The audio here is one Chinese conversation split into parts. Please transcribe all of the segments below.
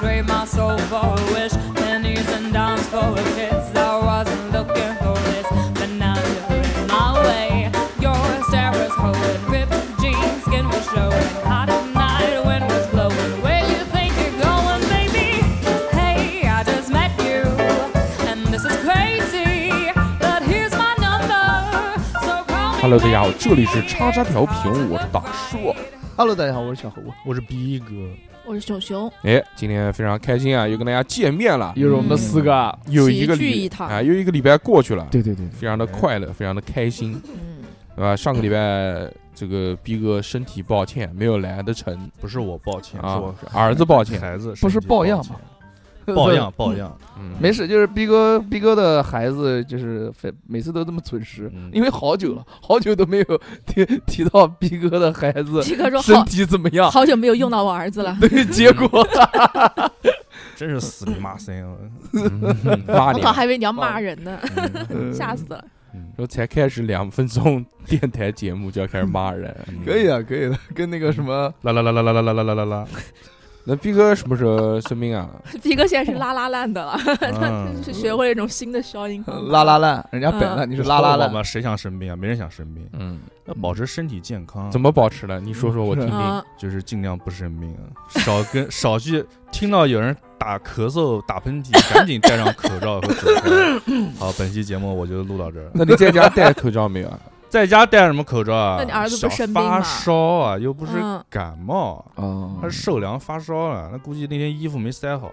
gave my soul for a wish. Pennies and dimes for a kiss. I wasn't looking for this, but now you're in my way. Your stare was hoeing, ripped jeans, skin was showing. Hot night, wind was blowing. Where you think you're going, baby? Hey, I just met you, and this is crazy. But here's my number, so call me. Hello，大 when 家好， you 这里是叉叉调 feel 频，我是大硕。 Hello，大家好，我是小猴，我是逼哥，我是熊熊，哎，今天非常开心啊，又跟大家见面了，又是我们的四个，嗯又一个齐聚礼一堂啊，又一个礼拜过去了，对对对，非常的快乐，非常的开心，嗯，对吧？上个礼拜这个逼哥身体抱歉没有来得成不是我抱歉，啊是我，儿子 抱歉，孩子不是抱恙吗？抱啊恙，抱恙，嗯，没事，就是逼哥逼哥的孩子，就是非每次都这么准时，嗯因为好久了，好久都没有 提提到逼哥的孩子这个说身好体怎么样，好久没有用到我儿子了， 对，结 果真是死你妈生啊！ 嗯骂我你靠，。还以为你要骂人呢，嗯吓死了。说才开始两分钟，电台节目就要开始骂人。 可以啊，可以的，跟那个什么，嗯啦啦啦啦啦啦啦啦啦啦！那逼哥什么时候生病啊？ 皮哥现在是拉拉烂的了，嗯 是学会了一种新的消音方法。呃拉拉烂，人家摆烂，你是拉拉我说了烂，嘛，谁想生病啊？没人想生病，嗯，要保持身体健康。怎么么保持的？你说说我听听。嗯，就是尽量不生病啊？少跟 少去听到有人打咳嗽、打喷嚏，赶紧戴上口罩和走开。好，本期节目我就录到这儿。那你在家戴口罩没 有啊？在家戴什么口罩啊？那你儿子不小生病发吗烧啊，又不是嗯感冒，哦他是受凉发烧了，那估计那天衣服没塞好，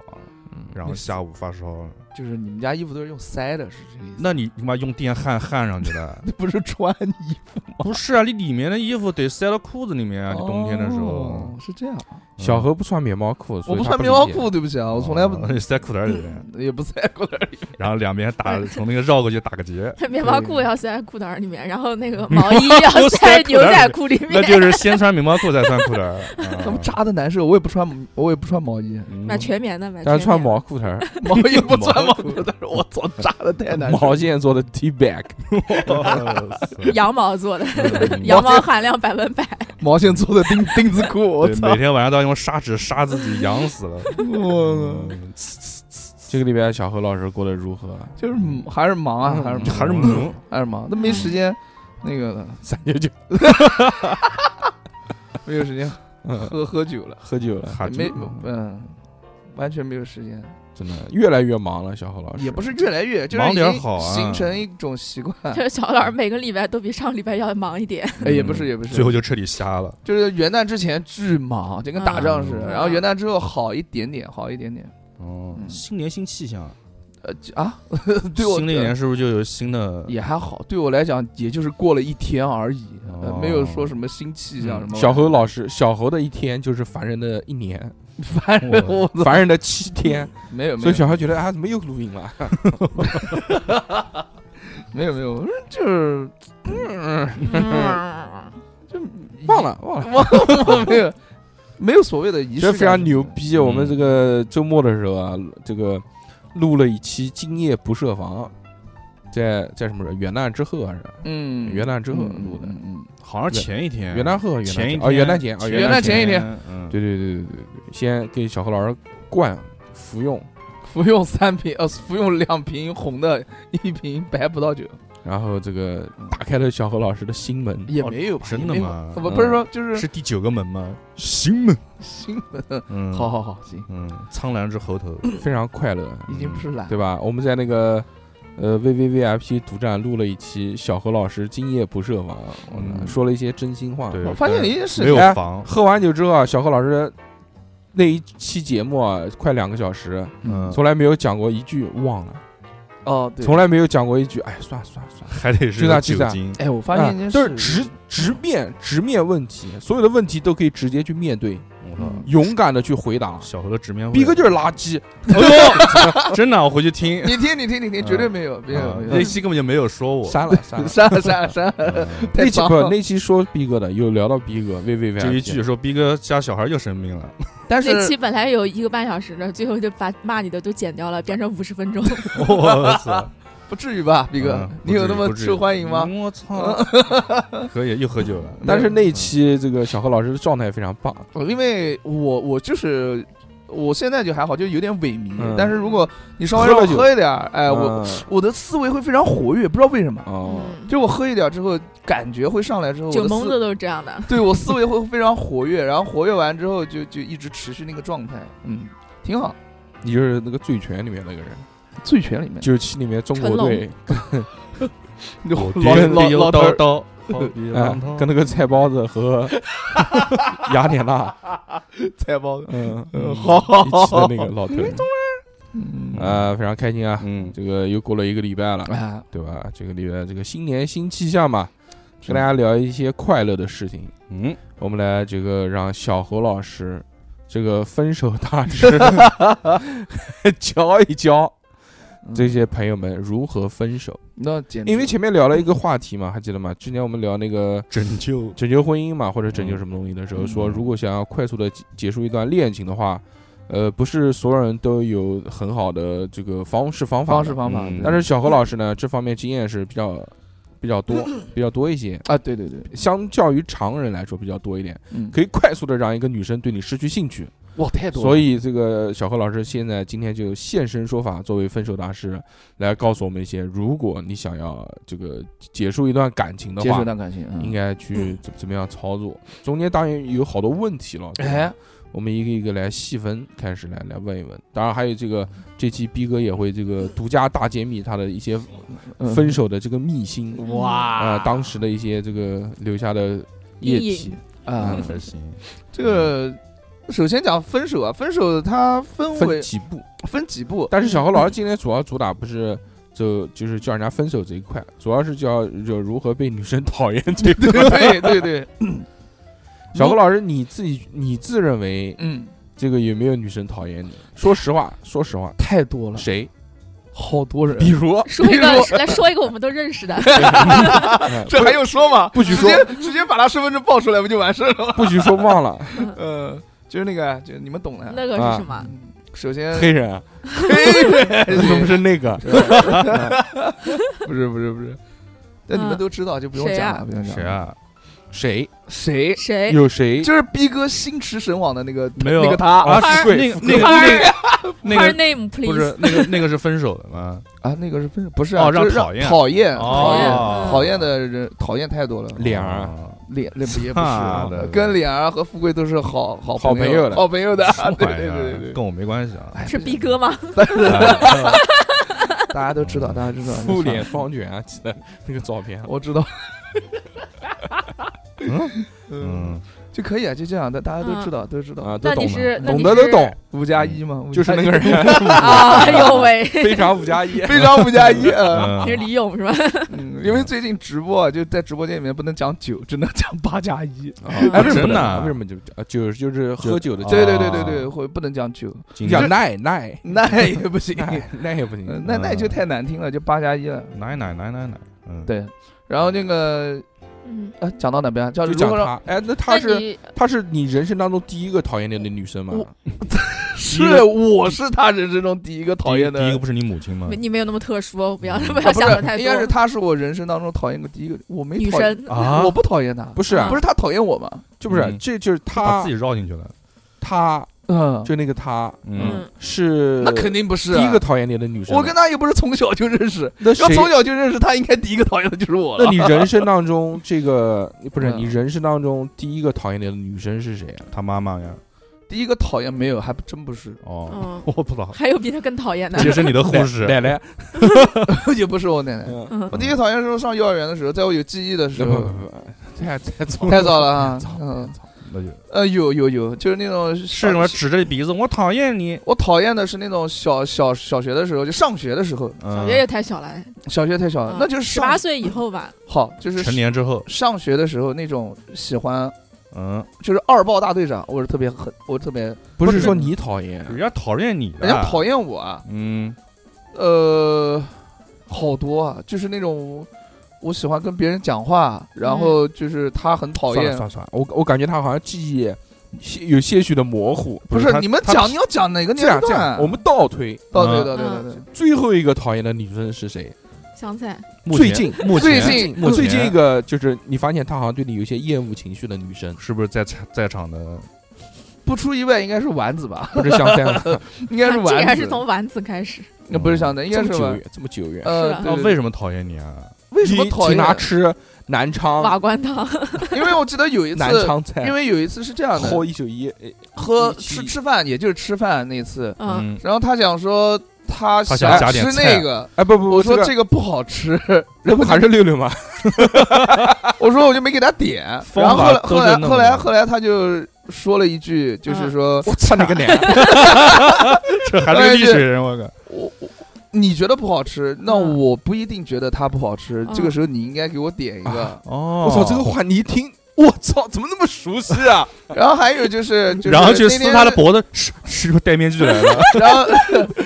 然后没下午发烧了。就是你们家衣服都是用塞的，是这意思？那你你妈用电焊焊上去的？不是穿衣服 不是啊，你里面的衣服得塞到裤子里面啊！你冬天的时候哦，是这样，小何不穿棉毛裤，所我以不他穿棉理毛解。裤，对不起啊，我从来不哦你塞裤衩里 面，也不塞过来。然后两边打从那个绕过去打个 结，棉毛裤要塞在裤衩里面，然后那个毛衣都要塞塞裤衩里牛仔裤里那面。就是先穿棉毛裤再穿裤 衩儿。他啊们扎的难受，我也不穿，我也不穿毛衣，嗯买全棉的，买但全是穿棉的。毛裤头儿，毛衣不穿毛 裤，但是我操，扎的太难受。毛线做的 T back，哇塞羊毛做的， 嗯羊毛含量百分百。毛线做的钉钉子裤，我对操每！天晚上都要用砂纸杀自己，痒死了。我操嗯这个礼拜小何老师过得如何？就是还是忙啊，还是嗯还是萌，还是忙，那没时间，那个的三舅舅没有时间喝喝酒 了，喝酒了，还是没萌嗯，完全没有时间，真的越来越忙了。小何老师也不是越来越，就是忙点已经好啊形成一种习惯。就是小老师每个礼拜都比上礼拜要忙一点。哎，也不是也不是，最后就彻底瞎了。就是元旦之前巨忙，就跟打仗似的，嗯然后元旦之后好一点点，好一点点。哦嗯新年新气象，呃啊， 对我新的一年是不是就有新嗯的？也还好，对我来讲也就是过了一天而已，呃哦没有说什么新气象什么。嗯小何 老师，小何的一天就是凡人的一年，烦人，我 操，凡人的七天，没有没所有以小何觉得啊，怎么又录音 了？没有没有，就是 忘了忘了。我我没有没有所谓的仪式这感，嗯非常牛逼！嗯我们这个周末的时候啊，这个录了一期《今夜不设防》，在在什么时候？元旦之后还是嗯，元旦之后嗯录的？嗯嗯好像前一天，元旦后，元旦前一前天哦，元旦前，哦，元旦旦前一天，嗯，对对对对对对，先给小何老师灌服用，嗯服用三瓶呃，服用两瓶红的，一瓶白葡萄酒，然后这个打开了小何老师的心门，也没有哦吧？真的也没有吗呃不嗯不是说就是是第九个门吗？行门，新闻，嗯，好，嗯好好，行，嗯，苍兰之猴头，非常快乐，已经不是懒，对吧？我们在那个呃 VVVIP 独占录了一期小何老师今夜不设防，我操嗯说了一些真心话。对，我发现了一件事没有情，哎房，喝完酒之后啊，小何老师那一期节目啊，快两个小时，嗯，从来没有讲过一句忘了，哦，对，从来没有讲过一句哎，算了算了算了。还得是就那有记酒载精，哎，我发现啊一件就是，事直直面直面问题，所有的问题都可以直接去面对，我操，嗯勇敢的去回答。小猴的直面会，逼哥就是垃圾，哦， 真的，我回去 听，你听你听你听，嗯绝对没有没有啊没有那，期根本就没有说我，删了删了。删了删了删了。嗯 太那期脏不了，那期说逼哥的，有聊到逼哥，喂喂喂，就一句说逼哥家小孩又生 病了， 但那是期本来有一个半小时的，最后就把骂你的都剪掉了，变成五十分钟。我 操，不至于吧，毕哥嗯，你有那么不至于受欢迎吗？嗯 我操，可以又喝酒了，嗯但是那一期这个小何老师的状态非常棒，因为我我就是我现在就还好，就有点萎靡。嗯但是如果你稍微让喝我了酒喝一点儿，哎，我嗯我的思维会非常活跃，不知道为什么。哦，嗯，就我喝一点儿之后，感觉会上来之后，我酒的蒙思子都是这样的。对我思维会非常活跃，然后活跃完之后就就一直持续那个状态，嗯，挺好。你就是那个醉拳里面那个人，醉拳里面九七里面中国队，我 老爹老里有老头儿刀啊刀，好 比哎榔头，跟那个菜包子和雅典娜，菜包子，嗯，嗯，嗯好好一好起的好那，个老头，嗯啊，非常开心啊！嗯，这个又过了一个礼拜了，啊，对吧？这个礼拜这个新年新气象嘛，跟大家聊一些快乐的事情。嗯，我们来这个让小侯老师这个分手大师 教一教这些朋友们如何分手。那简直因为前面聊了一个话题嘛，还记得吗？之前我们聊那个拯救，拯救婚姻嘛，或者拯救什么东西的时候，嗯说如果想要快速的结束一段恋情的话，呃，不是所有人都有很好的这个方式方法的方式方法，嗯对但是小何老师呢，这方面经验是比较比较 多、比较多一些，啊，对对对，相较于常人来说比较多一点，嗯，可以快速的让一个女生对你失去兴趣。哇，太多了，所以这个小何老师现在今天就现身说法，作为分手大师来告诉我们一些，如果你想要这个结束一段感情的接受话一。段感情，嗯应该去怎怎么样操作？中间当然有好多问题了，对吧哎，我们一个一个来细分，开始来来问一问。当然还有这个这期逼哥也会这个独家大揭秘他的一些嗯分手的这个秘辛啊、哇当时的一些这个留下的液体，啊嗯，还行，这个首先讲分手啊，分手它分为分几步。分几步，但是小何老师今天主要主打不是就就是叫人家分手这一块，主要是叫就如何被女生讨厌这一 块。 对对对，小何老师，你自己你自认为嗯，这个有没有女生讨厌你？说实话，说实话，太多了，谁？好多人，比如说 一比如个，来说一个我们都 认识 的，哎这还用说吗？不许直说，接直接把他身份证报出来不就完事儿了吗？ 不许说忘了，嗯，就是那个，就是你们懂的。啊那个是什么？嗯首先， 黑人啊，人不是啊那个， 不是不是不是，那你们都知道，就不用讲了，不用讲。嗯谁？啊？谁谁？谁？有谁？就是逼哥星驰神往的那个没有那个他啊啊是富贵富那个那个那，Her name 个那个不是 please。那个那个是分手的吗？那个是分手不是哦啊，让就是讨厌讨厌讨厌哦讨厌的人讨厌太多了，脸儿嗯脸那不也不是啊啊对，跟脸儿和富贵都是好好好朋朋友的好朋友的什么，啊对玩意对对儿对对，跟我没关系啊。哎是逼，哥吗？ 大家都知道，大家知道，富脸双卷啊，记得那个照片啊，我知道，嗯，就可以啊，就这样的，大家都知道，都知道，啊，都那懂你的是那懂你得是都懂，五加一嘛，五加一就是那个， 人啊哎呦喂， 非常五加 一，非常五加一啊，嗯你是李勇是吧？嗯因为最近直播啊，就在直播间里面不能讲九， 只能讲八加一，啊为什么真的啊为什么就啊就是就是喝酒的就酒，对对对啊对对，会不能讲 九，你今讲天耐 耐那也不行，耐耐也不行，嗯那那就太难听了，就八加一了，奶奶奶奶奶，嗯，对，然后那个 嗯，啊，讲到哪边啊？叫就如讲何让他，哎，那那他是你他是你人生当中第一个讨厌的那女生吗？我是我是他人生中第一个讨厌的，第一个不是你母亲吗没？你没有那么特殊，哦不要嗯不嗯啊要不想的太是，多。应该是他是我人生当中讨厌的第一个，我没女讨厌生，啊我，不讨厌他，不是啊不是他讨厌我吗？就不是，嗯这就是把他自己绕进去了。他嗯，就那个他嗯，嗯，是那肯定不是第啊一个讨厌你的女生吗，我跟他又不是从小就认识，那要谁从小就认识，他应该第一个讨厌的就是我了。那你人生当中这个不是嗯你人生当中第一个讨厌你的女生是谁啊？他妈妈呀，第一个讨厌没有，还真不是， 哦嗯，我不知道，还有比他更讨厌的。这是你 的护士，奶奶，也不是我奶奶。嗯嗯我第一个讨厌是上幼儿园的时候，在我有记忆的时不不候，不， 太太早太早了啊太早。了嗯，太早了那就呃，有有有，就是那种是什么指着你鼻子，我讨厌你。我讨厌的是那种小小小学的时候，就上学的时候，小嗯学，也太小了，小学太小啊了，那就是十上八岁以后吧。好，就是成年之后，上学的时候那种喜欢，嗯，就是二豹大队长，我是特别很，我特别不是说你讨厌，人家讨厌你，人家讨，厌我啊，嗯，呃，好多啊，就是那种我喜欢跟别人讲话，然后就是他很讨嗯算了厌，算了算了，我我感觉他好像记忆些有些许的模糊。不是他你们他讲，你要讲哪个这年样段？啊这样，我们倒推到哦对嗯到对到嗯对，最后一个讨厌的女生是谁？香菜，目最前近目最前近目前最近一个就是你发现她好像对你有一些厌恶情绪的女生，是不是在在场的不出意外应该是丸子吧？ 不是香菜吗？应该是竟然丸是子，从丸子开始，那不是香菜，应这该么是久丸。远，这么久远。是啊呃吧，对那对为什么讨厌你啊？为什么你讨请厌他？吃南昌啊瓦罐汤， 因为我记得有一南次，昌菜，因为有一次是这样的，喝一宿一哎喝一吃起吃饭，也就是吃饭那次，啊嗯， 然后他讲说他他想想加点吃菜那个，哎不不，我说这这个不好吃，这不还是六六吗？我说我就没给他点，方然后后来法都后是来那么后来的后来他就说了一句，就是说嗯我操你个奶！这还是个历史人，我靠！我我你觉得不好吃，那嗯我不一定觉得它不好吃，嗯这个时候你应该给我点一个啊。哦，我操，这个话你一听，我操，怎么那么熟悉 啊？然后还有就是，就是然后去那撕天他的脖子，是是不是戴面具来了？然后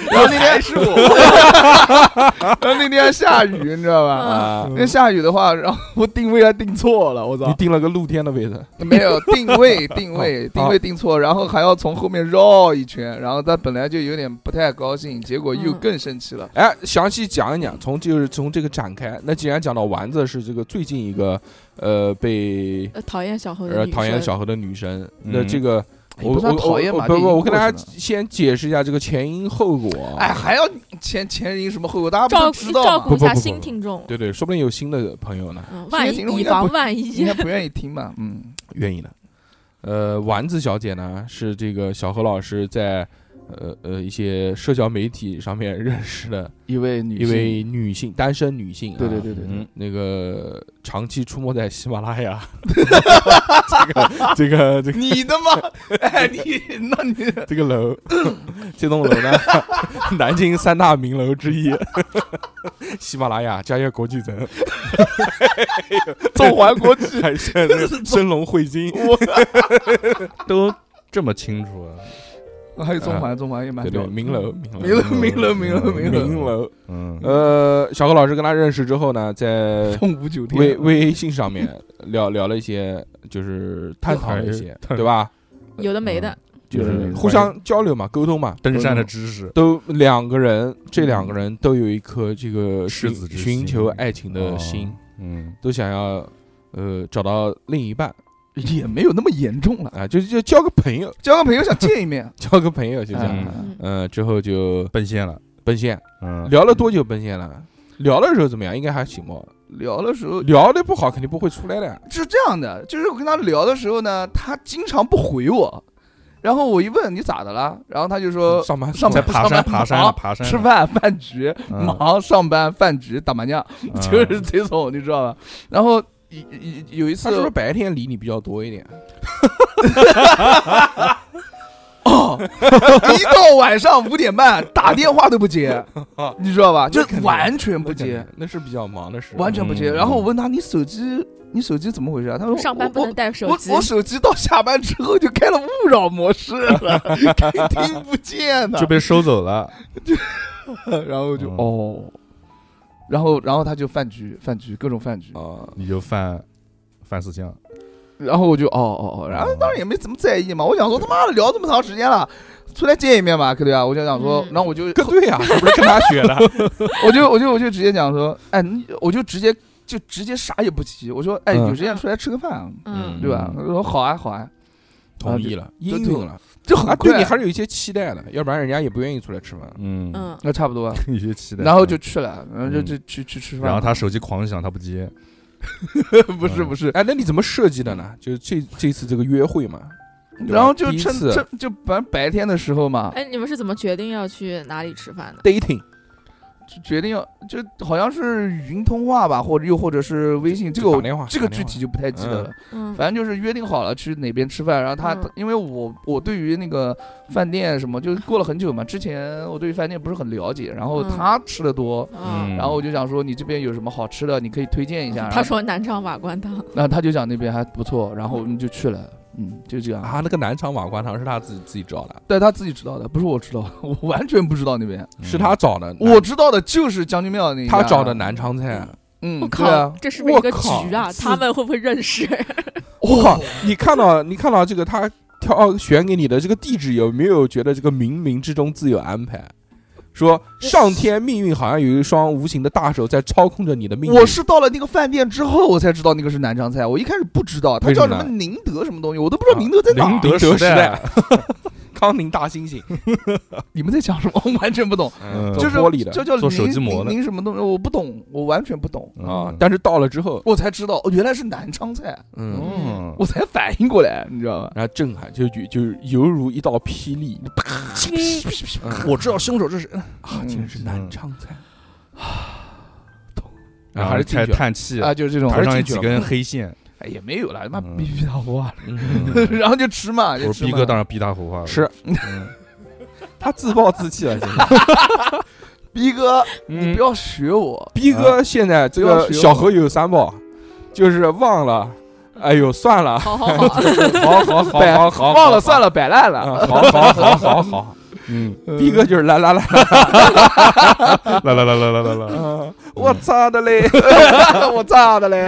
然后那天是我， 然后那天下雨，你知嗯道吧？啊，那下雨的话，然后我定位还定错了，我你操！定了个露天的位置，没有定位，定位，哦定位定错，然后还要从后面绕一圈，然后他本来就有点不太高兴，结果又嗯更生气了。哎，详细讲一讲，从就是从这个展开。那既然讲到丸子是这个最近一个呃被呃讨厌小猴的呃女讨厌生小何的女生，那嗯这个也我哎不我算我讨厌我不吧这已经不，我跟过去大了家先解释一下这个前因后果。哎，，还要前前因什么后果，大家不照都顾知道照吗顾不一不不下不新听众，对对，说不定有新的朋友呢，嗯万新一听众以应该不防万一应该，不愿意听嘛，嗯，愿意的。呃，丸子小姐呢是这个小何老师在呃呃一些社交媒体上面认识的一位女一位女性，单身女性、啊，对对对对对嗯，那个长期出没在喜马拉 雅，这个这个这个你的吗？ 哎，你那你这个楼， 这栋楼呢， 南京三大名楼之一，喜马拉雅、嘉悦国际城、纵环国际，还是那个升龙汇金，都这么清楚啊？还有纵环，纵环也蛮对多对，。名楼，名楼，名楼名楼名楼名名楼楼。嗯，呃，小何老师跟他认识之后呢，在凤舞酒店，微微信上面聊聊了一些，就是探讨了一些，还是对吧？有的没的，就是互相交流嘛，沟通嘛，登山的知识，都两个人，这两个人都有一颗这个赤寻子之寻心求爱情的心哦，嗯，都想要呃找到另一半也没有那么严重了，啊，就就交个朋友， 交个朋友想见一面，交个朋 友就这样。嗯啊嗯，之后就奔现了，奔现，嗯，聊了多久奔现了？聊的时候怎么样？应该还行吧。聊的时候聊的不好，肯定不会出来的。是这样的，就是我跟他聊的时候呢，他经常不回我，然后我一问你咋的了，然后他就说上班呃上在班爬山，爬山，忙爬山，吃饭饭局嗯忙上班饭局打麻将，嗯 就是这种你知道吧？然后有有有一他是不是次白天理你比较多一点？哦 一到晚上五点半打电话都 不接，你知道吧？就那肯定完全那不肯接定，，那是比较忙的事。完全不接。嗯然后我问他你手机你手机怎么回事啊？他说上班我不能带手我机我，手机到下班之后就开了勿扰模式了，听不见的 就。被收走了，然后就嗯哦，然后然后他就饭局饭局各种饭局，啊，你就犯犯四项，然后我就哦哦哦，然后当然也没怎么在意嘛。我想说他妈的聊这么长时间了，出来见一面吧，对吧？我就想说，嗯然后我就跟对 呀，是不是跟他学的？我就我就我就直接讲说，哎，你我就直接就直接啥也不提，我说哎，嗯有时间出来吃个饭，嗯对吧？嗯他说好啊好啊，同意了，应对允了，就啊，很对快，你还是有一些期待的，要不然人家也不愿意出来吃饭。嗯，嗯，那差不多。啊有些期待，然后就去了，然后就嗯就去去吃饭。然后他手机狂响，他不接，不是不是，哎，那你怎么设计的呢？就是这这次这个约会嘛，对吧然后就嗯第一趁次啊趁就反正白天的时候嘛，哎，你们是怎么决定要去哪里吃饭的？ dating 就决定要就好像是语音通话吧，或者又或者是微信，这个打我电话这个打具电话体就不太记得了。嗯，反正就是约定好了去哪边吃饭，然后他嗯因为我我对于那个饭店什么就过了很久嘛，之前我对于饭店不是很了解，然后嗯他吃的多。嗯嗯然后我就想说，你这边有什么好吃的，你可以推荐一下。然后他，说南昌瓦罐汤，然后他就讲那边还不错，然后我们就去了，嗯，就这样。啊，那个南昌瓦罐汤是他自己自己找的，对他自己知道的，不是我知道的， 我完全不知道那边。是他找的，嗯我知道的就是将军庙那家。他找的南昌菜。嗯，我对靠啊，，这是不是一我个靠局啊？是他们会不会认识？我靠，你看到你看到这个他挑选给你的这个地址有没有觉得这个冥冥之中自有安排？说上天命运好像有一双无形的大手在操控着你的命运。我是到了那个饭店之后，我才知道那个是南昌菜，我一开始不知道，它为什叫么什么呢宁德什么东西，我都不知道啊宁德在哪。宁德时时代，康宁大猩猩，你们在讲什么？ 我完全不懂，嗯做就是玻璃的就叫做手宁机膜的宁宁什么东西，我不懂，我完全不懂，啊嗯，但是到了之后，我才知道哦原来是南昌菜，嗯，嗯，我才反应过来，你知道吧？然后震撼就就就犹如一道霹雳，嗯我知道凶手是谁，啊，竟然是南昌菜，啊，然后还是进开去始了，叹气，啊，就是这种还头是，上有进去几了根黑线，哎也没有了，他妈嗯逼逼他花了，嗯嗯然后就吃嘛，就我吃说嘛逼哥当然逼他胡话了，吃，嗯他自暴自弃了，现在。逼哥，你嗯不，要学我，逼哥现在这不要个学我小何有三宝，就是忘了，哎呦算了，好好好，好好好好好，忘了算了，了，摆烂了。啊好好好好好，嗯，逼哥就是来来来，来来来来来来来，嗯我操的嘞， 我炸的嘞，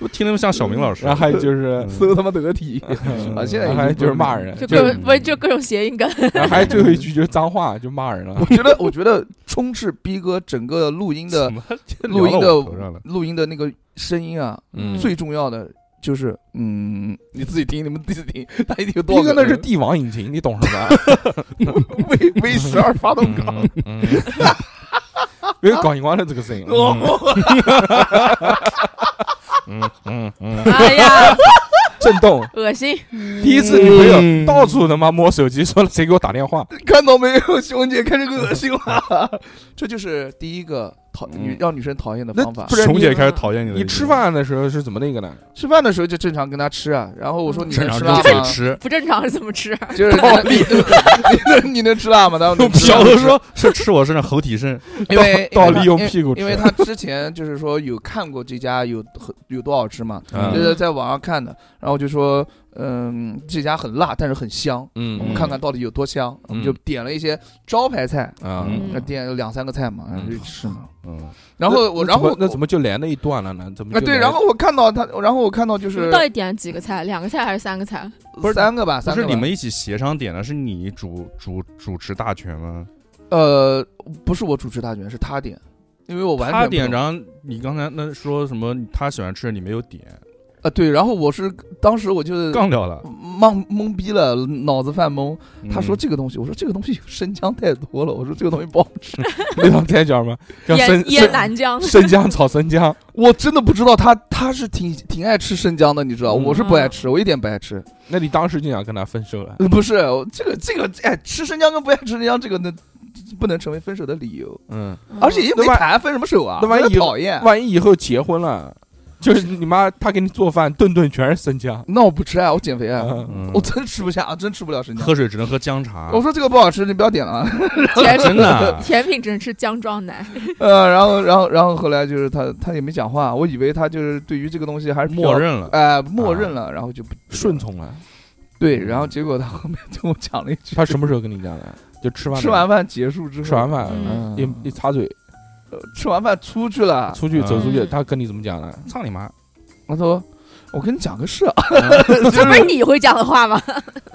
我听着像小明老师，然后还有就是，搜他妈得体啊！现在然后还有哎就是骂， 人，就就各种不是就各种谐音梗，然后还有最后一句就是脏话，就骂人了我。觉得，我觉得充斥逼哥整个录音的怎么就录聊音到我头上的了？录音的那个声音啊，嗯最重要的就是，嗯，你自己听，你们自己听， 他一定有多逼少哥个那是人？帝王引擎，你懂什么？ V V 十二发动机。嗯嗯，没有搞荧光的这个声音。哦嗯嗯嗯，哎呀，震动。 恶心！第一次女朋友嗯到处他妈摸手机，说谁给我打电话？ 看到没有，兄弟，看这个恶心了。这就是第一个讨女嗯让女生讨厌的那方法不。然熊姐你开始讨厌你了，你吃饭的时候是怎么那个呢？吃饭的时候就正常跟她吃啊，然后我说嗯你正能吃常就辣嘴吗？ 吃，不正常是怎么吃？ 就是你能你 能你能吃辣吗？他说能吃辣小何说是吃我身上猴体肾，因为倒因为他立用屁股吃因为因为他之前就是说有看过这家有很有多好吃嘛，嗯就是在网上看的，然后我就说，嗯，这家很辣，但是很香，嗯我们看看到底有多香，我们就点了一些招牌菜，啊嗯呃点了两三个菜嘛，然后就吃嘛。嗯，然后我，那然怎么后那怎么就来那一段了呢？怎么啊就对，来然后我看到他，然后我看到就你们是到底点了几个菜？两个菜还是三个菜？不是三个吧，不三个是吧你们一起协商点的，是你主主主持大全吗？呃，不是我主持大全，是他点，因为我完全他不点，懂然后你刚才那说什么？他喜欢吃，你没有点，啊对，然后我是当时我就杠掉了。懵懵逼了，脑子犯懵。他说嗯这个东西，我说这个东西生姜太多了，我说这个东西不好吃， 那道菜叫什么？叫腌生腌生南姜，生姜炒生姜。我真的不知道他他是挺挺爱吃生姜的，你知道，嗯我是不爱吃，我一点不爱吃。那你当时就想跟他分手了？呃不是我这个这个，哎，吃生姜跟不爱吃生姜这个那不能成为分手的理由，嗯，而且也没那万谈，分什么手啊？那万一我也讨厌，万一以后结婚了，就是你妈她给你做饭，顿顿全是生姜。那我不吃啊，我减肥啊，嗯嗯我真吃不下，真吃不了生姜。喝水只能喝姜茶。我说这个不好吃，你不要点了啊。 甜真的啊甜品只能吃姜撞 奶，呃，然后，然后，然后后来就是他，他也没讲话，我以为他就是对于这个东西还是比较默，认了，哎、默认了，然后就不顺从了。对，然后结果他后面就跟我讲了一句，他什么时候跟你讲的？就吃饭吃完饭结束之后，吃完饭嗯一一擦嘴呃吃完饭出去了，出去走出去，嗯他跟你怎么讲的？操你妈！他说。我跟你讲个事啊，这不是你会讲的话吗？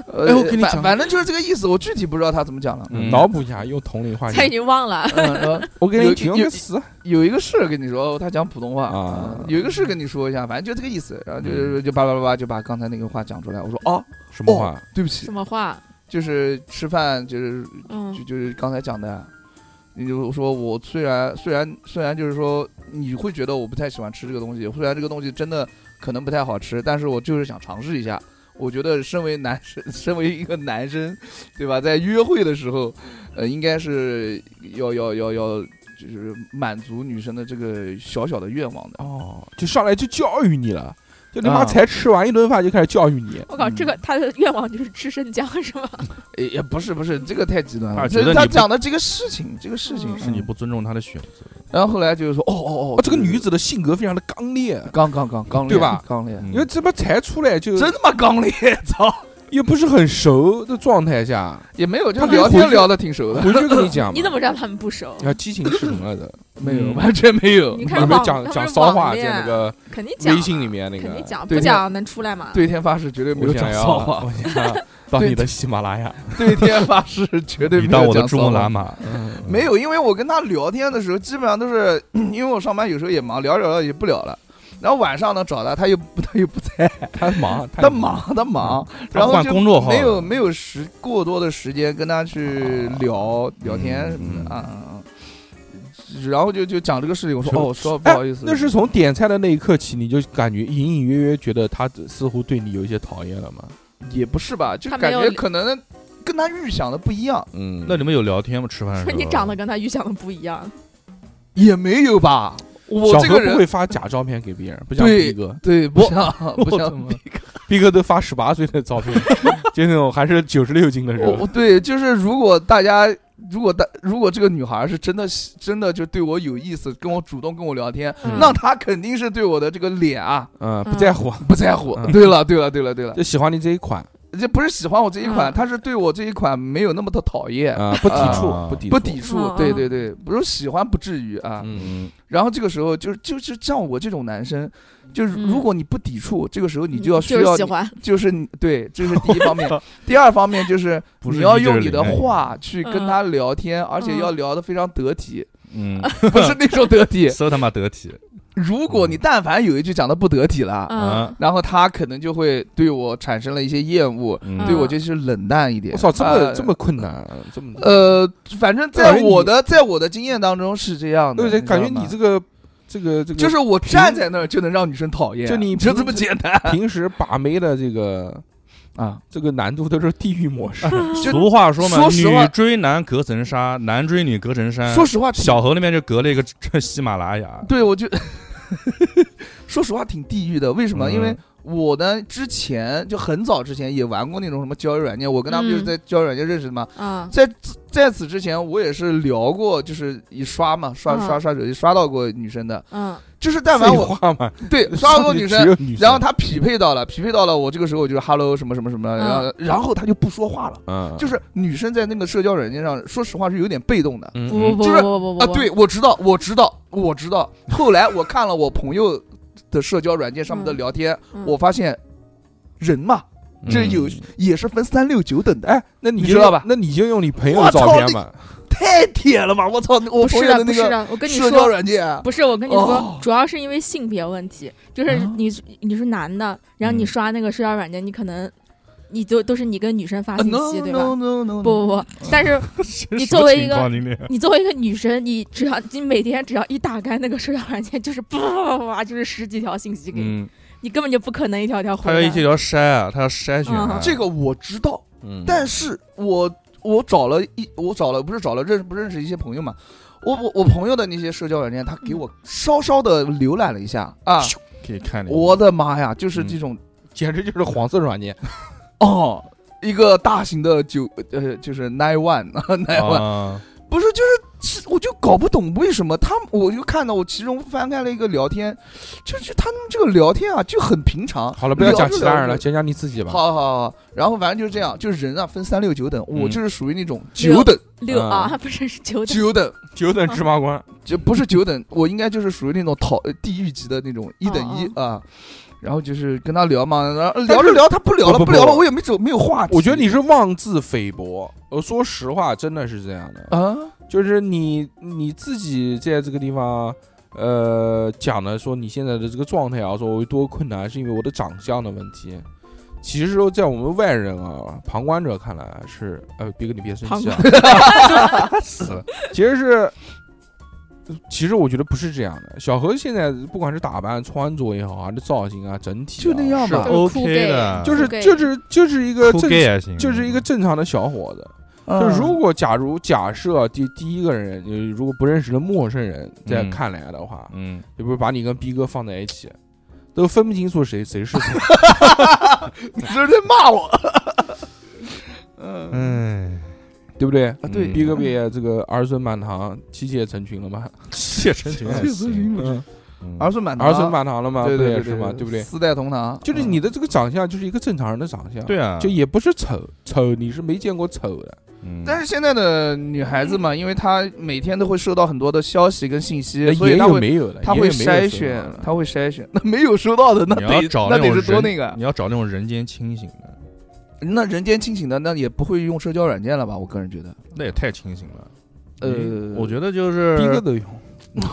呃哎我跟你反讲反正就是这个意思，我具体不知道他怎么讲了。嗯脑补一下，用同龄话他讲已。经忘了。嗯，然后我跟你有讲有个啊事，有一个事跟你说，他讲普通话啊嗯有一个事跟你说一下，反正就这个意思。然后就就叭叭叭叭就把刚才那个话讲出来。我说哦，什么话？对不起什，么话？就是吃饭就是嗯就就是刚才讲的，啊你就说我虽然虽然虽然就是说你会觉得我不太喜欢吃这个东西，虽然这个东西真的可能不太好吃，但是我就是想尝试一下。我觉得身为男生， 身为一个男生，对吧，在约会的时候，呃，应该是要要要要，就是满足女生的这个小小的愿望的。哦，就上来就教育你了，就你妈啊才吃完一顿饭就开始教育你。我靠，嗯这个他的愿望就是吃生姜是吗？也也不是不是，这个太极端啊了。觉这得他你不讲的这个事情，这个事情嗯是你。不尊重他的选择。然后后来就是说，哦哦哦哦，，这个女子的性格非常的刚烈，刚刚刚刚对吧刚烈，因为嗯这不才出来就真他妈刚烈，操！也不是很熟的状态下，也没有，就他可以聊回天去聊的挺熟 的，回去跟你讲嘛，你怎么知道他们不熟？啊激情是什么来的？没有，嗯完全没有 你。你看们网讲他讲们骚网话，在恋啊那个肯定讲，微信里面那个肯定讲，对不天讲能出来吗？对天发誓绝对没我有想讲要骚话，我想要当你的喜马拉雅，对天发誓绝对你没当有我的讲珠骚穆话朗。玛，嗯 没有，因为我跟他聊天的时候，基本上都是 因为我上班有时候也忙，聊着聊着也不聊了。然后晚上呢找他，他又不 他又不在，他忙，他，忙他忙，然后换就工作号没了有没有时过多的时间跟他去聊聊天什么嗯的啊啊。啊然后就就讲这个事情，我说是哦，说不哎好意思，那是从点菜的那一刻起，你就感觉隐隐约约觉得他似乎对你有一些讨厌了吗？也不是吧，就他没感有觉理可能跟他预想的不一样，嗯那你们有聊天吗？吃饭的时说 候你长得跟他预想的不一样，也没有吧。我小这个何不人会发假照片给别人，不像对逼哥，对不 像不我他像妈逼哥都发十八岁的照 片，就那种还是九十六斤的时我候我。对，就是如果大家如果大如果这个女孩是真的喜真的就对我有意思，跟我主动跟我聊天，嗯那她肯定是对我的这个脸啊嗯，不在乎，不在乎。嗯对了对了对了对了就，喜欢你这一款这不是喜欢我这一款，嗯她是对我这一款没有那么的讨厌，啊，不抵触，啊不抵不触，抵触嗯。对嗯对对，不是喜欢不至于啊。嗯，然后这个时候就是就是像我这种男生。就是嗯如果你不抵触，这个时候你就要需就要是喜欢，就是你对，这是第一 方面。第二方面就是不是你要一就是用你的零哎话去跟嗯他聊天，而且嗯要聊得非常得体，嗯， 不是那种得 体。哎搜他妈得体如果嗯你但凡有一句讲的不得体了，嗯，然后他可能就会对我产生了一些厌恶，嗯对我就是冷淡一点。我操，这么呃这么困难，这么。呃，反正感在觉我你的在我的经验当中是这样的，对对，知感觉道吗你这个这个这个，就是我站在那儿就能让女生讨厌，啊就你就平这么简单平时把妹的这个啊。这个难度都是地狱模式，就俗话说嘛，说实话女追男隔层纱，男追女隔层山。说实话，小何那边就隔了一个这喜马拉 雅，对，我就说实话挺地狱的。为什么？嗯因为我呢，之前就很早之前也玩过那种什么交友软件，我跟他们就是嗯在交友软件认识的嘛。嗯在在此之前，我也是聊过，就是一刷嘛，刷嗯刷刷手机刷到过女生的，嗯就是 但凡废我话嘛，对刷到过女上生。去只有女生，然后她匹配到了，匹配到了，我这个时候我就是 hello 什么什么什么，然后然后她就不说话了，啊嗯，就是女生在那个社交软件上，说实话是有点被动的，嗯不不嗯不就是不不不不啊，对，我知道，我知道，我知道。后来我看了我朋友的社交软件上面的聊天，嗯我发现人嘛，嗯这有、也是分三六九等的，哎，那你就你知道嗯吧那你就用你朋友我照操片你嘛，太铁了吧！我操，我不朋是友的的不那是个的，我跟你社交说。软件啊，不是，我跟你说哦，主要是因为性别问题，就是啊你你是男的，然后你嗯刷那个社交软件，你可能你都都是你跟女生发信啊 no 息，对吧 no？no no，不不不，但是你作为一个你作为一个女生，你只要你每天只要一打开那个社交软件，就是 叭叭叭叭，就是十几条信息给你，嗯，你根本就不可能一条条他回要来。一条条筛啊，他要筛选啊嗯这个我知道，嗯，但是我我找了一，我找了不是找了认识不认识一些朋友嘛。我我我朋友的那些社交软件，他给我稍稍的浏览了一下啊，可以看见我的妈呀，就是这嗯种简直就是黄色软件，嗯哦，一个大型的九呃，就是 nine one 啊 nine one，啊，不是就是是我就搞不懂为什么他们，我就看到我其中翻开了一个聊天，就是他们这个聊天啊就很平常。好了，不要聊讲着其他聊人了，着讲讲你自己吧。好好好好，然后反正就是这样，就是人啊分三六九等，我嗯就是属于那种六九等六嗯啊，不是是九点九等，九等芝麻官，就不是九等，我应该就是属于那种讨呃地狱级的那种一等一啊。然后就是跟他聊嘛，然后聊着聊他不聊了，不不聊了，不我也没走没有话题。我觉得你是妄自菲薄。我说实话，真的是这样的，啊，就是你你自己在这个地方，呃，讲的说你现在的这个状态啊，说我有多困难，是因为我的长相的问题。其实，在我们外人啊、旁观者看来是，呃，别哥你别生气啊，死了，其实是，其实我觉得不是这样的。小何现在不管是打扮、穿着也好，还是造型啊，整体啊、就那样吧是啊就是 OK cool gay 的就是 OK 就是就是一个酷正 gay 也行，啊就是一个正常的小伙子。就嗯如果假如假设第第一个人，呃如果不认识的陌生人再嗯看来的话，嗯，就比如把你跟逼哥放在一起，都分不清楚谁谁是谁。你这是在骂我。嗯，哎，对不对？啊对，逼哥不也这个儿孙满堂妻妾成群了吗？谢成群还谢成群行，不是嗯嗯儿孙满堂，儿孙满堂了嘛，对不对也对是嘛，对不对？四代同堂，就是嗯你的这个长相就是一个正常人的长相，对啊，就也不是丑丑，你是没见过丑的，嗯但是现在的女孩子嗯嘛，因为她每天都会收到很多的消息跟信息，所也以她有会没有的，她也会有没有筛丑选的，她会筛选。 那没有收到的，那你要得找那那得种是多人那个。你要找那种人间清醒的，那人间清醒的，那也不会用社交软件了吧？我个人 觉得。那也太清醒了。呃嗯我觉得就逼哥是，都有，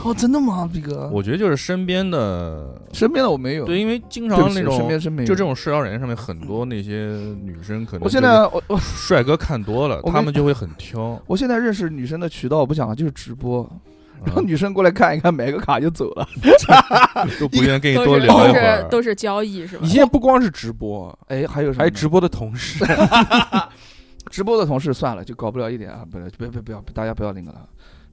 哦，真的吗，毕哥？我觉得就是身边的，身边的我没有，对，因为经对不常起，那身种边真没有。就这，种社交软件上面很多那些女生可能我现就是在我我帅哥看多了，我跟他们就会很 挑。我现在认识女生的渠道，我不讲了，就是直播，然后嗯女生过来看一看，买个卡就走了。都不愿意跟你都多是聊一都会是儿。都是交易是吧你？现在不光是直播，哎，还有什么呢？还有直播的同事，直播的同事算了，就搞不了一点啊，不不不不要，大家不要那个了，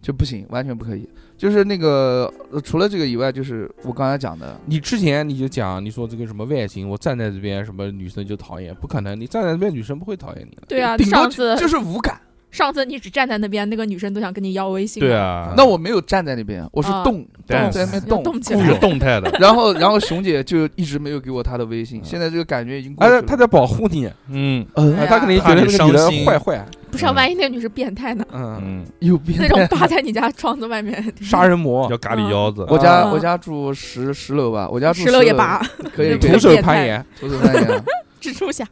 就不行，完全不可以。就是那个、呃除了这个以外，就是我刚才讲的，你之前你就讲，你说这个什么外形，我站在这边，什么女生就讨厌，不可能，你站在这边，女生不会讨厌你的。对啊，顶多上次就是无感。上次你只站在那边，那个女生都想跟你要微信了。对啊，那我没有站在那边，我是啊动， Dance 在那边要动。动起是来，动态的，然后，然后熊姐就一直没有给我她的微信，现在这个感觉已经过去哎，了。他在保护你，嗯嗯、哎哎，呀他肯定觉得那个女怕的你伤心坏坏，不是啊万一那个女是变态呢？嗯，嗯，有变那态种扒在你家窗子外面，杀人魔要，咖喱腰子，我家啊我家住十十楼吧，我家住石楼也拔，可以可以对嗯徒对手变态攀岩，徒手攀岩。蜘蛛侠。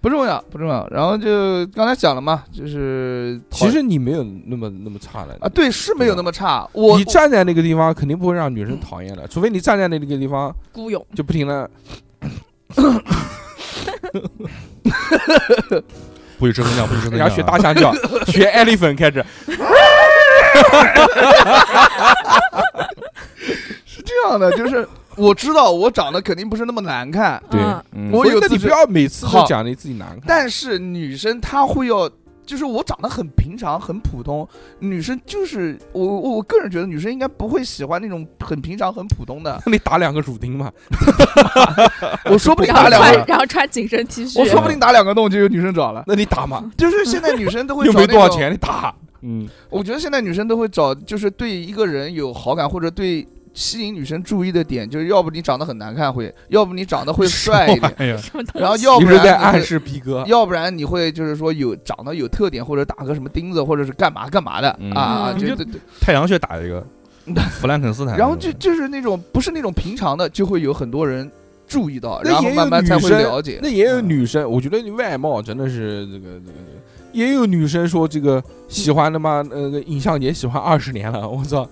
不重要，不重要。然后就刚才讲了嘛，就是其实你没有那么那么差的啊，，对，是没有那么差。我你站在那个地方肯定不会让女生讨厌的，除非你站在那个地方孤勇，就不停的不许吃分享，不许吃啊分然享，后学大 象叫，学艾丽粉开始，是这样的，就是我知道我长得肯定不是那么难看，对嗯嗯，我有那自你不知，要每次好都讲你自己难看，但是女生她会要，就是我长得很平常、很普通，女生就是我我我个人觉得女生应该不会喜欢那种很平常、很普通的 。那你打两个乳钉嘛，我说不定然打两后穿个，然后穿紧身 T 恤，我说不定打两个洞就有女生找了。那你打嘛，就是现在女生都会又找没那多少种钱，你打，嗯，我觉得现在女生都会找，就是对一个人有好感或者对吸引女生注意的点，就是要不你长得很难看会，要不你 长得会帅一点，哎呀，什么东西然后要啊一不直然在你暗会示逼哥，要不然你会就是说有长得有特点或者打个什么钉子或者是干嘛干嘛的嗯啊，嗯就就对对。太阳穴打一 个，弗兰肯斯坦，然后就就是那种不是那种平常的，就会有很多人注意到，那然后也有慢慢女才会生了解那。也有女生，我觉得你外貌真的是这个这个，也有女生说这个喜欢他妈那个尹相杰喜欢二十年了， 我操，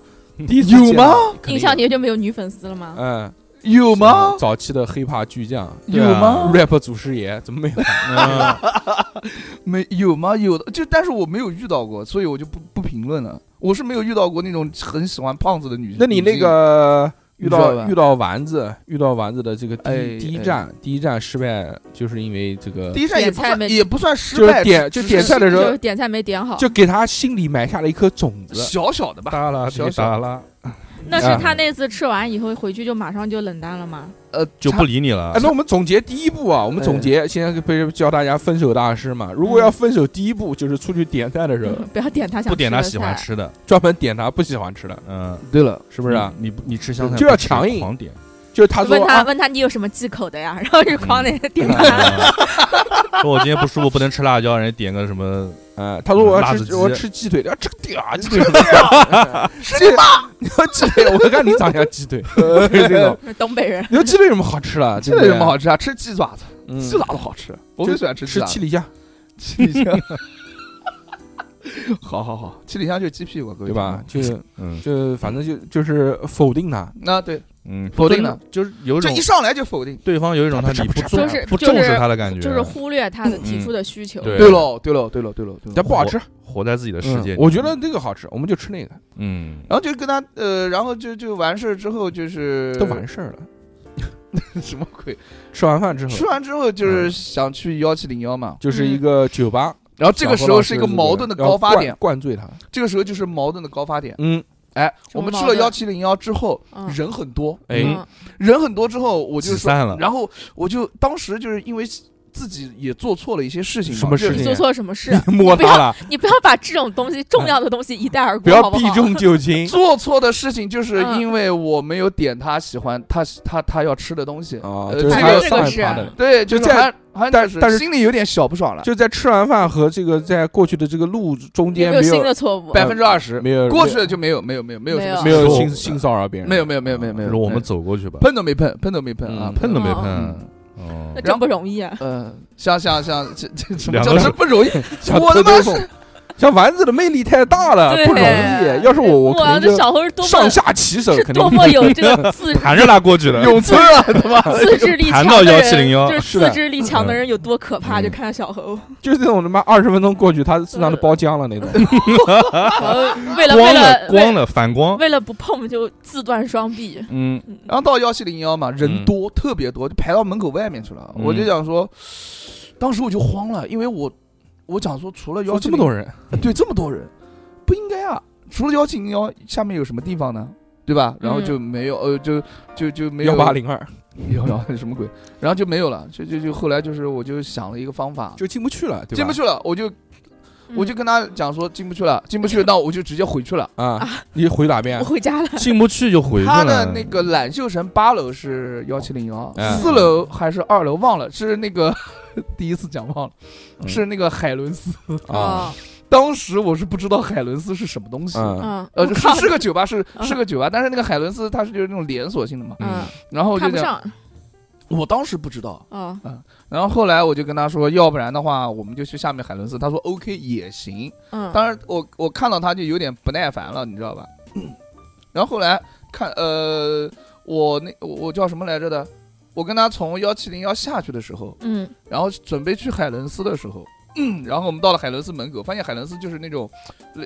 第一次有见吗？肯定印象杰就没有女粉丝了吗？嗯，有吗？啊早期的黑怕巨匠有吗？ ，rap 祖师爷怎么 没有？啊嗯没有吗？有的，就但是我没有遇到过，所以我就不不评论了。我是没有遇到过那种很喜欢胖子的女生。那你那女性个你遇知道吧到遇到丸子，遇到丸子的这个第哎一第一哎站，第一站失败，就是因为这个第，一站也点不菜没算也不算失就是败，点只就点菜的时就候是，点菜没点好，就给他心里埋下了一颗种只子啊是。小小的吧。达 拉小提小达拉那是他那次吃完以后回去就马上就冷淡了吗？呃，就差不理你了哎，，那我们总结第一步啊，我们总哎结现在不是教大家分手大师嘛？如嗯果要分手，第一步就是出去点菜的时候，嗯不要点他想不点他他喜欢，吃的，专门点他不喜欢吃的，嗯，对了，是不是啊？你你你吃香菜就要不吃强硬狂点，就是他说问他啊，问他你有什么忌口的呀？然 后就狂点点他，嗯 说我今天不舒服，不能吃辣椒，人家点个什么，嗯，他说我辣要子鸡吃我要吃鸡腿，啊，这个屌啊，鸡腿，是你妈你要鸡腿，我看你长得像鸡 腿，就是这种。东北 人你说鸡腿有什么好吃的？这有什么好吃啊？吃鸡爪子，对不对？鸡吃爪子好吃，我最喜欢吃鸡嗯吃爪七子。里香，七里香， 好好好，七里香就是鸡屁股，各位对吧？听就众嗯就反正就就是否定他，那对，嗯，否定了的，就是有一这种一上来就否定。对方有一种他理不啊重就是不就是重视他的感觉，啊就是忽略他的提出的需求。对对喽，对喽，对喽，对喽，对但喽。不好吃。活在自己的世界嗯里。我觉得这个好吃，我们就吃那个，嗯，然后就跟他呃，然后就就完事儿之后就是都完事儿了。什么鬼？吃完饭之后吃，完之后就是想去幺七零幺嘛，就是一个酒吧，然嗯后这个时候是一个矛盾的高发点然后，灌灌醉他。这个时候就是矛盾的高发点。嗯，哎，什我么们吃矛了盾幺七零幺之后，嗯人很多，哎，嗯人很多之后，我就挤说，散了，然后我就当时就是因为自己也做错了一些事情嘛，什么就是啊事你情做错了什 么事？摸不要他了，你不要把这种东西重要的东西一带而嗯不过，要好不避好？重就 轻做错的事情，就是嗯因为我没有点他喜欢他他他要吃的东嗯西。啊，呃就是这他个要这个上一是趴的人。对，就就是在还还但就是但是心里有点小不爽了，就在吃完饭和这个在过去的这个路中有间没有没新有呃的错误？百分之二十没有过去了就没有没有没有没有没什有么没有说性性骚扰别人，没有没有没有没有没有说我们走过去吧，碰都没碰，碰都没碰啊嗯，碰都没嗯碰。哦那， 真不容易啊！呃，像像像这这什么两叫个真不容易， 像我兜他兜妈风是像丸子的魅力太大了，对不容啊易。要是我，我哇，肯这定就小猴是多上么下其手，是肯定多么有这个自盘着他过去的，永春啊，他妈的自制力强谈的到人， 1701就是是的自制力强的人有多可怕，就看小猴。 就是那种他妈二十分钟过去，他身上都包浆了那种。然后为了为光了了光为了反光，为了不碰就自断双臂。嗯，嗯然后到幺七零幺嘛，人嗯多、特别多，就排到门口外面去了。嗯我就想说，当时我就慌了，因为我我想说，除了幺有七这么多人，对这么多人，不应该啊。除了幺七零幺，下面有什么地方呢？对吧？然后就没有，呃，就就就没 有幺八零二幺幺什么鬼？然后就没有了，就就就后来就是我就想了一个方法，就进不去了，对吧？进不去了，我就我就跟他讲说进不去了，进不去，那我就直接回去了。啊！你回哪边嗯 我？回家了，进不去就回去他的了。那个揽秀城八楼是幺七零幺哎，四楼还是二楼忘了，是那个 第一次讲忘了，嗯是那个海伦斯。啊，当时我是不知道海伦斯是什么东西。嗯嗯，呃，我是靠是个酒吧，是嗯是个酒吧，但是那个海伦斯它是就是那种连锁性的嘛。嗯，然哦后我就看不讲，上我当时不知道，啊，然后后来我就跟他说，要不然的话我们就去下面海伦斯。他说 OK 也行，嗯，当然我我看到他就有点不耐烦了，你知道吧？然后后来看呃，我那我我叫什么来着的？我跟他从幺七零幺下去的时候，嗯然后准备去海伦斯的时候，嗯，然后我们到了海伦斯门口，发现海伦斯就是那种，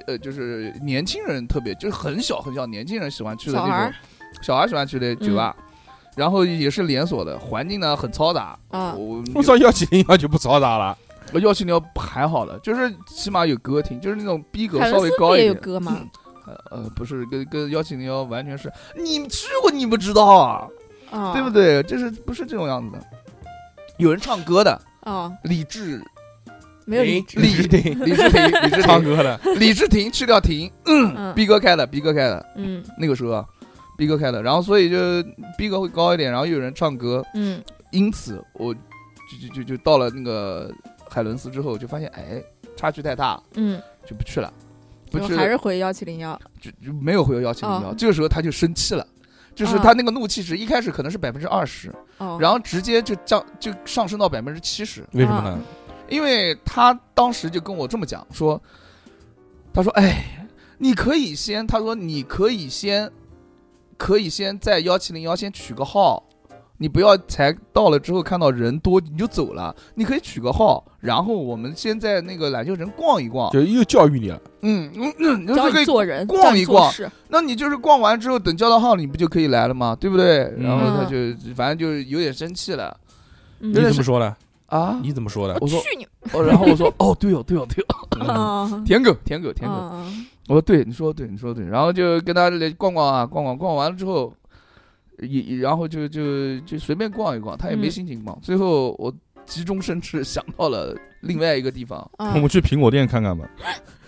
呃，就是年轻人特别就是很小很小年轻人喜欢去的小孩那儿嗯种小孩儿喜欢去的酒吧，然后也是连锁的，环境呢很嘈杂。啊，我我操，幺七零幺就不嘈杂了。幺七零幺还好了，就是起码有歌听，就是那种逼格凯稍文微斯高不一也有点。歌吗？ 呃，不是，跟跟幺七零幺完全是，你去过你不知道啊，啊，对不？对？这是不是这种样子的？有人唱歌的，啊，李志、没有哎理 智，李志婷李志廷、李志唱廷、歌 的，李志廷去掉停，嗯逼哥开的，逼哥开的，嗯那个时候啊，逼哥开的，然后所以就逼格会高一点，然后又有人唱歌，嗯因此我就就就就到了那个海伦斯之后，就发现哎差距太大，嗯，就不去了，不然后去了还是回幺七零幺，就就没有回幺七零幺，哦这个时候他就生气了，就是哦他那个怒气值一开始可能是百分之二十，哦，然后直接就降就上升到百分之七十，为什么呢？因为他当时就跟我这么讲说，他说哎，你可以先，他说你可以先，可以先在幺七零幺先取个号。你不要才到了之后看到人多你就走了，你可以取个号，然后我们先在那个篮球城逛一逛。就又教育你了，嗯嗯嗯，就是教可你以做人，逛教你一做逛事，那你就是逛完之后等叫到号，你不就可以来了吗？对不对？嗯然后他就反正就是有点生气了嗯你怎么说的？ 啊！你怎么说的？我说去你哦，然后我说哦，对哦，对哦，对哦，啊！舔狗，舔狗，舔狗。啊，我说对，你说得对，你说得对。然后就跟他来逛逛啊，逛逛，逛完了之后，也然后就就就随便逛一逛，他也没嗯心情逛。最后我急中生智想到了另外一个地方， 啊我们去苹果店看看吧。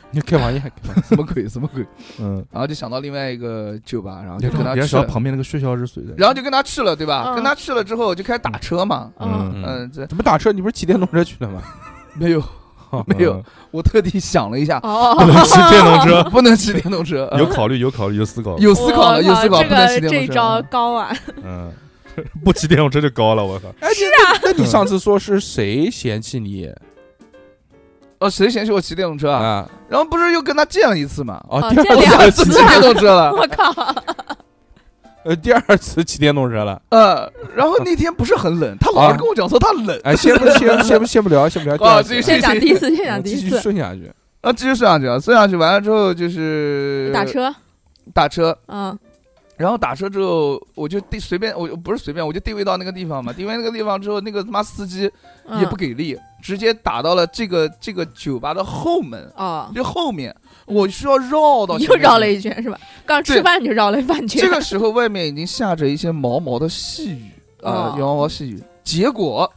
你开玩笑，什么鬼，什么鬼？嗯，然后就想到另外一个酒吧，然后就跟他别去说了，旁边那个血小日水的。然后就跟他去了，对吧？嗯跟他去了之后就开始打车嘛，嗯嗯嗯，这怎么打车？你不是骑电动车去的吗？没有。 没有，我特地想了一 下，哦，不能骑电动车。不能骑电动车，呃有考虑，有考虑，有思考。有 思考了，有思考，这不能个骑电这动招车。高啊！ 嗯， 不骑电动车就高了，哦我靠。哎，是啊。那你上次说是谁嫌弃你哦，谁嫌弃我骑电动车啊？啊？然后不是又跟他见了一次嘛？哦，哦第见二 两我次骑电动车 了，我 靠，呃第二次骑电动车了。呃，然后那天不是很冷，他啊老是跟我讲说他冷，哎，先不先先不先不聊，先不聊。啊第二次这先讲第一次，先我讲们第继一续 次，顺下去。啊，继续睡上去了，睡上去完了之后就是打车，打车，嗯然后打车之后我就定随便，我不是随便，我就定位到那个地方嘛，定位那个地方之后，那个他妈司机嗯，也不给力，直接打到了这个这个酒吧的后门，哦，就后面我需要绕到你前又面绕去了一圈是吧？刚吃对饭你就绕了一半圈， 这个时候外面已经下着一些毛毛的细雨啊哦，毛毛细雨。结果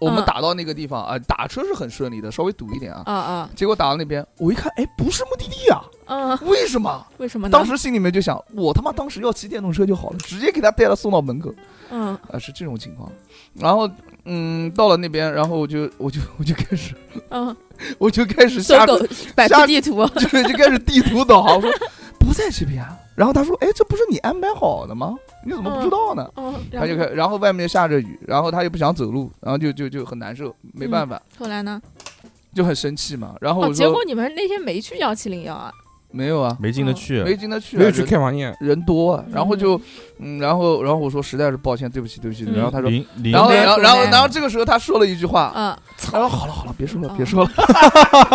我们嗯打到那个地方啊、打车是很顺利的，稍微堵一点啊。啊啊结果打到那边，我一看，哎，不是目的地啊，嗯，为什么？为什么呢？当时心里面就想，我他妈当时要骑电动车就好了，直接给他带了送到门口嗯啊、是这种情况。然后，嗯，到了那边，然后我就我就我就开始 嗯，我就开始搜下狗百下度地图， 就是就开始地图导航，我说 不在这边啊。然后他说：“哎，这不是你安排好的吗？你怎么不知道呢？”嗯，然他就后开，然后外面下着雨，然后他又不想走路，然后就就就很难受，没办法，后来呢？就很生气嘛。然后嗯哦，我结说、果你们那天没去幺七零幺啊？没有啊，没进得去，没进得去啊，没有去人开房宴，人多啊。然后就，嗯，然后然后我说实在是抱歉，对不起，对不起。嗯然后他说，零零然后应该然后说然后呢然后这个时候他说了一句话，嗯，他说好了好了，别说了哦别说了，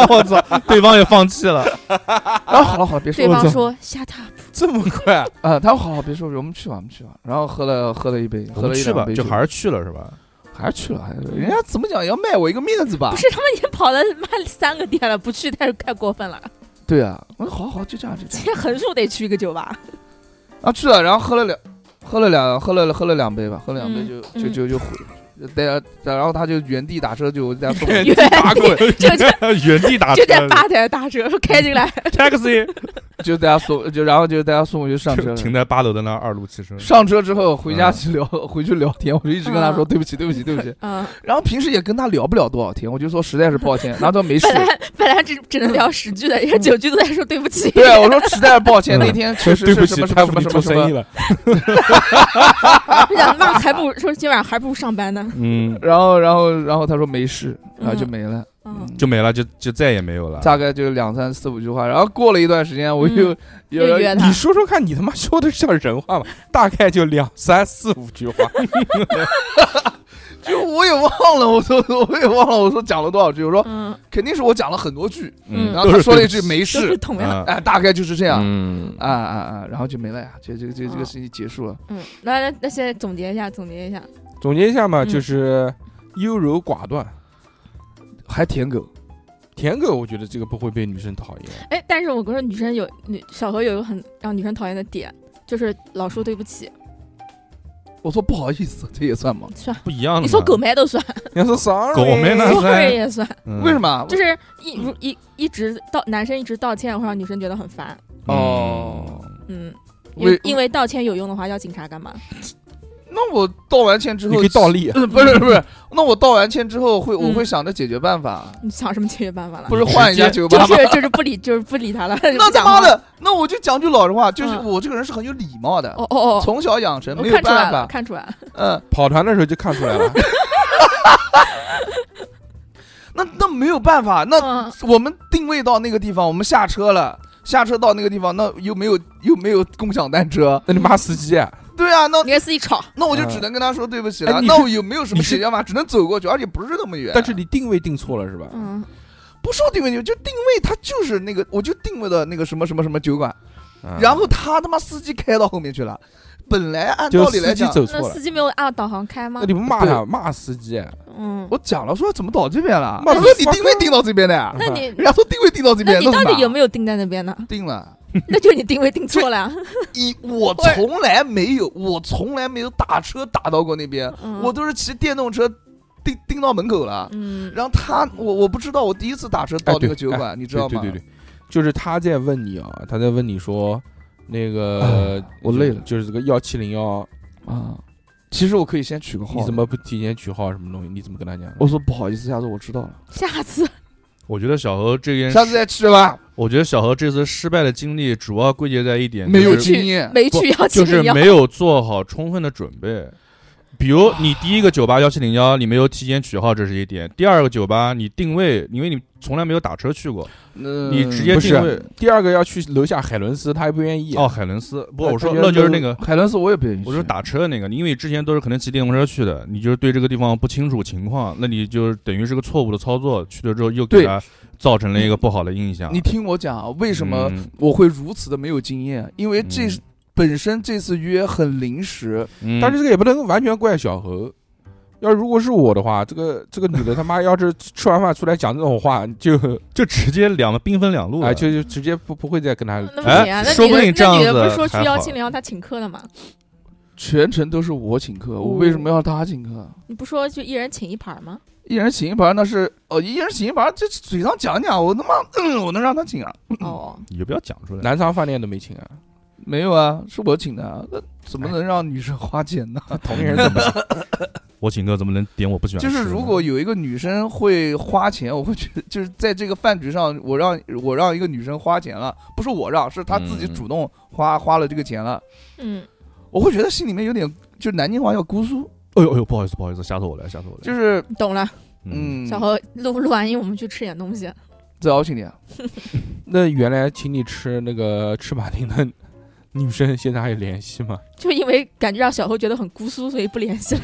我操，对方也放弃了，然后好了好了别说对了方说 shut up，这么 快？啊，他说好了好别说了，我们去吧我们去吧。然后喝了喝了一杯，我喝们了一去吧两杯，酒，就还是去了是吧？还是去了，还是人家怎么讲也要卖我一个面子吧不？是他们已经跑了妈三个店了，不去太太过分了。对啊，我说好好就这样就 这今样。天横竖得去一个酒吧，然啊后去了，然后喝了两，喝了两，喝了喝了两杯吧，喝了两杯嗯就、嗯就就就回，带然后他就原地打车就 在送原打滚！ 就在啊 原地打就在吧台 打折，说开进来， taxi，就带他送就然后就带他送回去上车就。停在八楼的那二路汽车。上车之后回啊家嗯去聊， 回去聊天，我就一直跟他说嗯对不起，对不起，对不起。嗯，然后平时也跟他聊不了多少天，我就说实在是抱歉，然后他说没事本。来本来只只能聊十句的，人家九句都在说对不起。嗯对，啊我说实在是抱歉，嗯那天对确实不是什起，么什太么不什你么什做么什生意么。了。啊我想那还不如说今晚还不如上班呢。嗯，然后，然后，然后他说没事，然后就嗯没了。嗯，就没了，就就再也没有了。大概就两三四五句话。然后过了一段时间，我嗯又有又人约你他，说说看，你他妈说的是叫人话吗？大概就两三四五句话，就 我也忘了，我说我也忘了，我说讲了多少句，我说嗯，肯定是我讲了很多句，嗯然后都他是说了对一不句起没都是事，同样。嗯哎，大概就是这样， 嗯，啊啊啊，然后就没了呀，这这这这啊个事情结束了，嗯，那那那现在总结一下，总结一下，总结一下嘛，嗯就是优柔寡断。还舔狗，舔狗，我觉得这个不会被女生讨厌。哎，但是我跟你说女生有女小何有一个很让女生讨厌的点，就是老说对不起，我说不好意思，这也算吗？算不一样的。你说狗，咩都算，你要说 sorry，狗没呢嗯说人也算，嗯为什？么？就是一如一一直道男生一直道歉会让女生觉得很烦，哦嗯，因为为因为道歉有用的话，要警察干嘛？那我道完歉之你后可以倒立，不是不是，那我道完歉之后会我啊嗯会想着解决办法，你想什么解决办法了不？是换一家直酒就吧吗？是就是不理就是不理他了， 那那他妈，的，那我就讲句老实话，就是嗯我这个人是很有礼貌的，哦哦哦，从小养成，我没有看出来办了，法，看出来了，嗯。跑团的时候就看出来了。那那没有办法，那嗯我们定位到那个地方，我们下车了，下车到那个地方，那又没有又没有共享单车，那你骂司机啊，对啊，那你跟司机吵，那我就嗯只能跟他说对不起了。哎你那是我有没有什么你是解决办法？只能走过去，而且不是那么远。但是你定位定错了是吧？嗯，不说定位就就定位，他就是那个，我就定位的那个什么什么什么酒馆，嗯然后他他妈司机开到后面去了。本来按就道理司来机讲，走那错了司，机没有按导航开吗那？你不骂他，骂司机？啊嗯，我讲了说怎么到这边了？妈嗯的我说你定位定到这边的呀？那你人家说定位定到这那边，你到底有有没有定在那边呢？ 定了？那就是你定位定错了呀。一我从来没有，我从来没有打车打到过那边，嗯 我都是骑电动车叮叮到门口了。嗯，然后他，我我不知道，我第一次打车哎到这对个酒馆，你知道对吗？对对对，就是他在问你啊，他在问你说那个啊我累了就是这个幺七零幺，对啊！其实我可以先取个号，你怎么不提前取号什么东西？你怎么跟他讲？我说不好意思，下次我知道了，下 次我觉得小何这件，下次再去吧。我觉得小何这次失败的经历主要归结在一点，没有 就是经验没去幺七就是零幺，没有做好充分的准备。比如你第一个酒吧幺七零幺，你没有提前取号，这是一点；第二个酒吧你定位，因为你从来没有打车去过，嗯你直接不定位是。第二个要去楼下海伦斯，他也不愿意。哦，，海伦斯不，我说他觉得那就是那个，海伦斯，我也不愿意去。我说打车那个，你因为之前都是可能骑电动车去的，你就是对这个地方不清楚情况，那你就是等于是个错误的操作，去了之后又给对他造成了一个不好的印象。嗯你听我讲啊，为为什嗯么我会如此的没有经验？因为这嗯本身这次约很临时，嗯但是这个也不能完全怪小何。要如果是我的话，这个这个女的他妈要是吃完饭出来讲这种话，就就直接两个兵分两路了哎就就直接不不会再跟他那不哎行啊！那说女不的定这那女的样不子是说去还幺好七零幺她请客的吗？全程都是我请客，我为什么要他请客？你不说就一人请一盘吗？一人请一盘，那是哦，一人请一盘，这嘴上讲讲，我他妈、嗯我能让他请啊？哦，你就不要讲出 来。南昌饭店都没请啊，没有啊，是我请的啊，那怎么能让女生花钱呢？同龄人怎么行？我请客怎么能点我不喜欢就吃呢？是如果有一个女生会花钱，我会觉得就是在这个饭局上，我让我让一个女生花钱了，不是我让，是她自己嗯主动花、花了这个钱了，嗯，我会觉得心里面有点，就是南京话叫姑苏，哎呦哎呦，不好意思不好意思，吓死我了吓死我了。就是懂了。嗯，小何录录完音，我们去吃点东西。再邀请你啊， 那原来请你吃那个吃马丁的女生，现在还有联系吗？就因为感觉让小何觉得很姑苏，所以不联系了。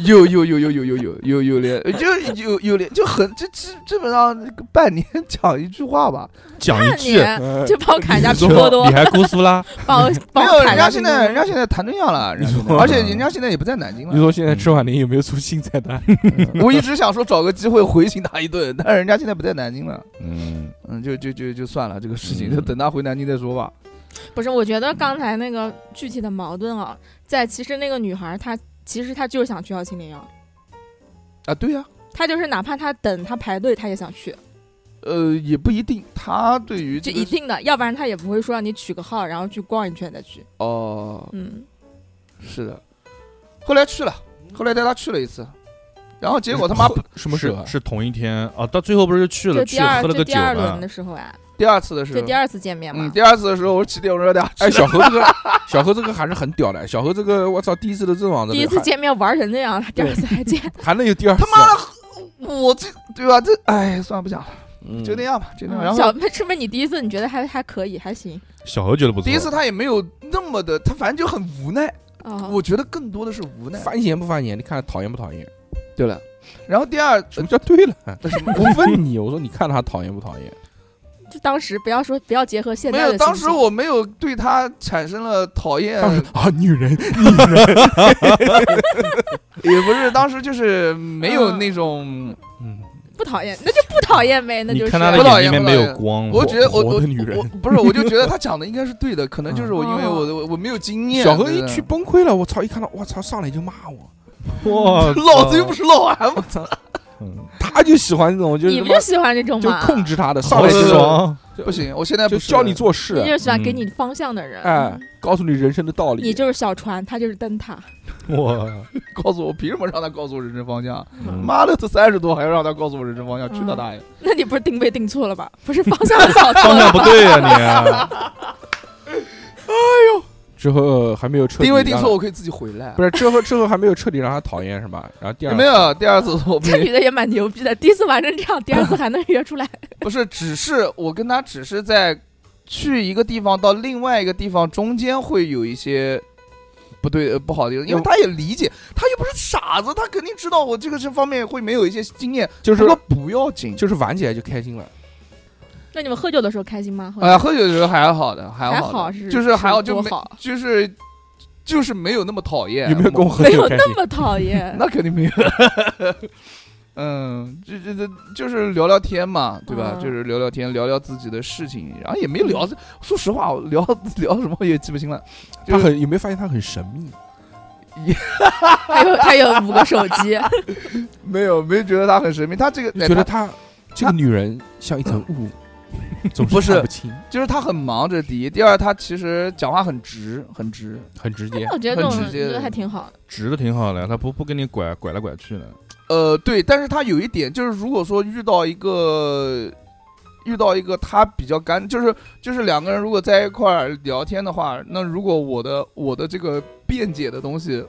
有有有有有有有有有连，就有有连就很这基基本上半年讲一句话吧，讲一那句，你 啊呃就帮我砍一下拼多多你，还姑苏 啦？帮我没帮有，我人砍一家下拼现多在人多。家现在谈对象了，人家现在你说而且人家现在也不在南京 你了。说现在吃马丁有没有出新菜单？我一直想说找个机会回请他一顿，但是人家现在不在南京了，嗯，嗯，就就就就算了这个事情，嗯就等他回南京再说吧。不是，我觉得刚才那个具体的矛盾啊，在其实那个女孩她其实她就是想去幺七零幺，啊，对呀、她就是哪怕她等她排队，她也想去，呃，也不一定，他对于就这个一定的，要不然她也不会说让你取个号，然后去逛一圈再去。哦，嗯，是的。后来去了，后来带他去了一次，然后结果他妈 什么时候啊是？是同一天啊？到最后不是去就了，第去二喝了就个第酒二嘛轮？的时候啊，第二次的时就候第，二次见面嘛嗯，，第二次的时候我是骑电动车带他去的哎，小何这个小何这个还是很屌的。小何这个我操，第一次都阵亡的，第一次见面玩成这样，第二次还见，还还能有第二次？啊他妈的，我这对吧？这哎，算了，不讲了，的就那样吧， 就那样。然嗯后小妹是不是你第一次你觉得还还可以还行？小何觉得不错。第一次他也没有那么的，他反正就很无奈。哦，我觉得更多的是无奈。烦嫌不烦嫌？你看讨厌不讨厌？对了，然后第二什么叫对了？ 呃什么我问你，我说你看他讨厌不讨厌？就当时不要说不要结合现没在的有，心情，当时我没有对他产生了 讨厌，当时啊，女人也不是，当时就是没有嗯那种，嗯，不讨厌，那就不讨厌呗，那你就是看他的不讨眼厌睛里面不没讨厌有光，我觉得我活我的女人我不是，我就觉得他讲的应该是对的，可能就是我因为嗯我的我我没有经验。小何一对去崩溃了，我操！一看到我操，上来就骂我， 哇， 老子又不是老韩，我操！嗯他就喜欢这种，就是你他不妈就喜欢这种就吗？控制他的，上好来就爽，就不，行，我现在就不是教你做你就事，是喜欢给你方向的人。哎，告诉你人生的道理。你就是小船，他就是灯塔。哇，告诉我，凭什么让他告诉我人生方向？嗯妈的，都三十多还要让他告诉我人生方向，去他大爷！那你不是定位定错了吧？不是方向找错方了吧向不对啊之后还没有彻底定位定让错，我可以自己回来他，不。是之后之后还没有彻底让他讨厌是吧？然后第二没有，第二次我 这没女的也蛮牛逼的，第一次玩成这样，第嗯二次还能约出来。 不是，只是我跟他只是在去一个地方到另外一个地方中间会有一些不对、呃、不好的地方，因为他也理解，他又不是傻子，他肯定知道我这个这方面会没有一些经验，就是不过不要紧。就是玩起来就开心了， 那你们喝酒的时候开心吗？哎呀，喝酒的时候还好的，哎还还好好的，是就是还好，是就多没 好就是就是没有那么讨厌。有没有跟我喝没有酒开心那？么讨 厌。那肯定 没有。嗯，这这这就是聊聊天嘛，对吧？嗯就是聊聊天，聊聊自己的事情，然后也没聊。说实话，我聊 聊什么我也记不清了。就他是很有没有发现他很神秘？还有还有五个手机，没有没觉得他很神秘，他这个觉得他这个女人像一层 雾，总不是看不清，就是他很忙，这是第一。第二，他其实讲话很直，很直。很直接 那。我觉得这种很直接的觉得还挺好的。直的挺好的，他不不跟你拐拐来拐去的，呃，对，但是他有一点就是，如果说遇到一个遇到一个他比较干，就是就是两个人如果在一块儿聊天的话，那如果我的我的这个辩解的东西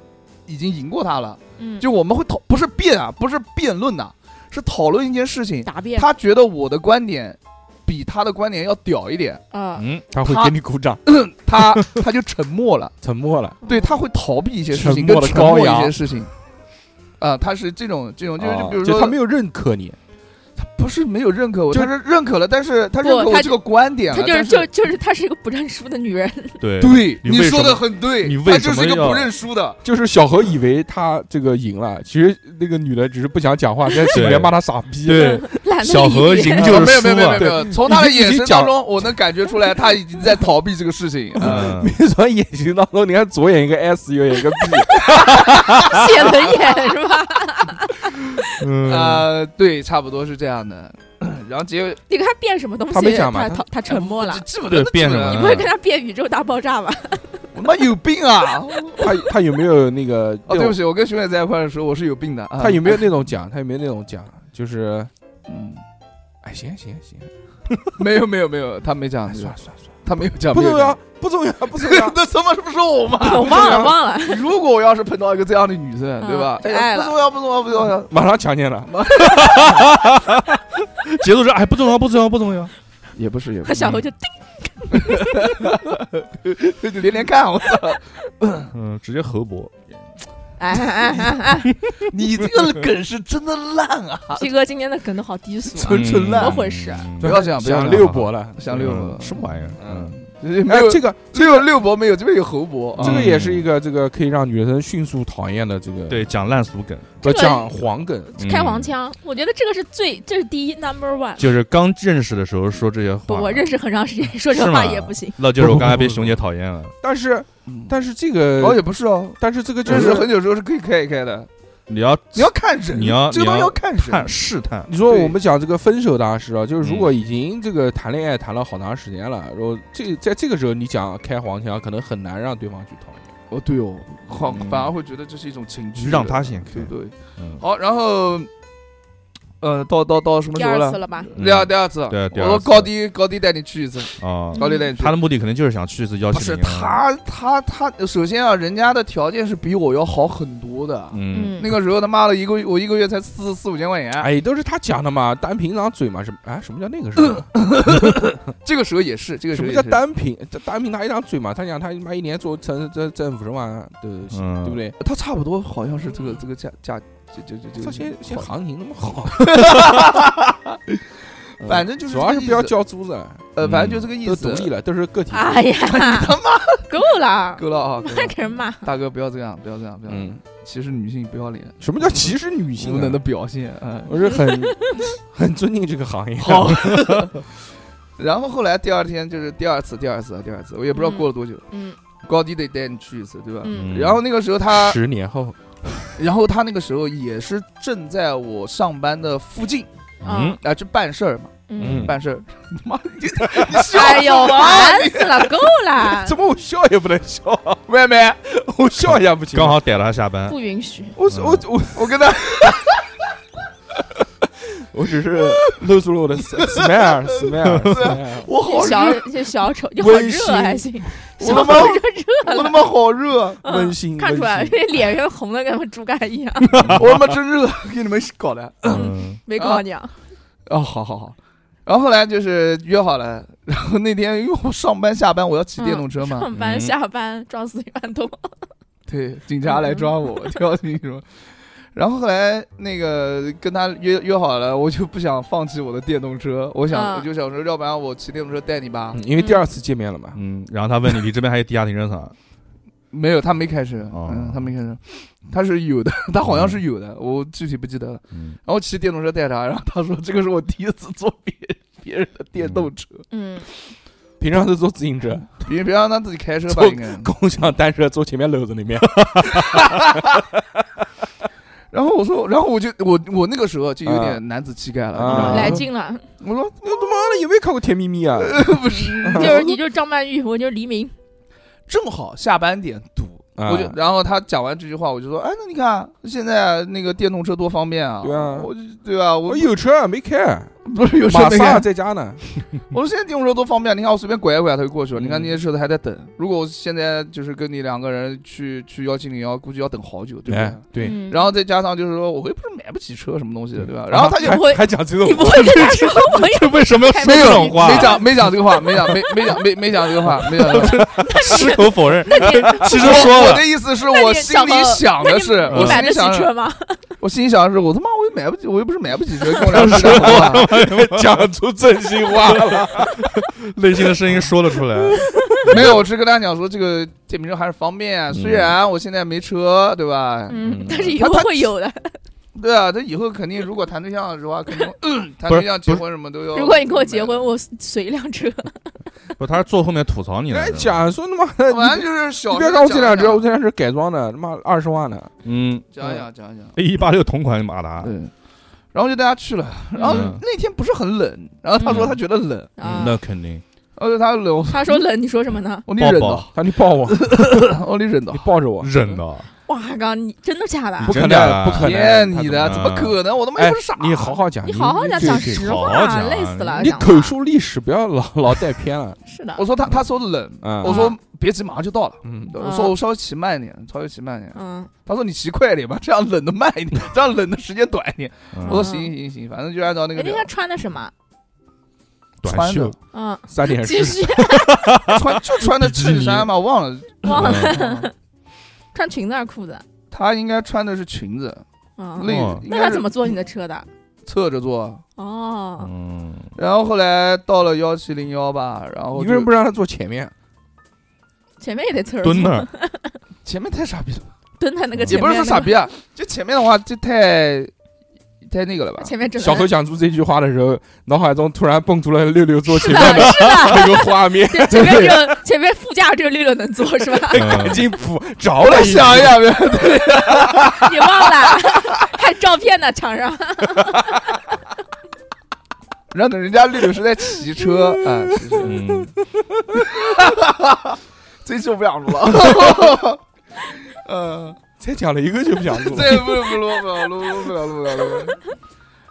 已经赢过他了，嗯，就我们会讨不是辩啊，不是辩论呐、是讨论一件事情，答辩他觉得我的观点比他的观点要屌一点，啊，嗯，他会给你鼓掌，他他就沉默 了。沉默了。对，他会逃避一些事沉情，跟默的沉默羔一羊些事情。啊、他是这种这种，就是就哦比如说，他没有认可你，不是没有认可我，就他是认可了，但是他不认可我他这个观点了，他就是但就就是她是一个不认输的女人，对，对你你为什说么的很对，你为他就什是一么个不要认输的，就是小何以为他这个赢了，其实那个女的只是不想讲话，在心里面骂他傻逼。对，懒得小何理你赢啊就是没有没有输没有啊没有没有，从他已的经已眼经神讲当中，我能感觉出来他已经在逃避这个事情。嗯， 嗯，从眼睛当中，你看左眼一个 S，右眼一个 B，写轮眼是吧？啊 嗯，呃，对，差不多是这样的。 然后结尾哎你跟他变什么东西？他没讲嘛他他他他沉默了这。这么对多变什你么 不会跟他变宇宙大爆炸吧？我他妈有病 啊！他他有没有那个？哦，对不起，起，我跟熊姐在一块儿的时候我是有病的。啊他有没有那种奖？他有没有那种奖？就是，嗯，哎，行行行，没有没有没有，他没讲哎，这算啊个了，算了算了，他没有讲，不没有重要讲，，不重要，不重 要。那怎么啊不是我吗？我忘了忘了， 如果我要是碰到一个这样的女生，对吧？嗯哎爱呀，了不重要，不重要，不重 要。 马上强奸了，节奏是哎不重要不重要不重要，也不是，也不他是，小猴就叮，就连连看我操！嗯，直接喉搏，哎哎哎哎 你这个梗是真的烂啊！ 哎，鸡哥今天的梗都好低俗啊！嗯纯纯烂怎么回事不要这嗯样不要这样想六博了。像六博，什么玩意儿？嗯，没哎有，这个嗯只有六博没有，这边有侯博。这啊个也是一个这个可以让女生迅速讨厌的这个，对，讲烂俗梗，不这个讲黄梗，开黄腔，我觉得这个是最，这是第一 number one。就是刚认识的时候说这些话，我认识很长时间，说这是话吗也不行。那就是我刚才被熊姐讨厌了。但是嗯但是这哦，个，也不是哦，但是这个就认识是很久之后是可以开一开的。 你要你要看人，你要这个东西你要要看人。探试探，你说对我们讲这个分手大师啊，就是如嗯果已经这个谈恋爱谈了好长时间了，然后这在这个时候你讲开黄腔，可能很难让对方去讨厌。哦，对哦，好，嗯反而会觉得这是一种情趣的，让他先开对。对。嗯好，然后，呃，到到到什么第时候二了次？了吧？第二第二次，嗯啊对第我二说次高低高低带你去一次，啊，高低带你去。他的目的可能就是想去一次幺不啊七是零。他他他，首先啊，人家的条件是比我要好很多的。嗯，嗯，那个时候他妈的一个我一个月才四四五千块钱，哎，都是他讲的嘛，单凭一张嘴嘛，什么哎什么叫那个什 么？这个时候也是，这个时什候么也叫是。单凭单凭他一张嘴嘛？他讲他妈一年做挣挣挣五十万的薪，嗯啊对不对？他差不多好像是这个这个价价这这这这这些些这些行情那么 好，嗯反嗯正就是主要是不要这个意思交租子，呃，反正就这个意都思。独 立了，都是个体户。 哎呀，他妈够了，够了啊！够了还给人骂。大哥不要这样，不要这样，不要这样嗯，歧视女性不要脸，什么叫歧视女性无能的啊？表现。嗯，我是很 很尊敬这个行业。好。然后后来第二天就是第二次，第二次，第二次，我也不知道过了多久，嗯高低得带你去一次，对吧？嗯嗯然后那个时候他，十年后，然后他那个时候也是正在我上班的附近嗯，啊，就办事儿嘛，哦嗯嗯。办事儿。 妈，你你笑哎什呦，么烦死了，够 了，怎么我笑也不能 笑？外面，我笑一下不行？刚，好逮了他下班。不允许。我我我我跟他我只是露出了我的 smile smile smile。我好小热，这小丑，就好温热馨还行，我小他丑妈热热我他了，妈好热，嗯温馨看出来了，温馨这脸越红的跟他妈猪肝一样，我他妈真热，给你们搞的。嗯，没告你啊，哦，好好好。然后后来就是约好了，然后那天因为我上班下班我要骑电动 车嘛，上班嗯下班撞死一万多， 对，警察来抓我，跳进什么。然后后来那个跟他约约好了，我就不想放弃我的电动车，我想、嗯我就想说，要不然我骑电动车带你吧。嗯因为第二次见面了嘛，嗯，然后他问你，你这边还有地下停车场？没有，他没开车，哦嗯，他没开车，他是有的， 他好像是有的，我具体不记得了。 嗯，然后骑电动车带他，然后他说这个是我第一次坐别人别人的电动车，嗯，平常是坐自行车，别别让他自己开车吧，坐应该。共享单车坐前面篓子里面，然后我说，然后我就我我那个时候就有啊点男子气概了，啊来你知劲了，道吗？我 说 我他妈的有没有看过《甜蜜蜜》啊？不是，就是你就是张曼玉，我就是黎明，正好下班点堵，啊我就然后他讲完这句话，我就说，哎，那你看现在啊那个电动车多方便啊，对啊我就对啊，我我有车啊没开，不是有车马没萨开，在家呢。我说现在电动车多方便，你看我随便拐一拐它就过去了，嗯你看那些车子还在等，如果我现在就是跟你两个人去去幺七零幺，估计要等好久，对不对？哎，对，嗯然后再加上就是说，我又不是买不起车什么东西的，对吧？嗯然后 他就还不会还讲这种 你不会跟他说我有这为什么要 说没有这种话？没讲没讲这个话，没讲没没讲没没讲这个话，没讲 这个话。矢口否认。那你其实我说我了，的意思是那我你心小里何想的是，那嗯你我买心得里起想的车吗？我心里想的是，我他妈我又买不起，我又不是买不起车，跟我俩说的话。讲出真心话了。内心的声音说了出来。 没有，我只是跟大家讲说，这个电瓶车还是方便。虽然我现在没车，对吧？嗯嗯，但是以后他他会有的。对啊，他以后肯定如果谈对象的话，肯定嗯谈对象结婚什么都要。如果你跟我结，婚，我随一辆车，不，他是坐后面吐槽你来来着。讲说他妈的，反正你就是小你时别候看我这辆讲车，我一这辆车改装的，他妈二十万的，嗯讲讲讲一讲，啊，A 一八六同款马达，对，然后就带他去了，然后嗯那天不是很冷，然后他说他觉得冷，嗯啊。那肯定。而且他冷，我他说冷，你说什么呢？我得忍抱到抱，他你抱我， 我得忍到你，抱着我，忍的，哇靠，你真的假的？不可真假的能，不可能，骗你他的，怎怎么么可能？我他妈哎又不是傻，你好好讲，你好好讲对讲对实好好话，讲累啊死了。你讲口话述历史不要老老带偏了，是的，我说他他说冷，嗯，我说别急，马上就到了。嗯，我说我稍微骑慢一点，稍微骑慢一点。嗯，他说你骑快一点吧，这样冷的慢一点，这样冷的时间短一点。嗯我说行行行，反正就按照那哎个那天穿的什么？短穿袖的，嗯，三点继十，续 穿就穿的衬衫嘛，忘 了。忘了忘嗯了穿裙子还是裤子？ 他应该穿的是裙子，嗯，那哦应那该他是怎么坐你的车的？侧着坐？哦，嗯，然后后来到了幺七零幺吧，然后你为什么不是让他坐前面？前面也得侧着蹲那坐 儿，前面太傻逼了，蹲在那个也前也不面，是说傻，逼啊，就前面的话就太太那个了吧？前面整个小何人讲出这句话的时候，脑海中突然蹦出了六六坐前面的是的，那个画 面，对，前面只有前面副驾只有六六能坐是吧？嗯赶紧补着我了来一想一下。想呗，你忘了？ 还有照片呢，墙上。然后等人家六六是在骑车啊，其 实嗯，这期我不想录了。 嗯，才讲了一个就不想录了，这不不录不了录录不了录不了录不了。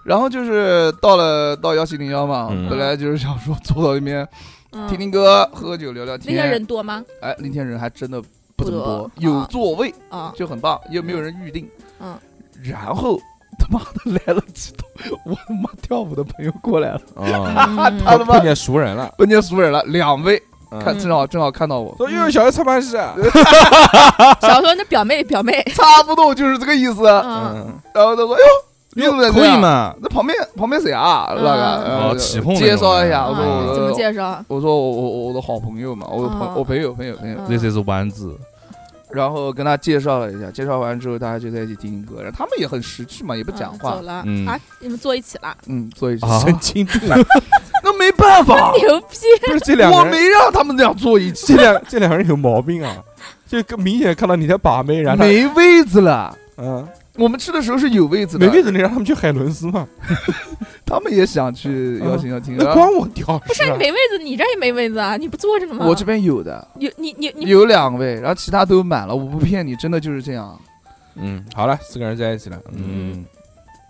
然后就是到了到幺七零幺嘛嗯，本来就是想说坐到那边嗯听听歌、喝喝酒、聊聊那天。天人多吗？哎，那天人还真的不怎么多，不多有啊座位啊，就很棒，又没有人预定。嗯，然后他妈的来了几头，我他妈跳舞的朋友过来了，啊， 嗯他碰他妈见熟人了，碰见熟人了，两位，看嗯正好正好看到我，说又有小何操办事啊，小时候那表妹表妹，差不多就是这个意思。嗯，嗯，然后他说：“哎呦，你怎么在这可以样？嘛？那旁边旁边谁啊？那个嗯然后哦就起哄那介种绍一啊下，我说啊我怎么的介绍？我说我我我的好朋友嘛，我的啊朋我朋友朋友朋友，嗯 This is 丸子，然后跟他介绍了一下，介绍完之后大家就在一起听听歌，然后他们也很识趣嘛，也不嗯讲走话，了嗯啊，你们坐一起了，，嗯，所以就啊神经病啊！ 那没办法 牛逼！不是这两我个人，没让他们俩坐一起，这两这两个人有毛病啊！就更明显看到你在把妹，然后他没位子了。嗯，我们吃的时候是有位子的，没位子，你让他们去海伦斯嘛？他们也想去邀请邀嗯请，那然关后我屌不事是啊你！没位子，你这儿也没位子啊，你不坐着呢吗？我这边有的，有你你你有两位，然后其他都满了，我不骗你，真的就是这样。嗯，好了，四个人在一起了，嗯，嗯，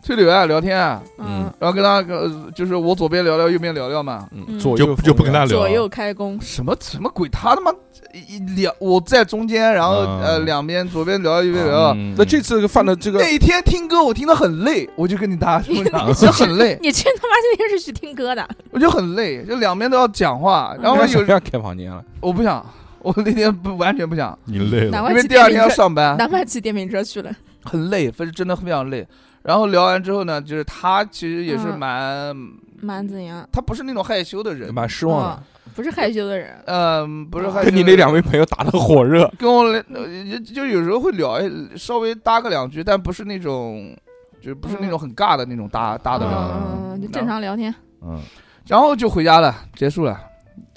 吹牛啊，聊天啊，嗯然后跟他呃，就是我左边聊聊，右边聊聊嘛。嗯左右就就不跟他聊，左右开弓，什么什么鬼？他他妈一一两，我在中间，然后、嗯呃两边左边聊，右边聊。嗯那这次犯的这个那一天听歌，我听得很累，我就跟你大家说，我你就很累，你去他妈那天是去听歌的，我就很累，就两边都要讲话，然后让小有亮开房间了，我不想，我那天不完全不想，你累难了，怪因为骑第二电天瓶要车，上班，难怪骑电瓶车去了。很累，非真的非常累。然后聊完之后呢，就是他其实也是嗯蛮，蛮怎样？他不是那种害羞的人，蛮失望的。啊不是害羞的人，嗯，不是害羞的人。跟你那两位朋友打得火热，跟我聊呃就就有时候会聊，哎稍微搭个两句，但不是那种，就不是那种很尬的那种搭搭的聊。嗯，就正常聊天。嗯，然后就回家了，结束了。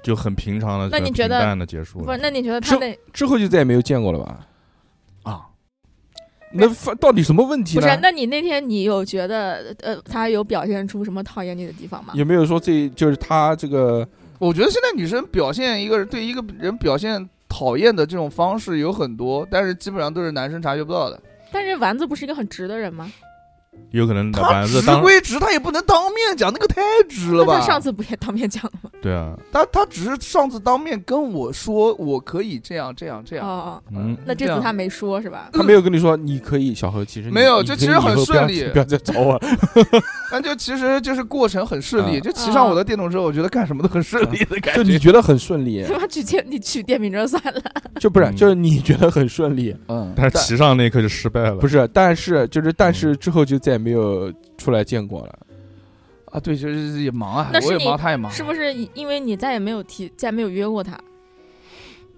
就很平常的，那你觉得很平淡的结束不了是，？那你觉得他是那之后就再也没有见过了吧？啊，那犯到底什么问题不呢？是？那你那天你有觉得呃，他有表现出什么讨厌你的地方吗？有没有说这就是他这个我觉得现在女生表现一个对一个人表现讨厌的这种方式有很多，但是基本上都是男生察觉不到的。但是丸子不是一个很直的人吗？有可能他丸直子当归直，他也不能当面讲，那个太直了那吧？他上次不也当面讲了吗？对啊，他他只是上次当面跟我说，我可以这样这样这哦样。哦，嗯，那这啊次他没说是吧？他没有跟你说你可以小何，其实你没有你就可以其实很以后不要顺利不要再找我了。但就其实就是过程很顺利，嗯就骑上我哦的电动车，我觉得干什么都很顺利的 感就觉。你觉得很顺 利，啊 他妈去电你取电瓶车算了，就不是嗯就是你觉得很顺利，嗯但是骑上那一刻就失败了，不是？但是就是但是之后就再也没有出来见过 了。啊，对，就是也忙啊那，是我也你忙，他也忙，是不是因为你再也没有提，再也没有约过他？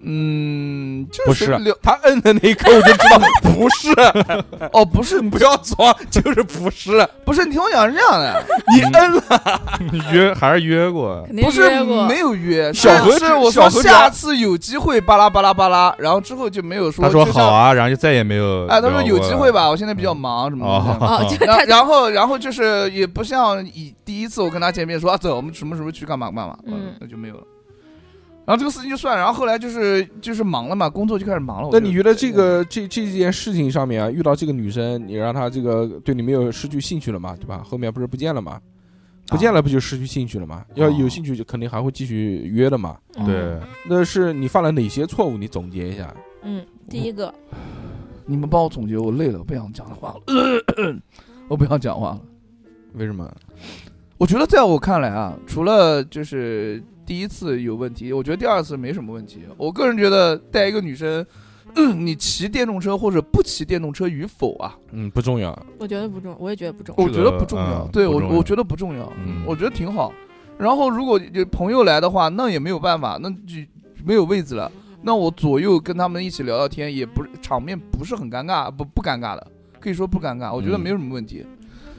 嗯，就不是流他摁的那一刻我就知道 不是，哦，不是不要装，就是不是，不是，你听我讲是这样的， 你摁了， 约还是约过？肯定不是约过。没有约，小何是我小说何下次有机会巴拉巴拉巴拉，然后之后就没有说。他说就像好，啊，然后就再也没有。哎，他说有机会。吧，我现在比较忙什么的。哦，就然后他然后，然后就是也不像以第一次我跟他见面说啊走，我们什么时候去干嘛干嘛，嗯那就没有了。然后这个事情就算，了，然后后来就是就是忙了嘛，工作就开始忙了。那我就你觉得这个这这件事情上面啊，遇到这个女生，你让她这个对你没有失去兴趣了嘛，对吧？后面不是不见了嘛，啊不见了不就失去兴趣了嘛？要有兴趣就肯定还会继续约的嘛。嗯对，嗯那是你犯了哪些错误？你总结一下。嗯，第一个你们帮我总结，我累了，我不想讲话了， 我不想讲话了。为什么？我觉得在我看来啊，除了就是第一次有问题，我觉得第二次没什么问题。我个人觉得带一个女生， 你骑电动车或者不骑电动车与否啊，嗯，不重要。我觉得不重，我也觉得不 重。我这觉得个不重要。嗯对不我重，要我觉得不重要，嗯我觉得挺好。然后如果有朋友来的话，那也没有办法，那就没有位子了。那我左右跟他们一起聊聊天，也不是场面不是很尴尬，不不尴尬的，可以说不尴尬，我觉得嗯没有什么问题。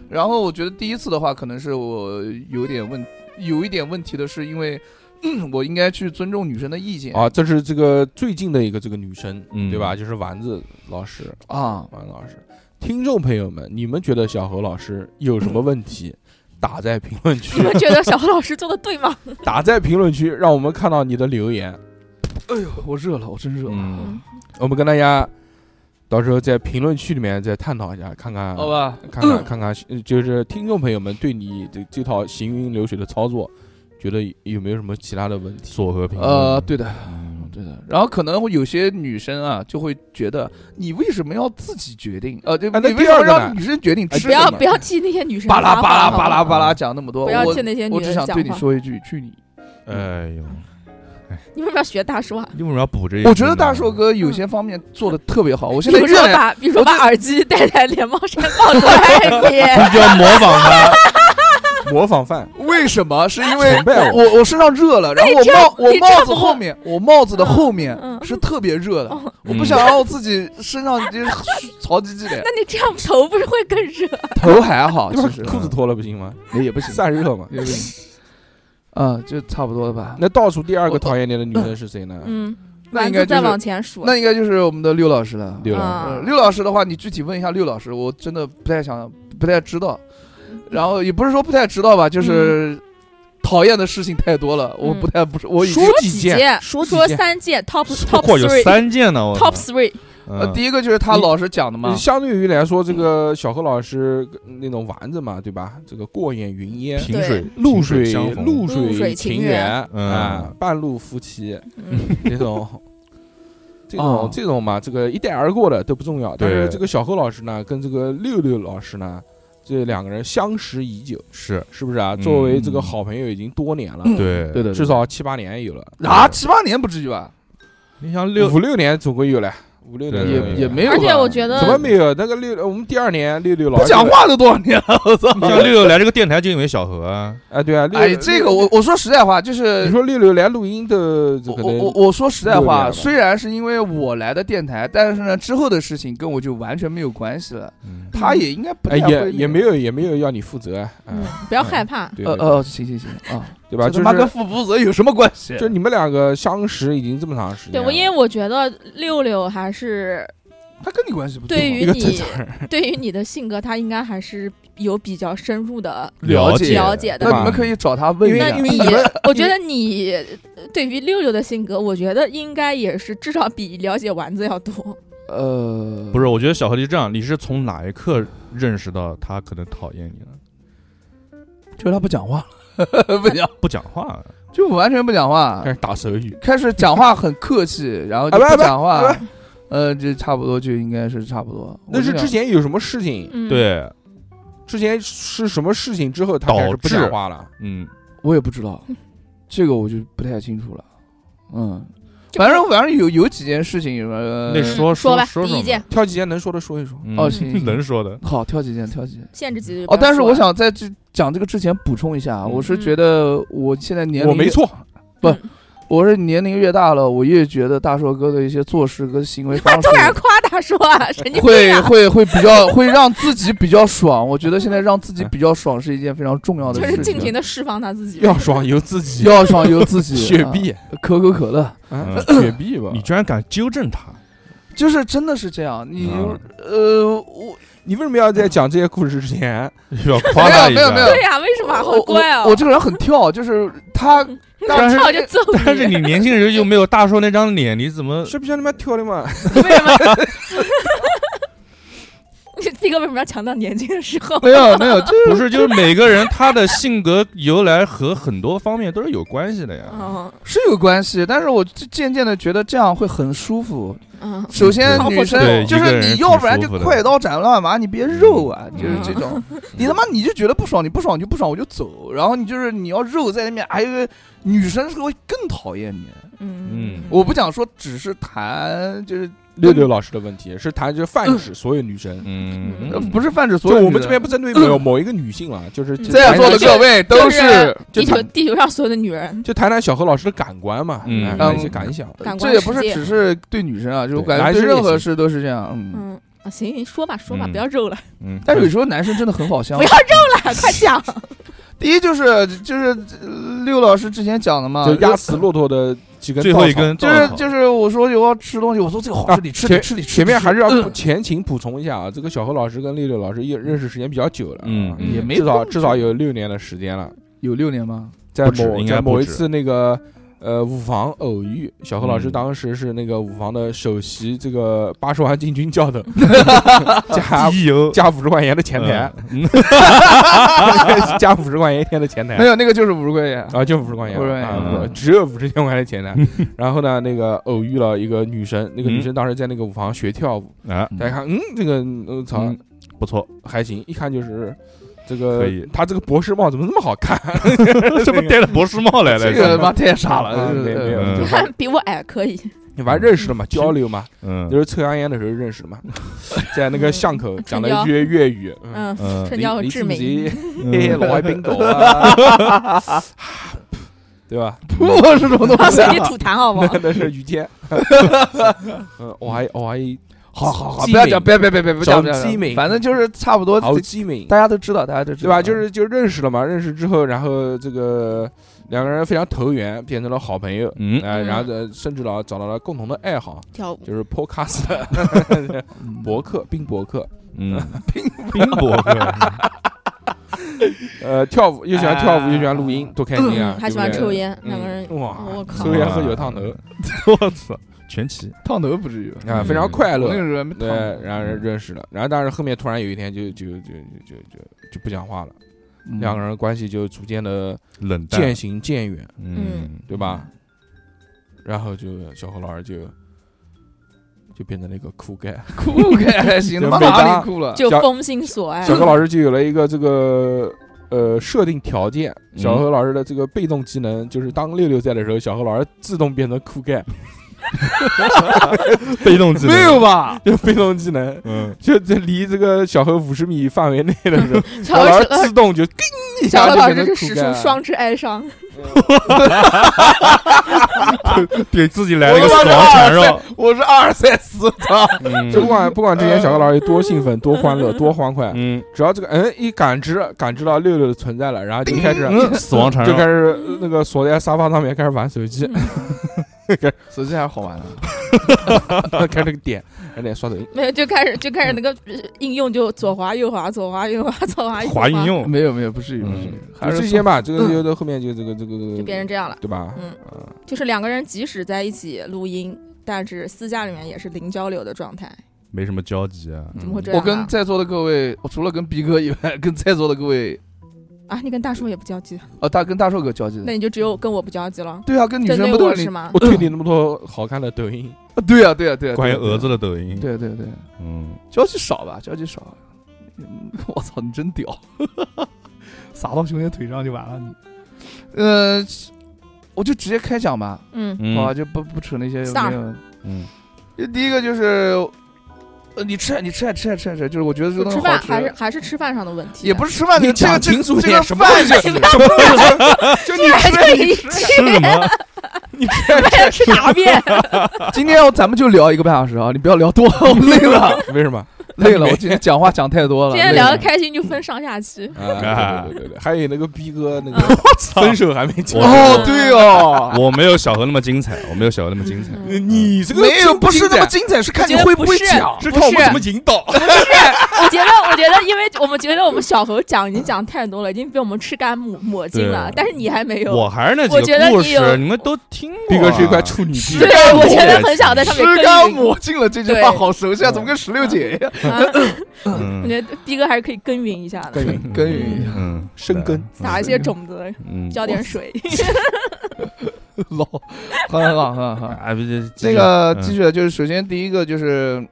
然后我觉得第一次的话，可能是我有点问，有一点问题的是，因为、 嗯我应该去尊重女生的意见啊，这是这个最近的一个这个女生，嗯对吧？就是丸子老师，啊丸子老师。听众朋友们，你们觉得小何老师有什么问 题？打在评论区你，们觉得小何老师做的对吗？打在评论区，让我们看到你的留言。哎呦，我热了，我真热嗯，我们跟大家到时候在评论区里面再探讨一下，看看好吧，看看 看看，呃就是听众朋友们对你这这套行云流水的操作，觉得有没有什么其他的问 题？左和平。呃，对的，嗯，对的，然后可能会有些女生啊，就会觉得你为什么要自己决定？呃，就哎那你第为什二么个呢让女生决定哎吃什不要么？不要替那些女生巴拉发巴拉话巴拉好吗巴拉讲那么多，不要我替那些女我只人想讲对你话。说一句，去你！哎呦，你为什么要学大叔啊？你为什么要补这一句呢？我觉得大硕哥有些方面做的特别好，我现比在如说越来把，比如说把耳机戴在连帽衫帽子外面，就要模仿他，模仿犯，为什么？是因为崇拜我我我身上热了，然后我这帽我你这帽子不后面，我帽子的后面嗯嗯是特别热的， 我不嗯想让我自己身上就是 潮唧唧的那。你这样头不是会更 热？头还好，你把其实裤子脱了不行吗？也也不行，散热嘛。也不行。嗯，就差不多了吧。那倒数第二个我讨厌你的女生是谁呢？嗯，那应丸该子就再是往前数，那应该就是我们的六老师了。六了，啊呃，六老师的话，你具体问一下六老师，我真的不太想，不太知 道。然后也不是说不太知道吧，就是讨厌的事情太多了，我嗯不太不是，我已经说几几件说几件三件，top 包 top 括有 three 三件呢，我 top three，呃，嗯第一个就是他你老师讲的嘛，呃相对于来说，这个小何老师呃那种丸子嘛，对吧？这个过眼云烟，萍水露萍水水相逢露露水情情缘缘啊嗯，半路夫妻 嗯这种。这哦种这种嘛，这个一带而过的都不重要。但是对这个小何老师呢，跟这个六六老师呢，这两个人相识已久，是是不是啊？嗯作为这个好朋友已经多年了，对对的，至少七八年有了啊七八年不至于吧，你像六五六年总归有了，五六年对总归有也也没有吧。而且我觉怎么得，没有？那个六，我们第二年六六老不师讲话都多少年了，我操！你像六六来这个电台就因为小何啊，啊，对啊，六哎，这个我我说实在话，就你是说六六来录音的，这我可我我能我说实在六年话，了虽然是因为我来的电台，但是呢之后的事情跟我就完全没有关系了。嗯他也应该不哎太也会也没有也没有要你负责啊，嗯啊，不要害怕，对呃对呃，行行行啊，对吧？这就他妈跟是负负责有什么关系？就你们两个相识已经这么长时间对了，嗯我，因为我觉得六六还是他跟你关系不对于一个正你常人，对于你的性格，他应该还是有比较深入的了解了解那的。吧你们可以找他问一那下你，啊 我觉得你呃对于六六的性格，我觉得应该也是至少比了解丸子要多。呃，不是，我觉得小何是这样，你是从哪一刻认识到他可能讨厌你了？就是他不讲话了， 不讲，不讲话，啊就完全不讲话开，始打手语，开始讲话很客气，然后就哎不不讲话哎，呃，就差不多就应该是差不多。那是我之前有什么事情？嗯，，对，之前是什么事情之后他开始不导讲致话了？嗯，我也不知 道，这个我就不太清楚了，嗯。反正反正有有几件事情，呃，那说嗯说吧，说第一件，挑几件能说的说一说。嗯哦行行 能说的，好挑几件挑几件限制级的就不哦。要但是说啊我了， 想在这讲这个之前补充一下，我是嗯觉得我现在年龄我没错，不嗯我是年龄越大了，我越觉得大硕哥的一些做事跟行为 方式 突然夸大说啊，神经病会啊！会会比较会让自己比较爽。我觉得现在让自己比较爽是一件非常重要的就事情。是尽情的释放他自己。要爽由自己，要爽由自 己。雪啊碧，可口可乐，啊嗯雪碧吧。你居然敢纠正他？就是真的是这样。你啊嗯呃，我你为什么要嗯在讲这些故事之前，要夸他一没有下。没有没有对呀，为什么？好我怪哦！嗯我 我这个人很跳，就是他，但是跳就揍你！但是你年轻人又没有大硕那张脸，你怎嗯么？是不是他妈跳的嘛？为什么？你这个为什么要强调年轻的时候？没有没有，就是不是， 就是每个人他的性格由来和很多方面都是有关系的呀。嗯是有关系，但是我渐渐的觉得这样会很舒服。嗯，首先嗯，女对生就一个是人你挺要不然就舒服的快刀斩乱麻，你别肉啊，就是这种。嗯 你他妈你就觉得不爽，你不爽你就不爽，我就走。然后你就是你要肉在那边，还有一个女生是会更讨厌你。嗯嗯，我不想说只是谈，就是六六老师的问题是谈这泛指所有女生，嗯，呃嗯不是泛指所就有女我生。嗯们这边不针对某某一个女性啊，就是就在座的谈谈各位都，就是就地球谈地球上所有的女人，就谈谈小何老师的感官嘛，嗯来来一些嗯感想。感这官也世不是界。只是对女生啊，就是我感男觉生对也任何行事都是这样。嗯，嗯啊，行，你说吧，说吧，嗯不要肉了， 嗯，但是有时候男生真的很好相不处要。肉了，快讲。第一就是就是六老师之前讲的嘛，就压死骆驼的几根最稻后一草根就稻是草，就是我说有要吃东西，我说这个好啊吃，你吃前你吃你吃。前面你吃还是要嗯前情补充一下啊，这个小何老师跟六六老师也认识时间比较久了啊，嗯嗯也没至少多久至少有六年的时间了。有六年吗？在不止某应该在某不一止次那个呃舞房偶遇，小何老师嗯当时是那个舞房的首席，这个八十万进军教 头加机油加五十块钱的前台，，嗯 加五十块钱一天的前台没。有，那个就是五十块钱。啊，就五十块钱50块钱啊嗯我只有五十块钱的前台。然后呢，那个偶遇了一个女生，那个女嗯生当时在那个舞房学跳舞，嗯啊，大家看，嗯，这个，嗯，操，嗯不错，还行，一看就是这可个以，她这个博士帽怎么这么好看？怎么戴了博士帽来这了？个他妈太 傻啊了，没没有，嗯就他 比我矮可以，你反正认识了嘛，交流嘛，就嗯是抽香烟的时候认识的嘛，在那个巷口讲了一春 句粤语，嗯，嗯，嗯这叫李致美李子柒嗯嘿嘿，老外冰狗啊， 对吧？我是什 么东西随啊？地吐痰 好不那好？ 那是于谦，嗯，我还我还好好好，机不要敏讲，别别别别别讲，小不要机敏讲反正就是差不多，好机敏，大家都知道，大家都知对道，吧？就是就认识了嘛，认识之后，然后这个两个人非常投缘，变成了好朋友。嗯，哎，然后呃甚至了找到了共同的爱好，跳舞就是 podcast 嗯 博客，冰博客，嗯，冰博客， 呃，跳舞又喜欢跳舞，又喜欢录音，多开心啊！还对喜不欢对抽烟，嗯两个人哇，我靠抽烟喝酒烫头嗯我操，全齐，烫头不至于吧，啊，嗯非常快我那个乐。时候还没对烫呢。，然后认识了，然后但是后面突然有一天就就就就就就就不讲话了，嗯两个人关系就逐渐的冷淡渐，行渐远，嗯，对吧？然后就小何老师就就变成了一个酷盖， 哭开还行，就他妈每哪当里哭了？就小封心所爱小。何老师就有了一个这个呃设定条件，小何老师的这个被动技能就是当六六在的时候，小何老师自动变成酷 盖，嗯被动技能没有，吧？ 就被动技能。嗯，就这离这个小何五十米范围内的 时候，小小何老师老师自动就叮一小下何就老变师成是苦使干出，双翅哀伤，给自己来了一个死亡 缠绕，我是阿尔赛斯，操！嗯就不管不管之前小何老师有多兴奋、多欢乐、多欢快，嗯，只要这个嗯一感知感知到六六的存在了，然后就开始嗯死亡缠就开绕，始呃那个锁在沙发上面开始玩手机， 手机还是好玩的，开始那个点，开始点刷抖音，没有就开始就开始那个呃应用就左滑右滑左滑右滑左滑右滑应用，没有没有，不至于，不至于嗯，还就是这些吧。这个就到后面就这个这个就变成这样了。对吧？嗯嗯，就是两个人即使在一起录音，但是私下里面也是零交流的状态，没什么交集嗯啊，怎么会这嗯我样、啊？跟在座的各位，我除了跟逼哥以外，跟在座的各位，啊，你跟大叔也不交际，哦，大跟大硕哥交际那的。你就只有跟我不交际了，对啊，跟女针生对不都我是是你？吗我？推你那么多好看的抖音， 对啊，对啊，对啊。关于对啊蛾子，的抖音，，对啊对啊对啊，嗯，交际少吧，交际少。 嗯我操，你真屌！ 撒到熊姐腿上就完了你。呃，我就直接开讲吧，嗯好吧，嗯就不不扯那些有 Star 没有。 嗯，就第一个就是，呃，你吃啊，你吃啊，吃啊，吃啊，吃啊，就是我觉得这个就东西吃好饭吃，还是还是吃饭上的问题，啊也不是吃饭，你这个讲这清个楚这个点，什么饭东西？是什么东西？就你还吃一吃什么？你为了吃大便，今天咱们就聊一个半小时啊，你不要聊多，我累 了，为什么？累了，我今天讲话讲太多了。今累天了聊得开心就分上下期。啊，对对对对，还有那个逼哥那个操分手还没结，哦，对哦，我没有小何那么精彩，我没有小何那么精嗯彩。你你这个没有真不是那么精精彩，是看你我觉得会不会不是讲。彩，是看我不们是怎么引导。我觉得，我觉得，因为我们觉得我们小猴讲已经讲太多了，已经被我们吃干抹抹尽了对，但是你还没有。 我还是那我几觉个得故你有事，你们都听过啊。逼哥是一块处女地，对，哦啊我觉得很想在上面吃干耕耘。抹净了，这句话对好熟悉啊，怎么跟石榴姐一样？啊我 嗯觉得逼哥还是可以耕耘一下的，耕耕耘一下，嗯，生根撒一些种子， 嗯，浇点水。老，很好很好很好。 啊，不是那个继续，就是首先第一个就是，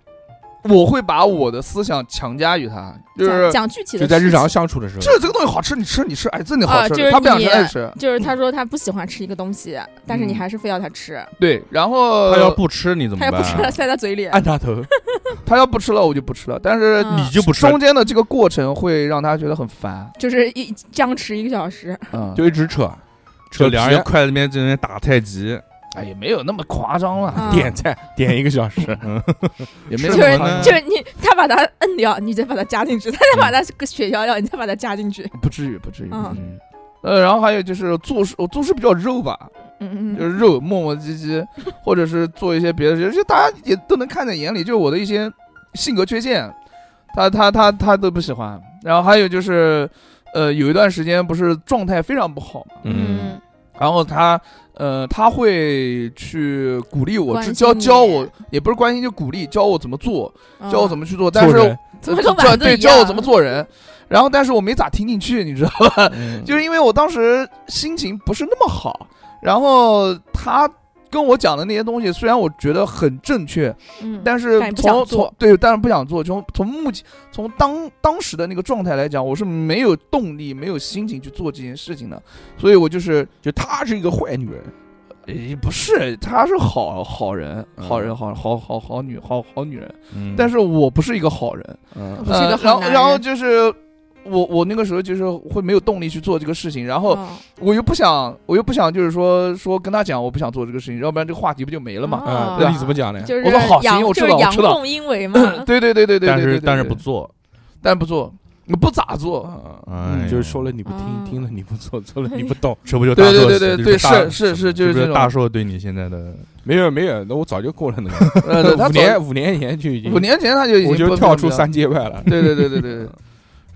我会把我的思想强加于他， 就是讲讲具体的，就在日常。相处的时候，这这个东西好吃，你吃你吃，哎，这你好啊吃，就是他不想吃你他也吃，就是他说他不喜欢吃一个东西，但是你嗯还是非要他吃，对，然后他要不吃你怎他么要不吃了办？塞他嘴里。按他头，他要不吃了我就不吃了，但是嗯你就不吃，中间的这个过程会让他觉得很烦，就是一僵持一个小时，嗯，就一直扯就两人皮啊筷子边在那边打太极，哎也没有那么夸张了，啊点菜点一个小时， 也没是有就是那吗么呢就是你，他把它摁掉，你再把它加进去，他再把它血消掉，你再把它加进去。不至于不至于， 嗯嗯呃，然后还有就是做事，我做事比较肉吧，嗯嗯就嗯，是肉磨磨唧 唧，或者是做一些别的事，就大家也都能看在眼里，就是我的一些性格缺陷，他他他他都不喜欢。然后还有就是，呃，有一段时间不是状态非常不好嘛，嗯，嗯然后他呃他会去鼓励我，关去心教你教我，也不是关心，就鼓励教我怎么做，嗯教我怎么去做，但是做人怎么教跟丸子对一教我样怎么做人。然后，但是我没咋听进去，你知道 呃吧？就是因为我当时心情不是那么好，然后他跟我讲的那些东西，虽然我觉得很正确，嗯，但是但也不从想做从对，但是不想做。从从目前从当当时的那个状态来讲，我是没有动力、没有心情去做这件事情的，所以我就是就她是一个坏女人，也不是，她是好好人，嗯好人，好好好好女，好好女人，嗯但是我不是一个好人。嗯不是一个呃好然后男然后人就是我我那个时候就是会没有动力去做这个事情，然后。嗯我又不想，我又不想，就是说说跟他讲，我不想做这个事情，要不然这个话题不就没了嘛？啊哦，那你怎么讲呢？就是我说好行阳我知就是道我阳知道。奉阴违嘛嗯对对对对对对但对是对但是对不做，但不做，不咋做。啊嗯哎就是说了你不听，啊听了你不做，做了你 不懂。这不就大对对硕对对这对，不大是是是，就是不这是大种。硕对你现在的没有没有，那我早就过了那个， 呃，对五他早年五年前就已经五，年前他就已经我就不跳出。三界嗯外了。不不不对对对对对对。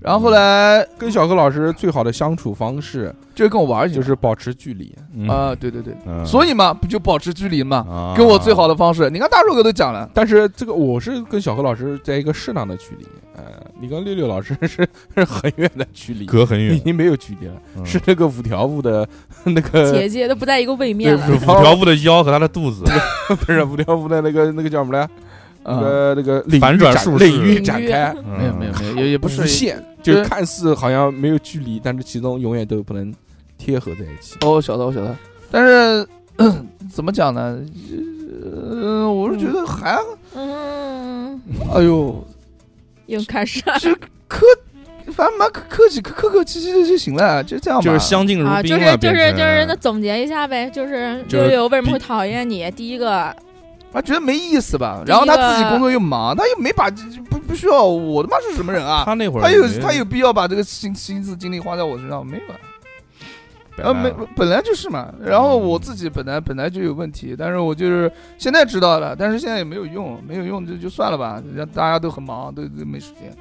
然后后来跟小何老师最好的相处方式就跟我玩儿去，就是保持距离，啊，对对对，嗯所以嘛，不就保持距离嘛？啊跟我最好的方式，你看大肉哥都讲了，但是这个我是跟小何老师在一个适当的距离，呃，你跟六六老师 是是很远的距离，隔很已远，经没有距离了，嗯是那个五条悟的 那个姐姐都不在一个位 面对就了五，条悟的腰和他的肚子，不是啊五条悟的那个那个叫什么来？那嗯个那个领域反转展术士领域展开，嗯没有没有没有，也也不是无限，就是看似好像没有距离，但是其中永远都不能贴合在一起。哦，我晓得，我晓得，但是 怎么讲呢？呃，我是觉得还，嗯，哎呦，又开始这客，反正蛮客客气，客客客气气就行了，就这样吧。就是相敬如啊，就宾是了，就是变就成是那总结一下呗，就是就是六六为什么会比讨厌你？第一个他啊觉得没意思吧？第然后他一个自己工作又忙，他又没把不不需要我他妈是什么人啊？他那会儿他有没他有必要把这个心心思精力花在我身上没有啊？摆呃，烂没，本来就是嘛。然后我自己本来本来就有问题，但是我就是现在知道了，但是现在也没有用，没有用就就算了吧。让大家都很忙，都都没时间。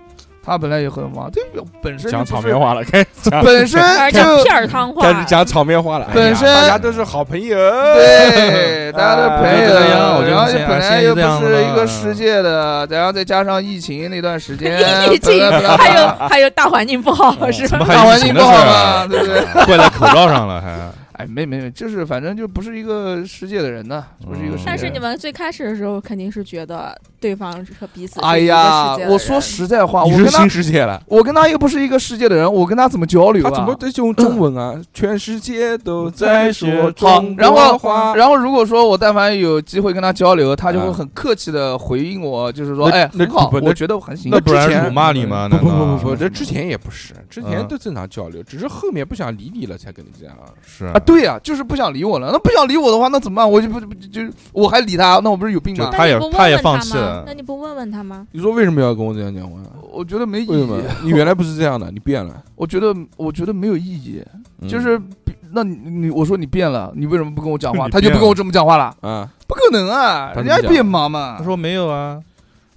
他本来也很忙，这个本身就讲不场是面话 了，开始讲，本身而且就片儿汤话开，始讲场面话了。哎呀本身大家都是好朋友，对，大家都啊朋就友，这样我就然后这样本现在来就又这不样是了一个世界的，然后再加上疫情那段时间， 疫情本来本来还有还有大环境不好是怎吧么？大还环疫境情不的事好儿嘛，啊？对不对？怪在口罩上 了还。哎，没没没，就是反正就不是一个世界的人呐，不是一个世界的人。但是你们最开始的时候肯定是觉得对方是和彼此是哎一个呀世界，的我说人实在话，我你跟是他新，世界了。我跟他又不是一个世界的人，我跟他怎么交流他啊？怎么在用中文啊？全世界都 在说好中，然国话后，。然后如果说我但凡有机会跟他交流，他就会嗯很客气的回应我，就是说，那哎，那很好，不那我觉得我很行那。那不然之前辱骂你吗？不不难道不不不，什么这之前也不是，之前嗯都正常交流，只是后面不想理你了才跟你这样。是啊，对呀、就是不想理我了。那不想理我的话，那怎么办？我就不不就我还理他，那我不是有病就吗？他也那你不问他也问放他弃吗了那你不问问他吗？你说为什么要跟我这样讲话？我觉得没意为什么义。？你原来不是这样的，你变了。我觉得我觉得没有意义。嗯就是比那你你我说你变了，你为什么不跟我讲 话？你他就变不跟了我这么讲话了？啊，不可能啊，他怎人么家讲变忙嘛。他说没有啊，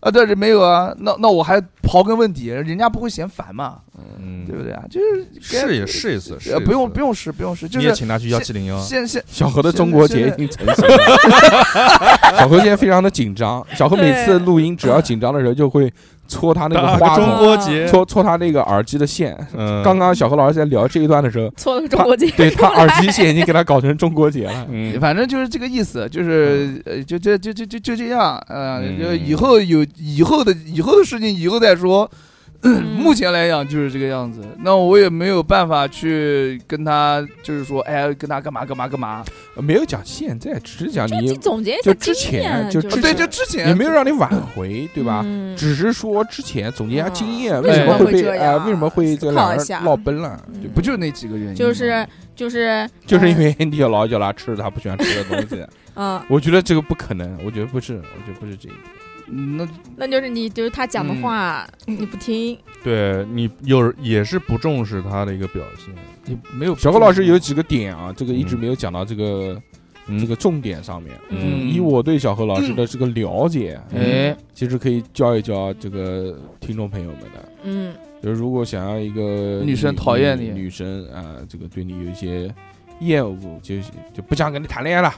啊，对，没有啊，那那我还刨根问底，人家不会嫌烦嘛，嗯对，不对啊？就是该试也试一次，试呃，一不用次不用试，不用试，就你也是请他去幺啊七零幺，现现小何的中国结已经成型了。小何现在非常的紧 张，小何每次录音只要紧张的时候就会搓他那个花中筒，啊 国结，搓搓他那个耳机的线。嗯，刚刚小何老师在聊这一段的时候，错了个中国结，对他耳机线已经给他搞成中国结 了。嗯，反正就是这个意思，嗯就是呃，就这就就就就这样，呃，嗯就以后有以后的以后的事情以后再说。 目前前来讲就是这个样子，那我也没有办法去跟他，就是说，哎，跟他干嘛干嘛干嘛。没有讲现在，只是讲你你总结一就下之经前验，就之啊是对，就之前也没有让你挽回，对吧？嗯只是说之前总结一下经验，啊为什么为什么会被这呃样为什么会这思考两一人下闹崩了？嗯不就那几个原因吗？就是就是就是因为为你有老酒啦，吃了他不喜欢吃的东西。嗯，我觉得这个不可能，我觉得不是，我觉得不是这一点。嗯那那就是你就是他讲的嗯话你不听，对你有也是不重视他的一个表现，也没有。小高老师有几个点啊，这个一直嗯没有讲到这个、嗯这个重点上面。嗯以我对小何老师的这个了解，嗯哎，其实可以教一教这个听众朋友们的，嗯就是如果想要一个女生讨厌你女生啊、这个对你有一些厌恶，就是就不想跟你谈恋爱了，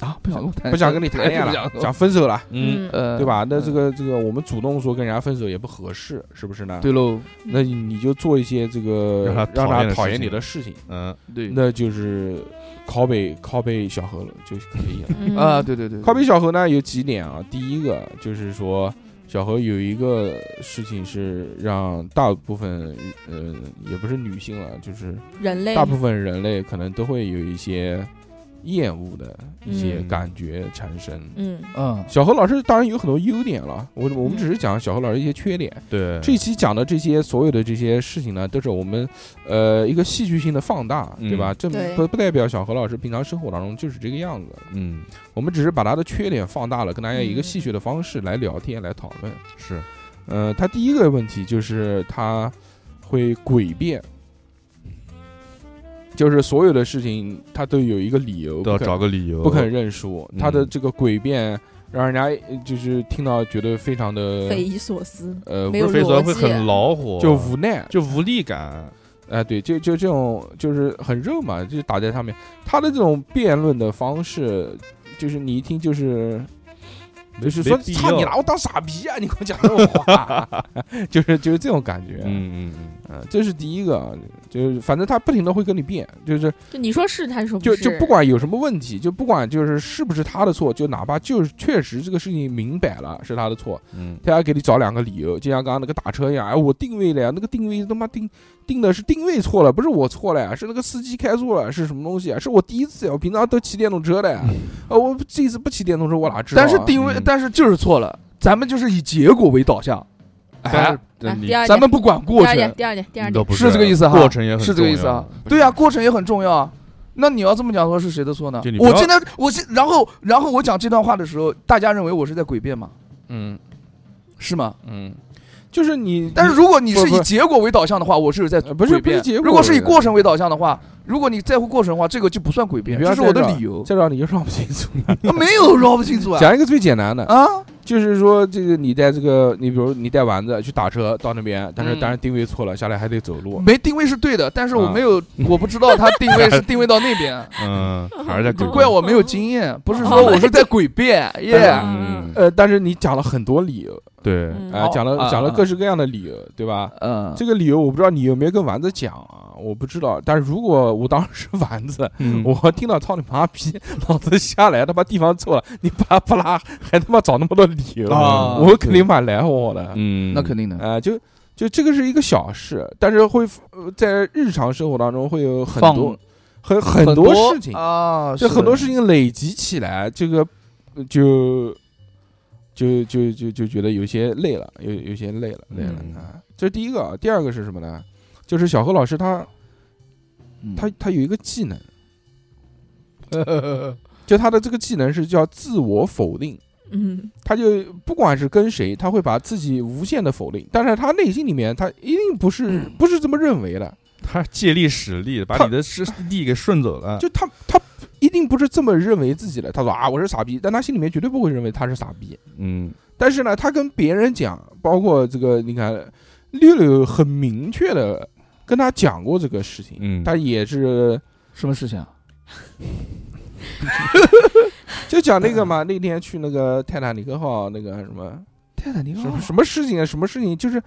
啊，不想跟我谈，哎不想跟你谈恋爱 不了想，跟我想分手了。嗯，呃，对吧？那嗯这个这个，我们主动说跟人家分手也不合适，是不是呢？对喽，那你你就做一些这个让他让讨厌他的讨事厌情你的事情，嗯，对，那就是拷贝拷贝小何了就可以 了。嗯啊，，对对对，拷贝小何呢有几点啊？第一个就是说，小何有一个事情是让大部分呃也不是女性了，就是人类大部分人类可能都会有一些厌恶的一些嗯感觉产生。嗯嗯，小何老师当然有很多优点了，我我们只是讲小何老师一些缺点。呃对，这期讲的这些所有的这些事情呢，都是我们呃一个戏剧性的放大，嗯对吧？这对不不代表小何老师平常生活当中就是这个样子，嗯我们只是把他的缺点放大了，跟大家以一个嗯戏谑的方式来聊天、来讨论。是，呃，他第一个问题就是他会诡辩。就是所有的事情，他都有一个理由，都要不肯找个理由，不肯认输，他的嗯这个诡辩让人家呃就是听到觉得非常的匪夷所思，呃没无有费则逻会辑很恼火，就无奈，就无力感，哎，对，就就这种就是很肉嘛，就是打在上面。他的这种辩论的方式，就是你一听就是。就是说没必，要操你拿我当傻逼啊！你给我讲这种 话，就是就是这种感啊觉。嗯嗯嗯，嗯，这是第一个，就是反正他不停的会跟你辩，就是就你说是他说就不就是不管有什么问题，就不管就是是不是他的错，就哪怕就是确实这个事情明摆了是他的错，嗯，他要给你找两个理由，就像刚刚那个打车一样，哎，我定位了呀，那个定位他妈定定的是定位错了，不是我错了呀，是那个司机开错了，是什么东西啊？是我第一次呀，我平常都骑电动车的呀，呃，我这次不骑电动车，我哪知道啊？嗯但是定位嗯，但是就是错了，咱们就是以结果为导向，但哎是，来你第哎二咱点们不管第过二点程，第二点第二你都点，不是这个意思哈过程也很是这个意思啊重要，对呀，过程也很重要啊。那你要这么讲的话，是谁的错呢就你？不我要现在，我现，然后，然后我讲这段话的时候，大家认为我是在诡辩吗？嗯是吗？嗯，就是你，但是如果你不是不以结果为导向的话，我是在呃不是诡辩不是结果如果是以过程为导向的话，如果你在乎过程的话，这个就不算诡你辩，不要啊这是我的理由。再绕你就绕不 清楚了。啊没有绕不清楚啊讲一个最简单的，啊！就是说这个你带这个，你比如你带丸子去打车到那边，但是嗯当然定位错了，下来还得走路。没定位是对的，但是我啊没有，我不知道他定位是定位到那边，啊嗯， 还是在就鬼怪我没有经验，不是说我是在诡辩耶。嗯，呃，但是你讲了很多理由，对，啊嗯啊、哦讲了啊讲了啊各式各样的理由，对吧？嗯，这个理由我不知道你有没有跟丸子讲啊，我不知道。但是如果我当时是丸子， 嗯我听到操你妈逼，老子下来他妈地方错了，你巴拉巴拉还他妈找那么多理由，啊我肯定蛮来火的。嗯，那肯定的。啊、就就这个是一个小事，但是会、呃在日常生活当中会有很放多很很多事情，啊，就是很多的事情累积起来，这个呃就就就就就觉得有些累了，有有些累了，累了嗯啊。这是第一个，啊，第二个是什么呢？就是小何老师他嗯 他他有一个技能，就他的这个技能是叫自我否定，嗯，他就不管是跟谁，他会把自己无限的否定，但是他内心里面他一定不是嗯 不是这么认为的，他借力使力，把你的是力给顺走了。就他他一定不是这么认为自己的。他说啊，我是傻逼，但他心里面绝对不会认为他是傻逼。嗯，但是呢，他跟别人讲，包括这个，你看六六很明确的跟他讲过这个事情，嗯他也是什么事情啊？就讲那个嘛，那天去那个泰坦尼克号那个什么泰坦尼克什号么什么事情，什么事情，就是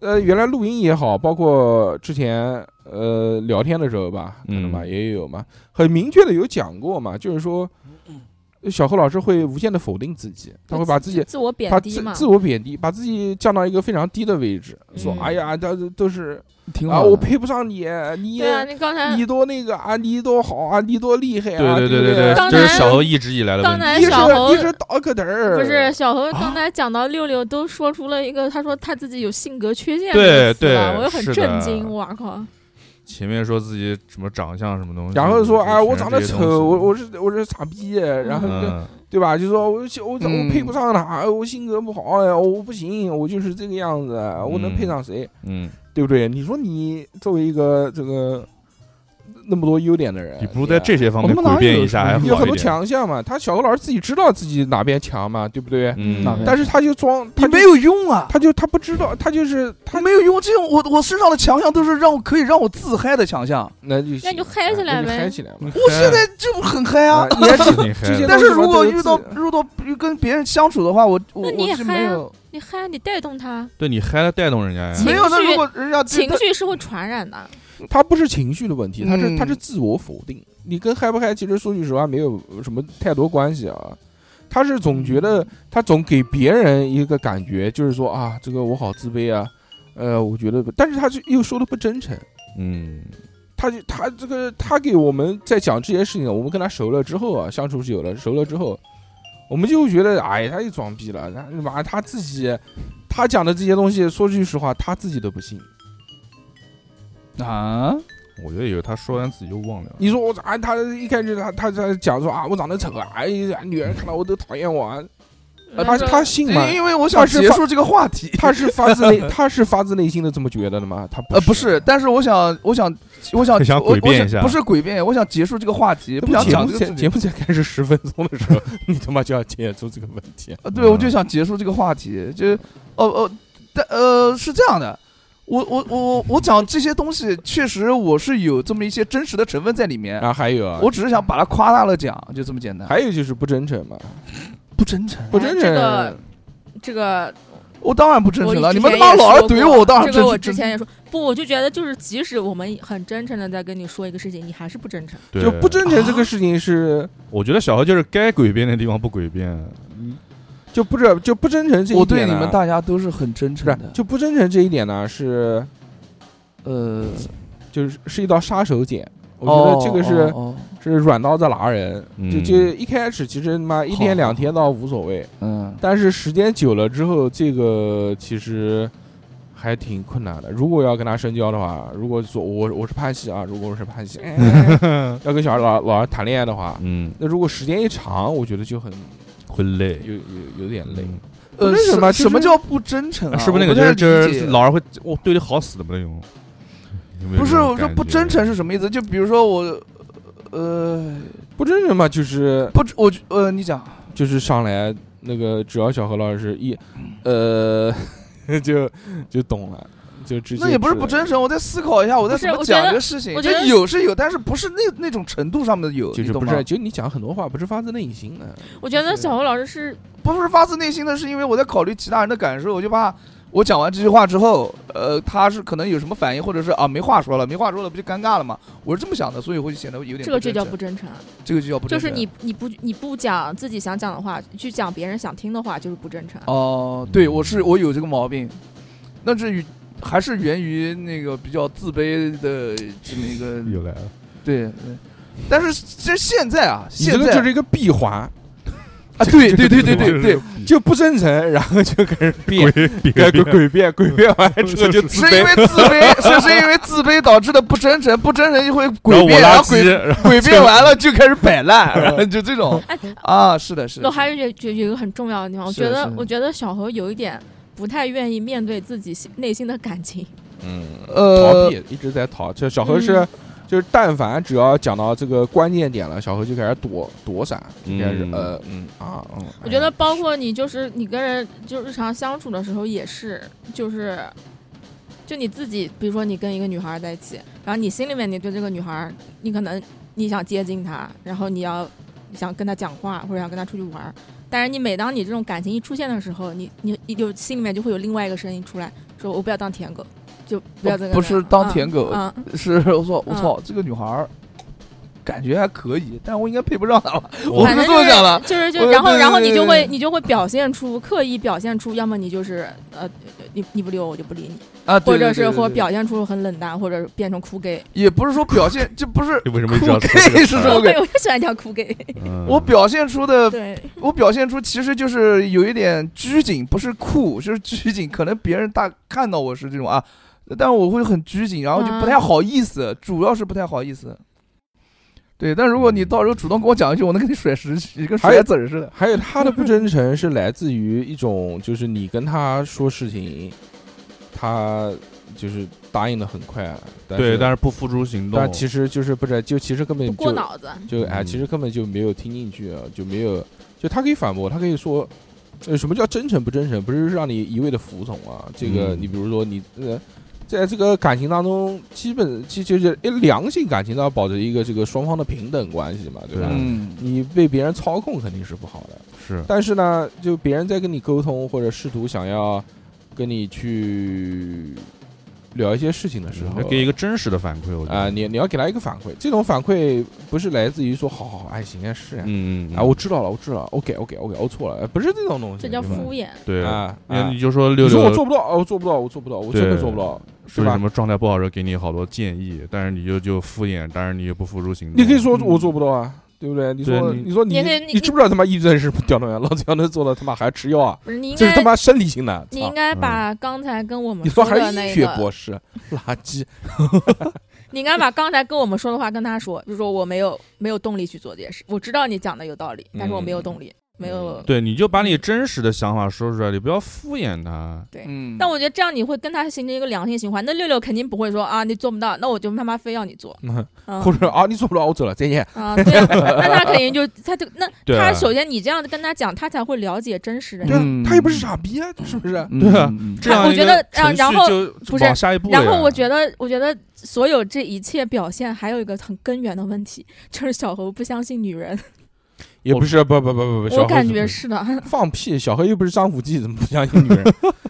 呃，原来录音也好，包括之前呃聊天的时候吧，可能吧、嗯也有嘛，很明确的有讲过嘛，就是说小何老师会无限的否定自己，他会把自己自我贬把低自嘛，自我贬低，把自己降到一个非常低的位置，说嗯哎呀，都都是挺啊，好的，我配不上你，你对啊，你刚才你多那个啊，你多好啊，你多厉害啊，对对对不对当，这然是小欧一直以来的当问题。然一是小猴一是倒个头儿，啊不是小何刚才讲到六六都说出了一个，他说他自己有性格缺陷，对对啊我又很是的震惊，哇靠，前面说自己什么长相什么东西，然后说就是啊，我嗯全长得是这些东西丑，我我是我是傻逼，然后就嗯，对吧？就说我我我配不嗯上他，我性格不好，哎我不行，我就是这个样子，我能配嗯上谁？嗯，对不对？你说你作为一个这个那么多优点的人，你不如在这些哎方我面们哪诡有辩一什下么还好有很一多点。强项嘛，他小何老师自己知道自己哪边强嘛，对不对？嗯，哪边但是他就装，他你就没有用啊，他就他不知道，他就是他他没有用。这种我我身上的强项都是让我可以让我自嗨的强项，那就那你行就嗨起来那就呗嗨起来嘛。我现在就很嗨啊啊。你还记你这些还但是如果东西遇嘛到都是自遇到跟别人相处的话，我我那你也我是没嗨啊有你嗨，你带动他，对你嗨了带动人家呀情，没有。那绪如果人家对情绪是会传染的，他不是情绪的问题，他是他是嗯自我否定。你跟嗨不嗨，其实说句实话没有什么太多关系啊。他是总觉得他总给别人一个感觉，就是说啊，这个我好自卑啊，呃，我觉得不，但是他就又说的不真诚。嗯，他就他这个他给我们在讲这些事情，啊我们跟他熟了之后啊，相处是有了熟了之后，我们就会觉得哎，他又装逼了，他妈他自己，他讲的这些东西，说句实话，他自己都不信。啊，我觉得有他说完自己就忘掉了。你说我啊，他一开始他他在讲说啊，我长得丑啊，哎呀，女人看到我都讨厌我啊。呃他说他信吗？因为我想结束这个话题。他是发自内 他是发自内心的这么觉得的吗？他呃不是，，但是我想我想我想你想我诡辩一下我想不是诡辩，我想结束这个话题，这不想节讲目这个才事节情。目才开始十分钟的时候，你他妈就要解出这个问 题。呃对，我嗯就想结束这个话题。就哦哦，但呃是这样的。我我我我讲这些东西，确实我是有这么一些真实的成分在里面然，后还有啊，我只是想把它夸大了讲，就这么简单。还有就是不真诚嘛，不真诚，不真这个诚。这个我当然不真我诚了。你之们他前妈也老是说怼过我，我当然这真个我之真前也说不，我就觉得就是即使我们很真诚的在跟你说一个事情，你还是不真诚。对就不真诚这个事情是我觉得小何就是该诡辩的地方不诡辩，啊就不是就不真诚这一我对点你呢们大家都是很真诚不是的。就不真诚这一点呢是呃，就是是一道杀手锏，我哦觉得这个是哦哦是软刀子拉人，就嗯就一开始其实他妈一天两天倒无所谓，嗯，但是时间久了之后，这个其实还挺困难的。如果要跟他深交的话，如果说我我是潘西啊，如果我是潘西， 哎要跟小孩老老谈恋爱的话，嗯，那如果时间一长，我觉得就很会累，有有有点累。嗯呃，那什什么就是什么叫不真诚啊？是不是那个我就太是就理解是老二会我对你好死的那种？有没有不是这种我说感不觉真诚是什么意思？就比如说我，呃，不真诚嘛，就是不知，我觉呃，你讲，就是上来那个，只要小何老师一呃 就就懂了，就直接那也不是知不道真诚，我在思考一下，我在不是怎么我觉讲得这个事情。我就觉得有是有，但是不是那那种程度上面的有，就你是懂不吗是，？就你讲很多话不是发自内心的。我觉得就是小侯老师是不是发自内心的，是因为我在考虑其他人的感受，我就怕我讲完这句话之后，呃，他是可能有什么反应，或者是啊没话说了，没话说了不就尴尬了吗？我是这么想的，所以会显得有点这个就真叫诚不真诚啊，这个就叫不就真是诚你你不你不讲自己想讲的话，去讲别人想听的话，就是不真诚啊。哦、对我是我有这个毛病，那至于还是源于那个比较自卑的这么一个又来了，对。对但是这现在啊，你这现个在就是一个闭环，啊，对对对对对对，就不真诚，然后就开始变，别该别诡诡辩，诡辩完之 后就自是因卑。为自卑，是是因为自卑导致的不真诚，不真诚就会然诡后我辩，然垃后圾，诡然后诡辩完了就开始摆烂， 然后 就这种哎，啊，是的，是的那我，还有有有一个很重要的地方，我是觉是得我觉得小何有一点不太愿意面对自己心内心的感情，嗯，逃呃，避一直在逃。就小何是，就是但凡只要讲到这个关键点了，小何就开始躲躲闪，就开始嗯呃嗯啊嗯。我觉哎得呀包括你就是你跟人就日常相处的时候也是，就是就你自己，比如说你跟一个女孩在一起，然后你心里面你对这个女孩，你可能你想接近她，然后你要想跟她讲话或者想跟她出去玩儿，但是你每当你这种感情一出现的时候，你你你就心里面就会有另外一个声音出来说，我不要当舔狗，就不要这个不是当舔狗啊、嗯是我操，我操，这个女孩儿感觉还可以，但我应该配不上她了，我我反是这正就么是想的。就是我就然后对然后对你就对会对你就会表现出刻意表现出，要么你就是呃你你不理我我就不理你，啊，对或者是对对对或对表现出很冷淡，或者变成酷 gay。也不是说表现，这不是嗯你为什么一直酷要说这个 gay 是这么对，给。 我就喜欢叫酷 gay。嗯我表现出的，对，我表现出其实就是有一点拘谨，不是酷，就是拘谨。可能别人大看到我是这种啊，但我会很拘谨，然后就不太好意思，主要是不太好意思。对，但如果你到时候主动跟我讲一句，我能跟你甩十句，跟还有甩子儿似的。还有他的不真诚是来自于一种，就是你跟他说事情，他就是答应的很快，啊但对，是但是不付诸行动，但其实就是不是，就其实根本不就过脑子。就哎，嗯其实根本就没有听进去，啊就没有，就他可以反驳，他可以说，呃，什么叫真诚不真诚？不是让你一味的服从啊。这个，嗯你比如说你呃，在这个感情当中，基本其实就是一良性感情当中保持一个这个双方的平等关系嘛，对吧？对嗯，你被别人操控肯定是不好的，是但是呢，就别人在跟你沟通或者试图想要跟你去聊一些事情的时候，要嗯给一个真实的反馈，我觉啊、得，你你要给他一个反馈，这种反馈不是来自于说好好好，哎，行啊，是啊，嗯嗯啊，我知道了，我知道了，OK OK OK，我错了，呃不是这种东西，这叫对吧敷衍， 对，啊那啊你！就说六你说六我做不到，哦，我做不到，我做不到，我真的对做不到，是说吧什？么状态不好的时候给你好多建议，但是你就就敷衍，但是你也不付诸行动。你可以说嗯我做不到啊，对不对？你说对你你说你你可以你你知不知道他妈抑郁症是什么屌东西啊？老子要能做到他妈还吃药啊，不是你应这是他该，妈生理性的，你操应！该把刚才跟我们你说还的是那医学博个，士，垃圾！你应该把刚才跟我们说的话跟他说，就说我没有没有动力去做这件事，我知道你讲的有道理，但是我没嗯有动力，没有。对，你就把你真实的想法说出来，你不要敷衍他。嗯，但我觉得这样你会跟他形成一个良性循环。那六六肯定不会说啊，你做不到，那我就他妈非要你做。嗯嗯或者啊，你做不到，我走了，再见。啊，对啊，那他肯定就他就那对啊他首先你这样跟他讲，他才会了解真实人对。啊嗯，他又不是傻逼啊，是不是？对啊嗯，嗯这样我一觉个得程啊然序后就不是往下一步了呀。然后我觉得，我觉得所有这一切表现还有一个很根源的问题， 就是小猴不相信女人。也不是，不不不不不，小我何感怎觉么是的， 放屁！小黑又不是张无忌，怎么不相信女人？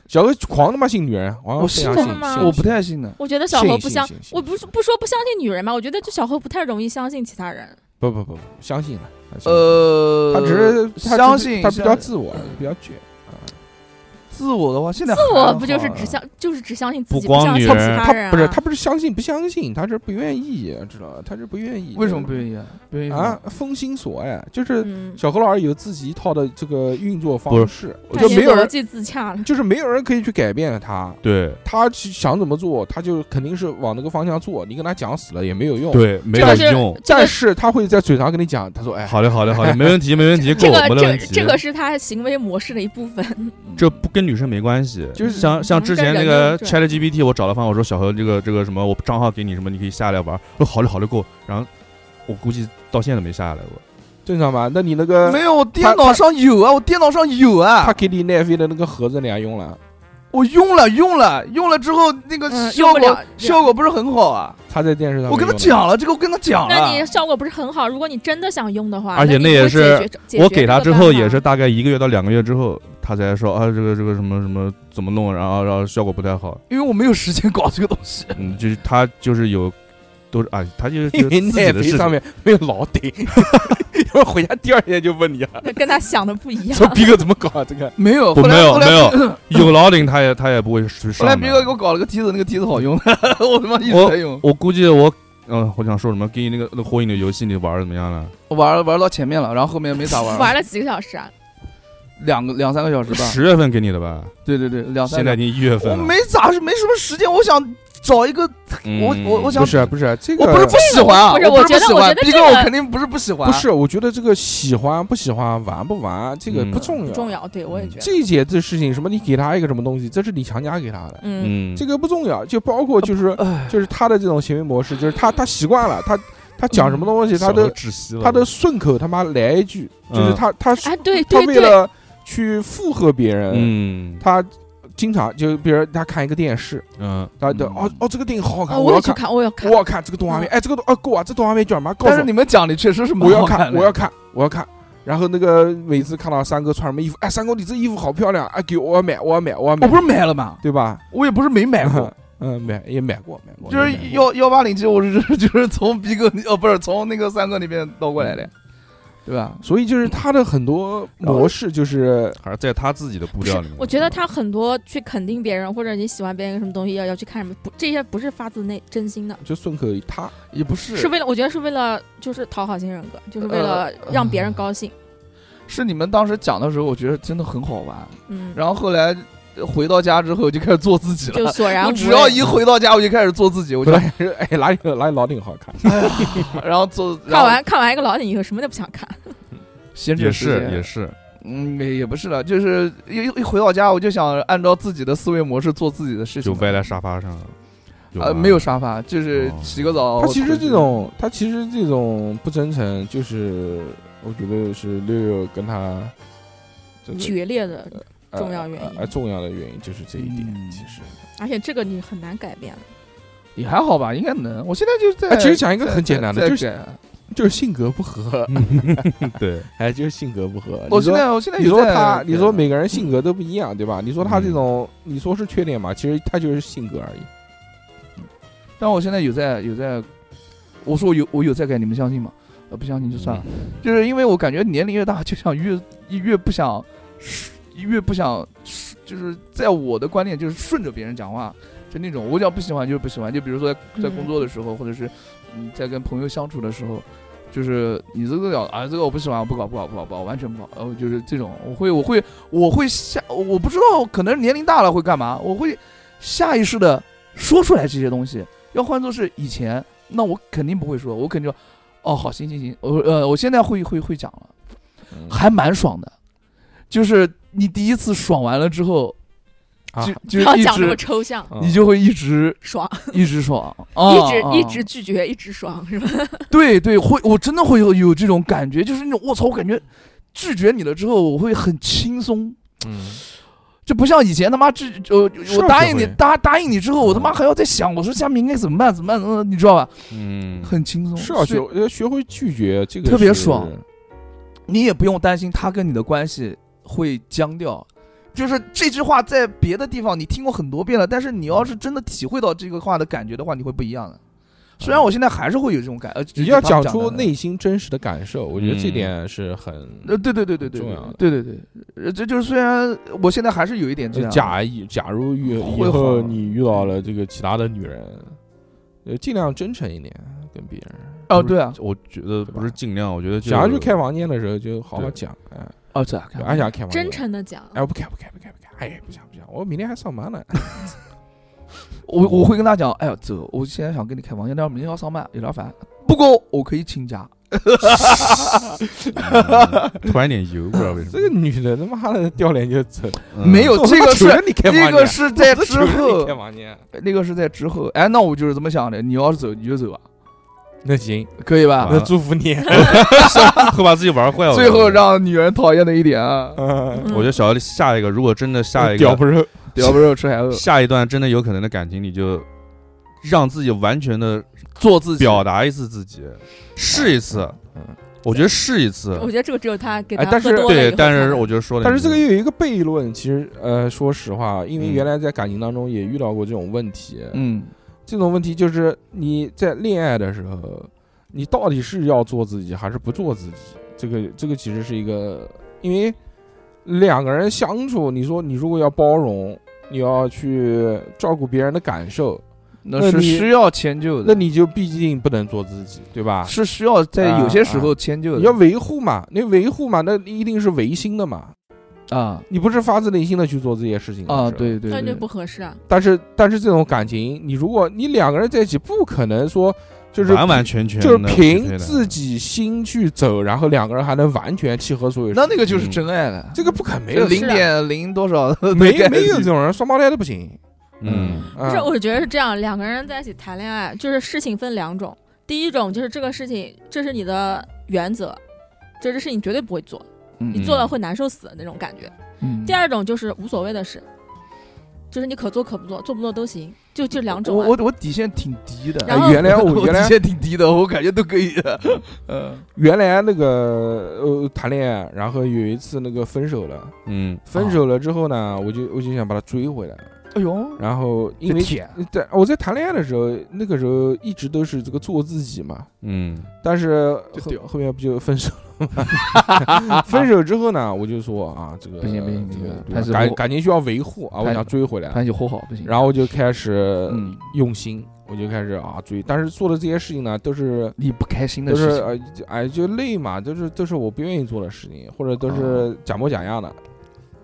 小黑狂他妈信女人，我我非信常的信吗信我不太信的。我觉得小信猴不信相信，信我不是不说不相信女人嘛，我觉得就小猴不太容易相信其他人。不不不不相信了，他相信呃，他只是他相只是信他比较相自我，比较倔。自我的话，现在自还我好不就是啊只相就是只相信自不己，不光相女信其人他人啊？不是他不是相信不相信，他是不愿意，知道吧？他是不愿意。为什么不意愿意啊？不愿意啊？？封心所爱，就是嗯，小何老师有自己一套的这个运作方式，嗯感就觉没有逻人，辑自洽了。就是没有人可以去改变他。对他想怎么做，他就肯定是往那个方向做。你跟他讲死了也没有用。对，没这有个是用。这但个是他会在嘴上跟你讲，他说：“哎，好的，好的，好的，没问题，没问题，够这我个们的这问题。这个是他行为模式的一部分。这不跟女生没关系，就是像像嗯之跟前那人个就是 Chat GPT，我找了饭，我说小何这个这个什么，我账号给你什么，你可以下来玩。我说好嘞好嘞，够。然后我估计到现在都没下来过。正常吧？那你那个没有，我电脑上有啊，我电脑上有他啊，给你奈飞的那个盒子，你啊还用了？我用了用了用了之后，那个嗯效用不果了效果不是很好啊。他在电视上，我跟他，讲了，这个我跟他讲那 你了，效果不是很好？如果你真的想用的话，啊而且那那也你会是解决解我决给这他个之办后法也是大概一个月到两个月之后，他才说啊这个这个什么什么怎么弄，然后然后效果不 太好。因为我没有时间搞这个东西。嗯，就是他就是有都是啊，他就是因就是为自己奈的飞 事上情。面没有老顶，要回家第二天就问你啊， 跟他想的不一样 说。逼哥怎么搞这个？没有，我后来没有后来没有有 老顶他也他也不会去后上来的。别个给我搞了个梯子，那个梯子好用， 我他妈一直我在用。我估计我嗯、我想说什么，给你那个那火影的游戏你玩的怎么样了？ 我玩玩到前面了，然后后面没咋玩。玩了几个小时啊？两个两三个小时吧。 十月份给你的吧？对对对，两三现个在已经一月份啊我了。没咋是没什么时间，我想找一个，嗯我我我 想不是不是这个，我不是不喜欢啊，不是我我觉得不喜我欢觉，得毕这竟我个肯定不是不喜欢，啊不是，我觉得这个喜欢不喜欢，玩不玩，这个嗯不重要。不重要，对我也觉得，这节这事情，什么你给他一个什么东西，这是你强加给他的，嗯，嗯，这个不重要。就包括就是唉，就是他的这种行为模式，就是他他习惯了，他他讲什么东西，他小时候都窒息了，他都顺口他妈来一句，就是嗯他他哎，对他对为对，了去附和别人，嗯他经常就比如他看一个电视，嗯他就嗯哦哦这个电影好好啊，看，我要也去看，看，我要看我，要看这个动画片，哎这个动啊给我这动画片叫什么？告但诉是我你们讲的确实是蛮我要好看，的我要看，我要看。然后那个每次看到三哥穿什么衣服，哎，三哥你这衣服好漂亮，哎，给我要买，我要买，我要买，我不是买了吗？对吧？我也不是没 买过，嗯，买也买过，买过，就是也买过幺幺八零七，我是 就是从逼哥 哦，不是从那个三哥那边捞过来的，对吧？所以就是他的很多模式就是还是在他自己的步不调是里面。，我觉得他很多去肯定别人或者你喜欢别人一个什么东西，要要去看什么，不，这些不是发自内真心的，就顺口一塌，也不是，是为了我觉得是为了就是讨好型人格，就是为了让别人高兴，是你们当时讲的时候，我觉得真的很好玩，嗯，然后后来呃回到家之后就开始做自己 就了。索然无我味。只要一回到家，我就开始做自己，我就回来也 是哎哪里哪里老挺好看， 然后做，然看后 完看完一个老影以后，什么都不想看，闲着也时是间也是，嗯，也也不是了，就是一一一回到家，我就想按照自己的思维模式做自己的事情了。就歪在沙发上了。啊呃，吗没有沙发，就是哦洗个澡。他其实回去这种他其实这种不真诚，就是我觉得是六六跟他这个决裂的，呃重要原因呃重要的原因就是这一点，嗯其实。而且这个你很难改变的。也还好吧，应该能。我现在就是在，哎其实讲一个很简单的在就是在改就是性格不合，对， 哎，就是性格不合。我你说现在我现在你有说在嗯他，你说改每个人性格都不一样，对吧？你说他这嗯种，你说是缺点嘛？其实他就是性格而已。但我现在有在有在，我说我有我有在改，你们相信吗？呃，不相信就算了，就是因为我感觉年龄越大，就想越越不想，越不想，就是在我的观念就是顺着别人讲话，就那种我讲不喜欢就是不喜欢，就比如说在在工作的时候，或者是你在跟朋友相处的时候。就是你这个搞啊，这个我不喜欢，我不搞，不搞，不搞，不搞，完全不搞。呃，就是这种，我会，我会，我会下，我不知道，可能年龄大了会干嘛，我会下意识的说出来这些东西。要换作是以前，那我肯定不会说，我肯定说，哦，好，行行行，我呃，我现在会会会讲了，嗯还蛮爽的，就是你第一次爽完了之后，啊 就不就要一讲这么直抽象，嗯你就会一直爽，一直爽，一啊直啊一直拒绝，一直爽，是吧？对对，会我真的会有有这种感觉，就是那种我操，我感觉拒绝你了之后，我会很轻松。嗯，就不像以前他妈拒呃，是我答应会嗯你答答应你之后，我他妈还要再想，我说下面应该怎么办怎么办，嗯，你知道吧？嗯，很轻松，是要啊所以学要学会拒绝，这个特别是爽。你也不用担心他跟你的关系会僵掉。就是这句话在别的地方你听过很多遍了，但是你要是真的体会到这个话的感觉的话，你会不一样的。虽然我现在还是会有这种感，呃，嗯你要讲讲出的内心真实的感受，我觉得这嗯点是很呃，对对对对对重要的，对对对，呃，这就是虽然我现在还是有一点这就样，假以假如遇以会后好啊你遇到了这个其他的女人，呃，尽量真诚一点跟别人。哦，对啊，嗯我觉得不是尽量，我觉得就想要去开房间的时候就好好对讲，哎，哦，对啊，俺想开房间，真，诚的讲，哎，我不开不开不开不开，哎，不想不想，我明天还上班呢。 我我会跟他讲，哎呀，走，我现在想跟你开房间，但是明天要上班，有点烦，不过我可以请假， 嗯突然点油，不知道为什这个么女的他妈的掉脸就走，嗯没有 我这他妈个求是着你开房这间，个是在 我之求着后你开，房间，那个是在之后，哎，那我就是这么想的，你要是走你就走吧，那行，可以吧完？了那祝福你。会把自己玩坏了。最后让女人讨厌的一点啊，嗯嗯我觉得小姚下一个，如果真的下一屌个不是屌不肉吃海鸥，下一段真的有可能的感情，你就让自己完全的做自己。表达一次自己，试一次嗯。我觉得试一次我，觉得这个只有他给哎他但喝是多了以对，后但才是能我觉得说的，但是这个又有一个悖论，其实呃，说实话，因为嗯原来在感情当中也遇到过这种问题。嗯，这种问题就是你在恋爱的时候，你到底是要做自己还是不做自己？这个这个其实是一个，因为两个人相处，你说你如果要包容，你要去照顾别人的感受，那那是你需要迁就那的，你就毕竟不能做自己，对吧？是需要在有些时候迁就啊你要的。维护嘛，你维护嘛，那一定是违心的嘛，啊你不是发自内心的去做这些事情的啊，是吧对对那就对，不合适啊。但是但是这种感情，你如果你两个人在一起，不可能说就是完完全全就是的匹配凭的自己心去走，然后两个人还能完全嗯契合所有事。那那个就是真爱嗯了，这个不可没这有啊啊零点零多少没没有这种人，双胞胎都不行。啊嗯不不是，我觉得是这样，两个人在一起谈恋爱，就是事情分两种，第一种就是这个事情，这是你的原则，就这事情绝对不会做，你你做了会难受死的那种感觉。嗯第二种就是无所谓的事，就是你可做可不做，做不做都行，就就两种、我啊。我我底线挺低的，然后哎 原来 我原底来线挺低的，我感觉都可以的。嗯原来那个呃谈恋爱，然后有一次那个分手了，嗯，分手了之后呢，我就我就想把她追回来，哎呦，然后因为舔对我在谈恋爱的时候，那个时候一直都是这个做自己嘛，嗯但是就后屌后面不就分手了吗？ 分手之后呢，我就说啊，这个不行不行这不个行对还吧是感我感情需要维护啊，我还想追回来，潘姐吼好不行，然后我就开始嗯，用心，我就开始啊追，但是做的这些事情呢，都是你不开心的都事是情，呃哎就累嘛，都是都是我不愿意做的事情，或者都是假模假样的，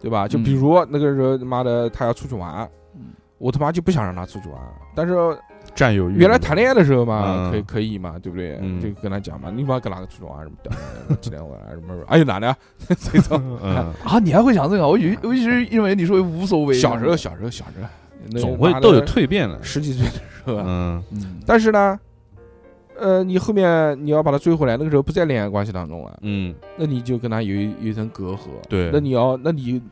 对吧？就比啊嗯如那个时候他妈的他要出去玩嗯，我他妈就不想让他出去玩，但是占有欲原来谈恋爱的时候嘛，嗯可以可以嘛，对不对？嗯就跟他讲嘛，你妈跟哪个出去玩什么的，几点玩什么什么，哎呦哪 的，这种嗯，啊，你还会想这个？我以为我一直认为你说无所谓。小时候小时候小时候，那总会妈的都有蜕变的。十几岁的时候啊，嗯嗯，但是呢，呃，你后面你要把他追回来，那个时候不在恋爱关系当中了，嗯，那你就跟他有一有一层隔阂。对那你要，那你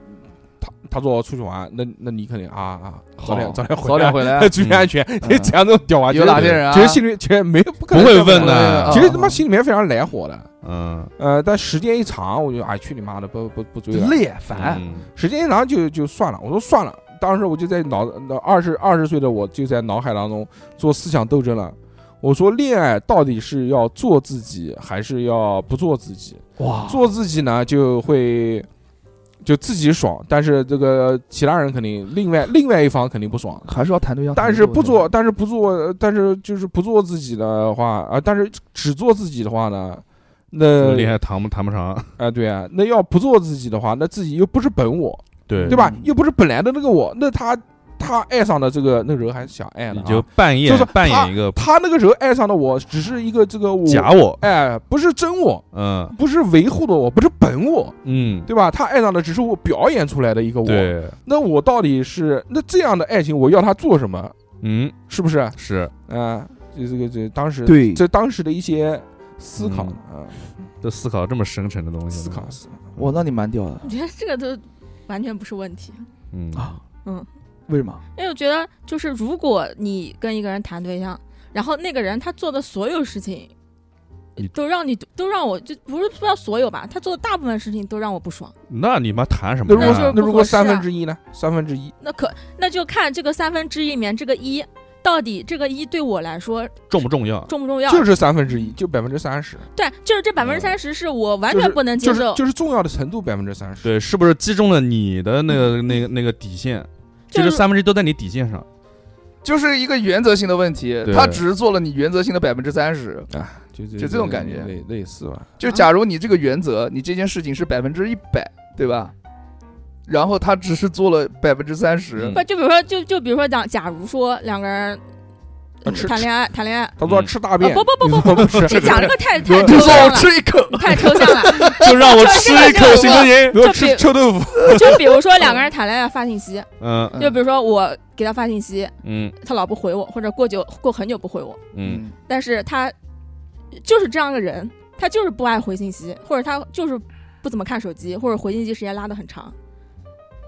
他他说出去玩，那那你肯定啊啊，早点早点回来，，早点回来 注意安全。嗯你 讲这种屌娃，有哪些人啊其实心里其实没有不可不能会这么问的，的。其实他妈心里面非常来火的。嗯呃，但时间一长，我就哎去你妈的，不不不追就了。累哎烦，嗯时间一长就就算了，我说算了。当时我就在脑脑二十二十岁的我就在脑海当中做思想斗争了。我说恋爱到底是要做自己，还是要不做自己？哇，做自己呢，就会就自己爽，但是这个其他人肯定另外另外一方肯定不爽。还是要谈对啊象。但是不做，，但是不做，呃但是就是不做自己的话啊，但是只做自己的话呢，那恋爱谈不谈不上，啊对啊，那要不做自己的话，那自己又不是本我，对对吧嗯？又不是本来的那个我，那他他爱上的这个那时候还想爱呢、你啊，就扮演就是扮演一个他那个时候爱上的我，只是一个这个我，假我，哎，不是真我，嗯不是维护的我，不是本我，嗯，对吧？他爱上的只是我表演出来的一个我，对，那我到底是那这样的爱情，我要他做什么？嗯是不是？啊、是就这个这当时对这当时的一些思考嗯啊、都思考这么深沉的东西，思考，思考。哇，那你蛮屌的 我，觉得这个都完全不是问题，嗯啊嗯，为什么？因为我觉得就是如果你跟一个人谈对象，然后那个人他做的所有事情你。都让你都让我就不是不要所有吧，他做的大部分事情都让我不爽。那你妈谈什那么如呀？果就是那如不果合适啊三分之一呢？三分之一那可那就看这个三分之一里面这个一到底这个一对我来说重不重要？重不重要？就是三分之一，就百分之三十。对，就是这百分之三十是我完全不能接就受。是就是重要的程度百分之三十。对，是不是击中了你的那个、那个、那个底线？就就是是三分之一都在你底 线上。就是一个原则性的问题，对他只是做了你原则性的百分之三十。啊，就就就这种感觉类类似吧。就假如你这个原则，你这件事情是百分之一百，对吧？然后他只是做了百分之三十嗯，不就比如说就就比如说讲，假如说两个人、啊嗯吃谈恋爱谈恋爱， 啊他说嗯吃大便，不不不不不，不是，你讲这个太太就抽说象我了，吃一口，太抽象 了。就让我吃一口行不行？不就要比吃 臭豆腐。就比如说两个人谈恋爱发信息，嗯就比如说我给他发信息，嗯他老不回我，或者过久过很久不回我，嗯，但是他就是这样的人，他就是不爱回信息，或者他就是不怎么看手机，或者回信息时间拉得很长。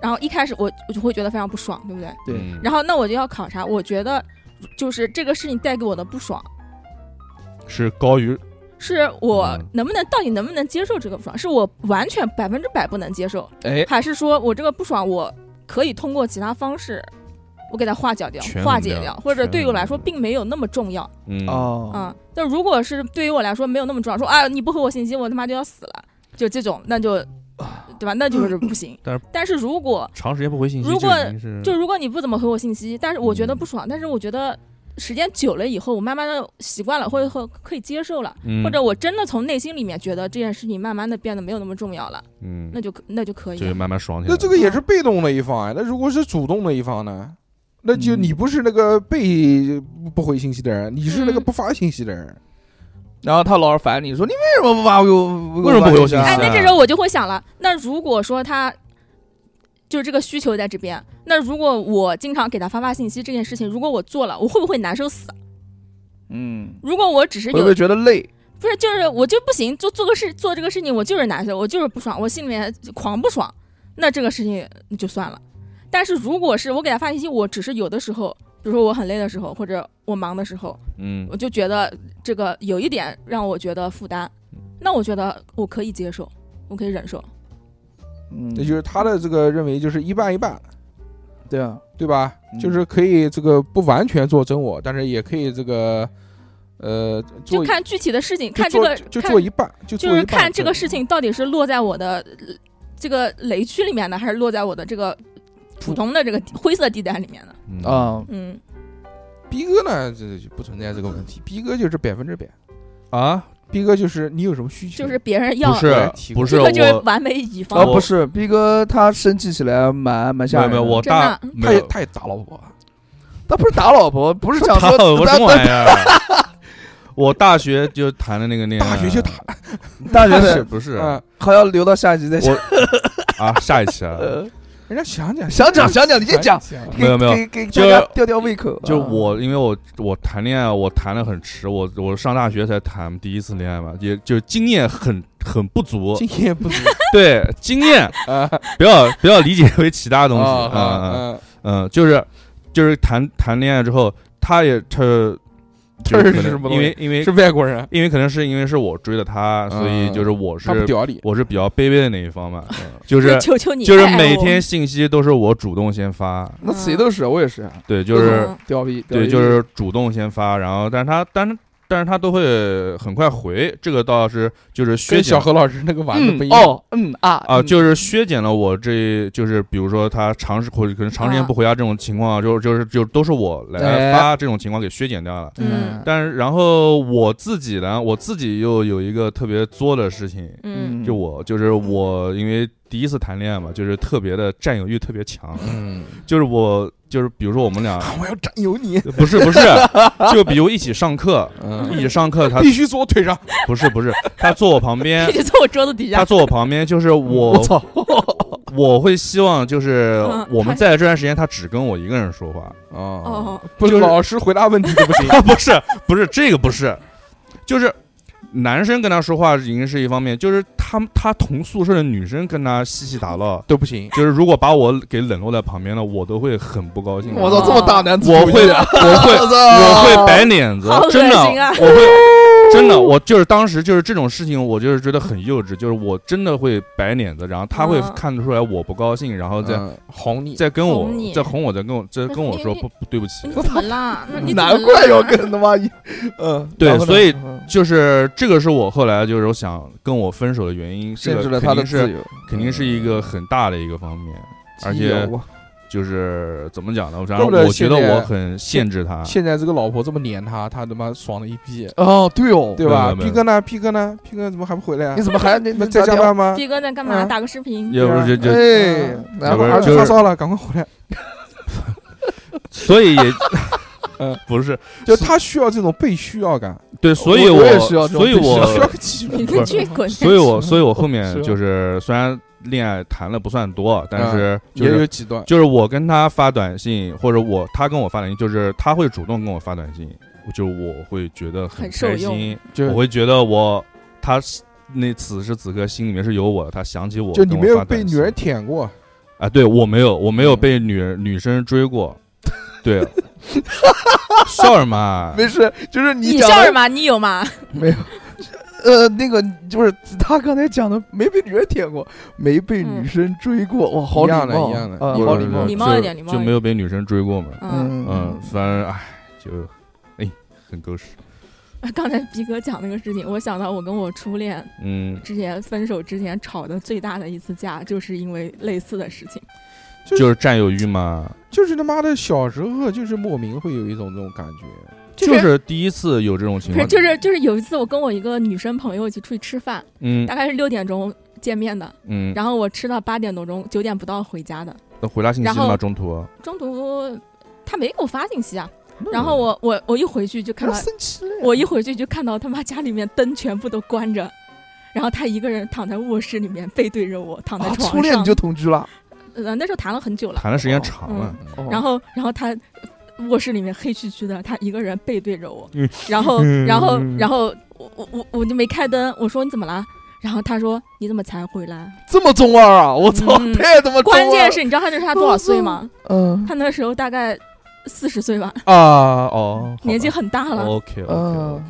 然后一开始我我就会觉得非常不爽，对不对？对嗯然后那我就要考察，我觉得就是这个事情带给我的不爽，是高于是我嗯能不能到底能不能接受这个不爽？是我完全百分之百不能接受，哎，还是说我这个不爽我可以通过其他方式，我给它化解掉全、部化解掉掉，或者全对部我来说掉并没有那么重要嗯哦，啊。但如果是对于我来说没有那么重要，说啊你不回我信息，我他妈就要死了，就这种，那就对吧？那就是不行啊但是。嗯但是如果长时间不回信息，如果是嗯就如果你不怎么回我信息，但是我觉得不爽，但是我觉得时间久了以后，我慢慢的习惯了，或者或可以接受了，嗯或者我真的从内心里面觉得这件事情慢慢的变得没有那么重要了，嗯，那就可那就可以就了。慢慢爽起来那了。这个也是被动的一方啊。那如果是主动的一方呢？那就嗯你不是那个被不回信息的人，你是那个嗯不发信息的人。然后他老是烦你说你为什么不发我我？为什么不回我信息啊哎，那是这时候我就会想了，那如果说他就是这个需求在这边，那如果我经常给他发发信息这件事情，如果我做了，我会不会难受死？啊嗯，如果我只是哎会不有会觉得累？不是就是我就不行，做做个事做这个事情，我就是难受，我就是不爽，我心里面狂不爽，那这个事情就算了。但是如果是我给他发信息，我只是有的时候，比如说我很累的时候，或者我忙的时候，嗯我就觉得这个有一点让我觉得负担， 那我觉得我可以接受，我可以忍受。嗯，那就是他的这个认为就是一半一半，对啊，对吧？嗯就是可以这个不完全做真我，但是也可以这个呃就做一看具体的事情，就看这做个就看做一半，就就做是一半看这个真事情到底是落在我的呃这个雷区里面呢，还是落在我的这个普通的这个灰色地带里面呢？嗯，啊，嗯，逼哥呢，这就不存在这个问题。逼哥就是百分之百，啊，逼哥就是你有什么需求，就是别人要不是提不供是这个就是我，哦完美乙方，啊我不是逼哥他生气起来蛮蛮吓没人有没的。有，我真的大嗯没他也有他也打老婆啊，他不是打老婆，不是讲 他说我大什么玩意儿？啊我大学就谈的那个恋爱，大学就打大学是的不哎是啊，还要留到下一集再讲。啊？下一期啊，呃人家想讲想讲想讲，你先讲，给哎没有没有给给就大家吊吊胃口。就啊，我，因为我我谈恋爱，啊我谈的很迟，我我上大学才谈第一次恋爱嘛，也就经验很很不足，经验不足对经验啊不要不要理解为其他东西，啊嗯嗯啊，嗯，就是就是谈谈恋爱之后，他也 他他是可能什么东西因为因为是外国人，因为可能是因为是我追的他，所以嗯就是我是他不屌你，嗯我是比较卑微的那一方嘛，就是求求你，就是爱每我嗯天信息都是我主动先发，那谁都是，我也是，啊对，就是嗯屌逼，对，屌逼就是主动先发，然后但是他但是但是他都会很快回，这个倒是就是削跟减小了何老师那个丸子不一嗯样。哦嗯啊啊，嗯就是削减了我这就是比如说他长时或者可能长时间啊不回家这种情况，就就是就都是我来哎发这种情况给削减掉了。嗯但是然后我自己呢，我自己又有一个特别作的事情，嗯就我就是我因为第一次谈恋爱嘛，就是特别的占有欲特别强，嗯，就是我就是比如说我们俩我要占有你，不是 不是，就比如一起上课，嗯，一起上课他必须坐我腿上。不是不是，他坐我旁边 一，直嗯坐我桌子底他下，坐我旁边，就是我我， 操，我会希望就是嗯我们在的这段时间，他只跟我一个人 说话。哦哦，不是就是老师回答问题都不行。不是不是，这个不是，就是男生跟他说话已经是一方面，就是他他同宿舍的女生跟他嬉戏打闹，都不行，就是如果把我给冷落在旁边了，我都会很不高兴。我操，这么大男子主义我会啊， 我会我操，我我会摆脸子好，恶真的，心啊 我会真的，我就是当时就是这种事情，我就是觉得很幼稚，就是我真的会摆脸子，然后他会嗯看得出来我不高兴，然后再、嗯哄你。再跟我哄你再哄我，再跟我再跟我说你不不对不起你，怎么 啦？那你怎么难怪要啦跟他妈一，嗯，对然后呢所以嗯就是这个是我后来就是我想跟我分手的原因，这限个制了肯他的定自是由，嗯肯定是一个很大的一个方面，而基友且吧就是怎么讲呢？怪然后不得我觉得现在我很限制他，现在这个老婆这么黏他，他他妈爽了一逼，哦，对哦，对吧？没有没有逼哥呢？逼哥呢？逼哥怎么还不回来啊你？怎么还你那在加？班吗？逼哥在干嘛？嗯打个视频，要不就就哎，然要不后然儿子就是发烧了，赶快回来。所 以也嗯不是就他需要这种被需要感，对，所以我也需要这种所以必须我嗯要需要个激你情。就去滚！所 以我所以我后面是嗯就是虽然恋爱谈的不算多，但是就也有是几段，就是我跟他发短信，或者我他跟我发短信，就是他会主动跟我发短信，就我会觉得很受开用心，就我会觉得我他是那此时此刻心里面是有我的，他想起我，就你跟我没有发短被女嗯信人舔过，啊？对我没有，我没有被女人女生追过， 对，笑什么啊？没事，就是你讲笑什的么？你有吗？没有。呃，那个就是他刚才讲的，没被女人舔过，没被女生追过，嗯哇，好一礼样的貌，一样的啊不是好不礼是貌就，礼貌一点礼貌就一没有被女生追过嘛？嗯，嗯，反正唉，就哎，很狗屎。 刚才逼哥讲那个事情，我想到我跟我初恋嗯，之前分手之前吵的最大的一次架，就是因为类似的事情。就是就是占有欲嘛，就是他妈的小时候就是莫名会有一种这种感觉，就就是是第一次有这种不情是况，就是就是有一次我跟我一个女生朋友一起出去吃饭，嗯大概是六点钟见面的，嗯，然后我吃到八点多钟，九点不到回家的，那回拉信息然了吗？后中途，中途她没给我发信息啊，嗯然后我我我一回去就看他到生气了啊呀，我一回去就看到他妈家里面灯全部都关着，然后他一个人躺在卧室里面背对着我躺在啊，床上。初恋你就同居了，呃那时候谈了很久了，谈的时间长啊了，哦然后然后他呃卧室里面黑黢黢的，他一个人背对着我，嗯然后嗯然后然后我我我我就没开灯，我说你怎么啦？然后他说你怎么才回来？这么中二啊！我操，嗯太他妈中二关了键，是你知道他那时候他多少岁吗？嗯他那时候大概四十岁吧，啊哦，年纪很大了。 OK OK OK，嗯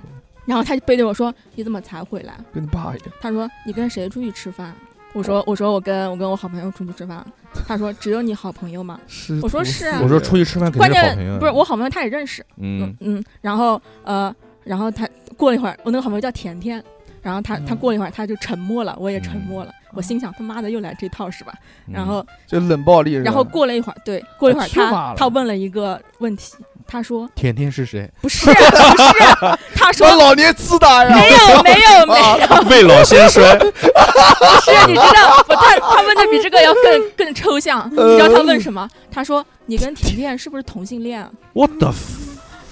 然后他就背对我说你怎么才回来？跟你爸一样，他说你跟谁出去吃饭？我说哦我说我跟我跟我好朋友出去吃饭。他说只有你好朋友吗？是我说是啊我说出去吃饭肯关定是好朋键啊友，不是我好朋友他也认识，嗯嗯，嗯，然后呃，然后他过了一会儿，我那个好朋友叫甜甜，然后他他嗯过了一会儿他就沉默了，我也沉嗯默了，我心想他妈的又来这套是吧？然后就冷暴力是啊吧，然后过了一会儿，对，过了一会儿去骂他了他问了一个问题，他说甜甜是谁？不是 不是，他说说老年痴呆啊呀，没有没有没有，未啊老先 衰，是 你知道不？他他问的比这个要更更抽象，你知道他问什么？他说你跟甜甜是不是同性恋啊？我的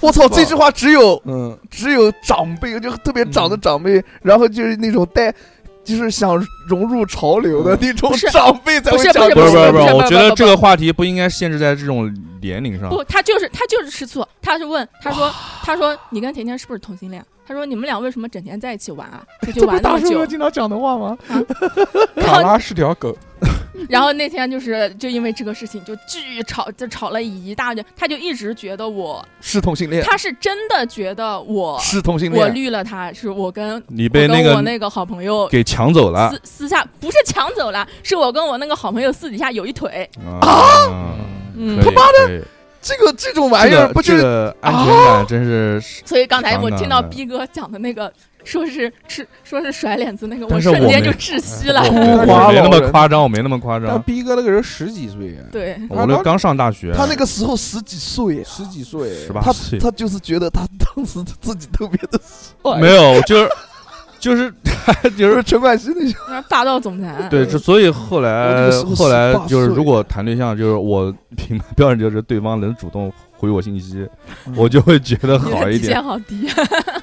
我操，这句话只有嗯，只有长辈，就特别长的长辈，然后就是那种带，就是想融入潮流的嗯那种不是长辈才不会是讲不不这是种不话。是不是，不是我不是觉不得是这个话题不应该限制在这种年龄上。不，他就是他就是吃醋。他就问他说他说你跟甜甜是不是同性恋？他说你们俩为什么整天在一起玩 啊？出这去不玩是那大么叔久哥。经常讲的话吗？然卡后拉是条狗，然后那天就是就因为这个事情就巨吵，就吵了一大顿。他就一直觉得我，是同性恋，他是真的觉得我是同性我恋，绿了他，是我跟你我被那跟我个那个好朋友给抢走了私私下不是抢走了，是我跟我那个好朋友私底下有一腿。啊！嗯可以，可以这个这种玩意这儿个哎不就这是个安全感真是，所以刚才我听到长长的逼哥讲的那个，说是吃，说是甩脸子那个，但是瞬我间没就窒息啊了。我孤我寡没那老么人夸张，我没那么夸但张，逼哥那个人十几岁啊，对，我那刚上大学，他那个哎时候十几岁啊？十几岁十八他岁他就是觉得他当时自己特别的帅，没有，就是就是就就是是。陈冠希那些。那霸道总裁。哎对，这所以后来我这个时候后来18就是，岁如果谈对象，就是我评判标准就是对方能主动回我信息，嗯我就会觉得你的好一底点。线好低，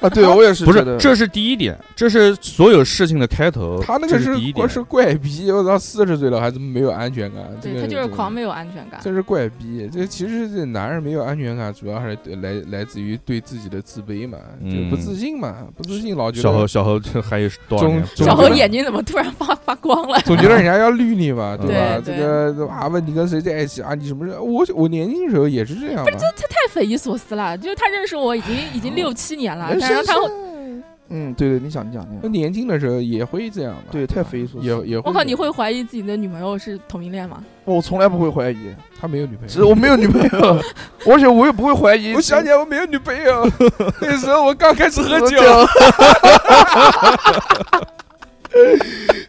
啊，对我也是不觉是得，。这是第一点，这是所有事情的开头。他那这个是第一点，是怪逼，我操，四十岁了还怎么没有安全感？这对个他就是这个狂没有安全感。这是怪逼，这其实这男人没有安全感，主要还是对来来自于对自己的自卑嘛，就不嗯自信嘛，不自信老觉小得何，小何这还有多少中年？中小国猴人眼睛怎么突然发发光了？总觉得人家要绿你嘛，吧？这对个啊，问你跟谁在一起啊？你什么时候？我我年轻时候也是这样嘛，太匪夷所思了！就是他认识我已经已经六七年了，人然后生他哎是嗯，对对，你想你讲你那讲，年轻的时候也会这样嘛，对，太匪夷所思也了。也会我靠，你会怀疑自己的女朋友是同性恋吗？我从来不会怀疑，他没有女朋只是友。我没有女朋友， 而且我也不会怀疑。我想起来我没有女朋友，那时候我刚开始喝酒。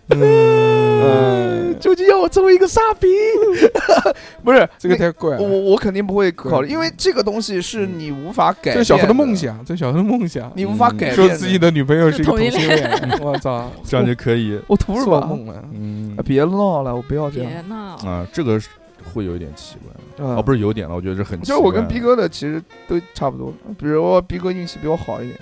嗯， 究竟要我作为一个傻逼？ 不是这个那太怪了，我我肯定不会考虑，对嗯因为这个东西是你无法改变。这是小何的梦，想，这是小何的梦想。你无法改变。说自己，的女朋友是一个同同性性恋，我操，这样就可以。我图什做么？梦了。嗯啊别闹了，我不要这样。别闹！ 啊，这个是会有一点奇嗯怪。啊哦，不是有点了，我觉得这很奇就怪。是我跟 啊逼哥的其实都差不多，比如说逼哥运气比我好 一点。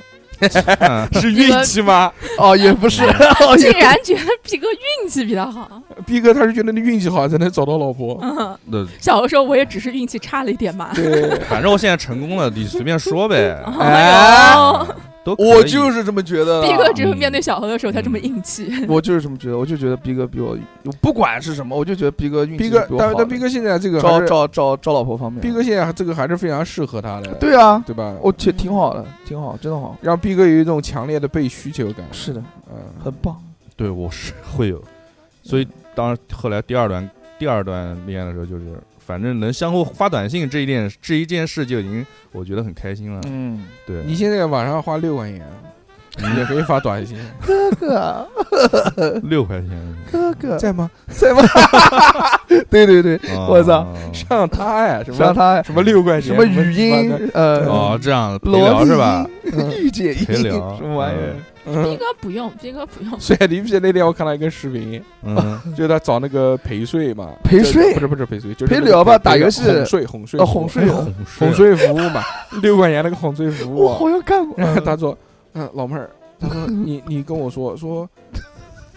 嗯，是逼哥运气 吗？哦，也不是，嗯哦竟 也然觉得毕哥运气比较好。逼哥他是觉得你运气好才能找到老婆，嗯，那小猴说我也只是运气差了一点嘛。对，反正我现在成功了，你随便 说呗。哎哦，都可以我就是这么觉得的。毕哥只有面对小猴的时候才这么硬气。我就是这么觉得，我就觉得逼哥比我，我不管是什么，我就觉得逼哥运气逼哥比，我但好但的逼哥现在这个还找是找找找老婆方面，逼哥现在这个还是非常适合他的，对啊，对吧？我觉得挺好的，挺好，真的好，让逼哥有一种强烈的被需求感，是的，嗯，很棒。对，我是 会有，所以嗯当然后来第二段第二段恋爱的时候，就是反正能相互发短信这一件这一件事就已经我觉得很开心了。 嗯，对，你现在晚上花六块钱，也可以发短信，哥 哥，六块 钱，哥哥，在吗？ 在吗？ 对对对，我操啊！像他呀，什像么他什么六块什钱，么语音 什么，呃，哦，这样陪罗聊密是吧？音、御姐音，陪聊什么玩意儿？斌嗯哥不用，斌哥不用，甩皮皮那天我看到一个视频，嗯，就是他找那个陪睡嘛，陪睡不是不是陪睡，就是那陪个聊吧陪打游戏哄睡哄睡呃，哄睡，服务哄哄睡服务 嘛，六块钱那个哄睡服务我，好像干过。然 后他说：“嗯，老妹儿，他说 你你跟我说说，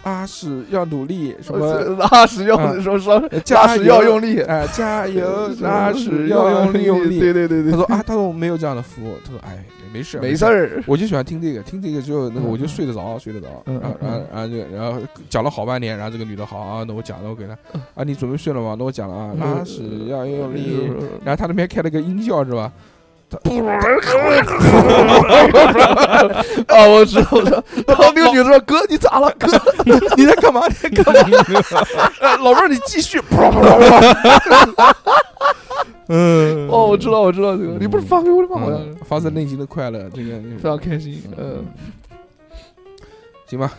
阿史要努力，什么 拉屎要嗯说说，呃加拉屎要用力，啊，加 油，拉阿屎史要要 用用力，力用力。对对对他对，说啊，他说我们没有这样的服务。他说哎，没事没事。儿，我就喜欢听这个，听这个之后，那个嗯我就睡得着，睡得着。嗯然后，然后，然后就，然后讲了好半天，然后这个女的好啊，那我讲了，我给她嗯啊，你准备睡了吗？那我讲了啊，拉屎要用力。 然后他那边开了个音效是吧？啊，我知道，我 知道。然后那个女的说：“哥，你咋了？哥，你在干嘛？你在干嘛？老妹儿，你继续。嗯，哦，我知道，我知道这个，你不是发给我了吗？好像嗯发自内心的快乐，这个非常开心。嗯，行吧？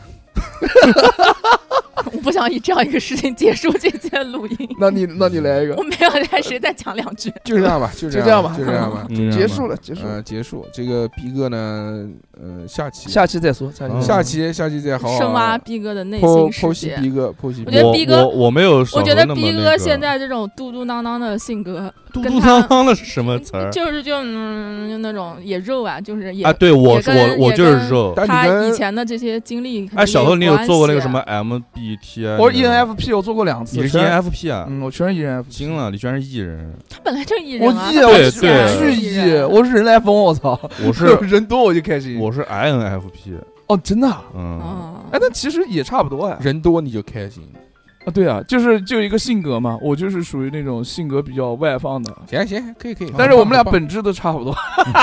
我不想以这样一个事情结束这件录音。那你那你来一个我，没有在谁再讲两句，就这样 吧，就就这样吧就这样 吧。嗯结束，了，结束了，嗯，结束这个逼哥呢，呃，下期下期再说，下期嗯哦下期下期再好哦好深挖逼哥的内剖心剖世析界。逼哥，剖析我逼觉得哥。我逼哥我我没有少我说觉那得么那个，逼哥现在这种嘟嘟囔囔的性格，嘟跟嘟他囔囔的是什么 词儿就是就嗯就那种也肉啊，就是也啊？对，我也是跟我我也就是跟肉。但他你以跟前的这些经历肯定也关系啊。哎，小何，你有做过那个什么啊 MBTI？我 E 你知道吗 ENFP 我做过两次，你是全 ENFP 啊？嗯，我全是 ENFP。惊了，你居然是 E 人！他本来就艺人我啊， E，他我对是啊对巨艺 E，人我是人来疯，我操！我是人多 我就开心。我是 INFP，哦，真的啊？嗯，哦哎，那其实也差不多哎。人多你就开心。啊，对啊，就是就一个性格嘛，我就是属于那种性格比较外放的，行行，可以可以。但是我们俩很棒本质都差不多。很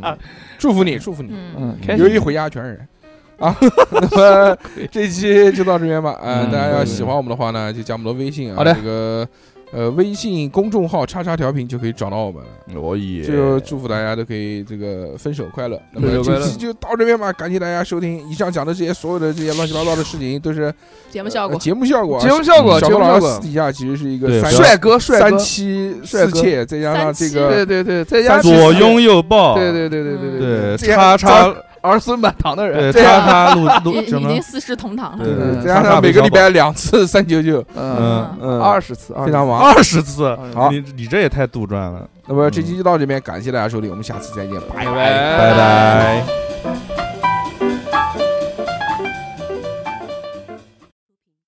棒 嗯祝福你，祝福你，嗯，嗯，开由心。一回家全是人。啊， 那么这期就到这边吧。呃，嗯大家要对喜欢我们的话呢，就加我们的微信啊。好的这个呃，微信公众号“叉叉调频”就可以找到我们了。我也就祝福大家都可以这个分手快乐。那么分手快这乐期就到这边吧，感谢大家收听。以上讲的这些所有的这些乱七八糟的事情，都是节目效呃哎果，节目效果啊。节目效果，小节高目老效师私果，底下其实是一个对三不要帅哥，帅三哥，妻帅四哥妾，再加上这对个对对，在家三其七实左拥右抱，对对对对对对，这样叉叉儿孙满堂的对人，叉叉路 已路已什么经？四世同堂了。对嗯，再加叉叉上每个韦礼小宝拜两次三九九，嗯，啊嗯，二十次，非常忙。二十次，好你你这也太杜撰了，那么这期就到这边，感谢大家收听，我们下次再见，拜拜拜拜。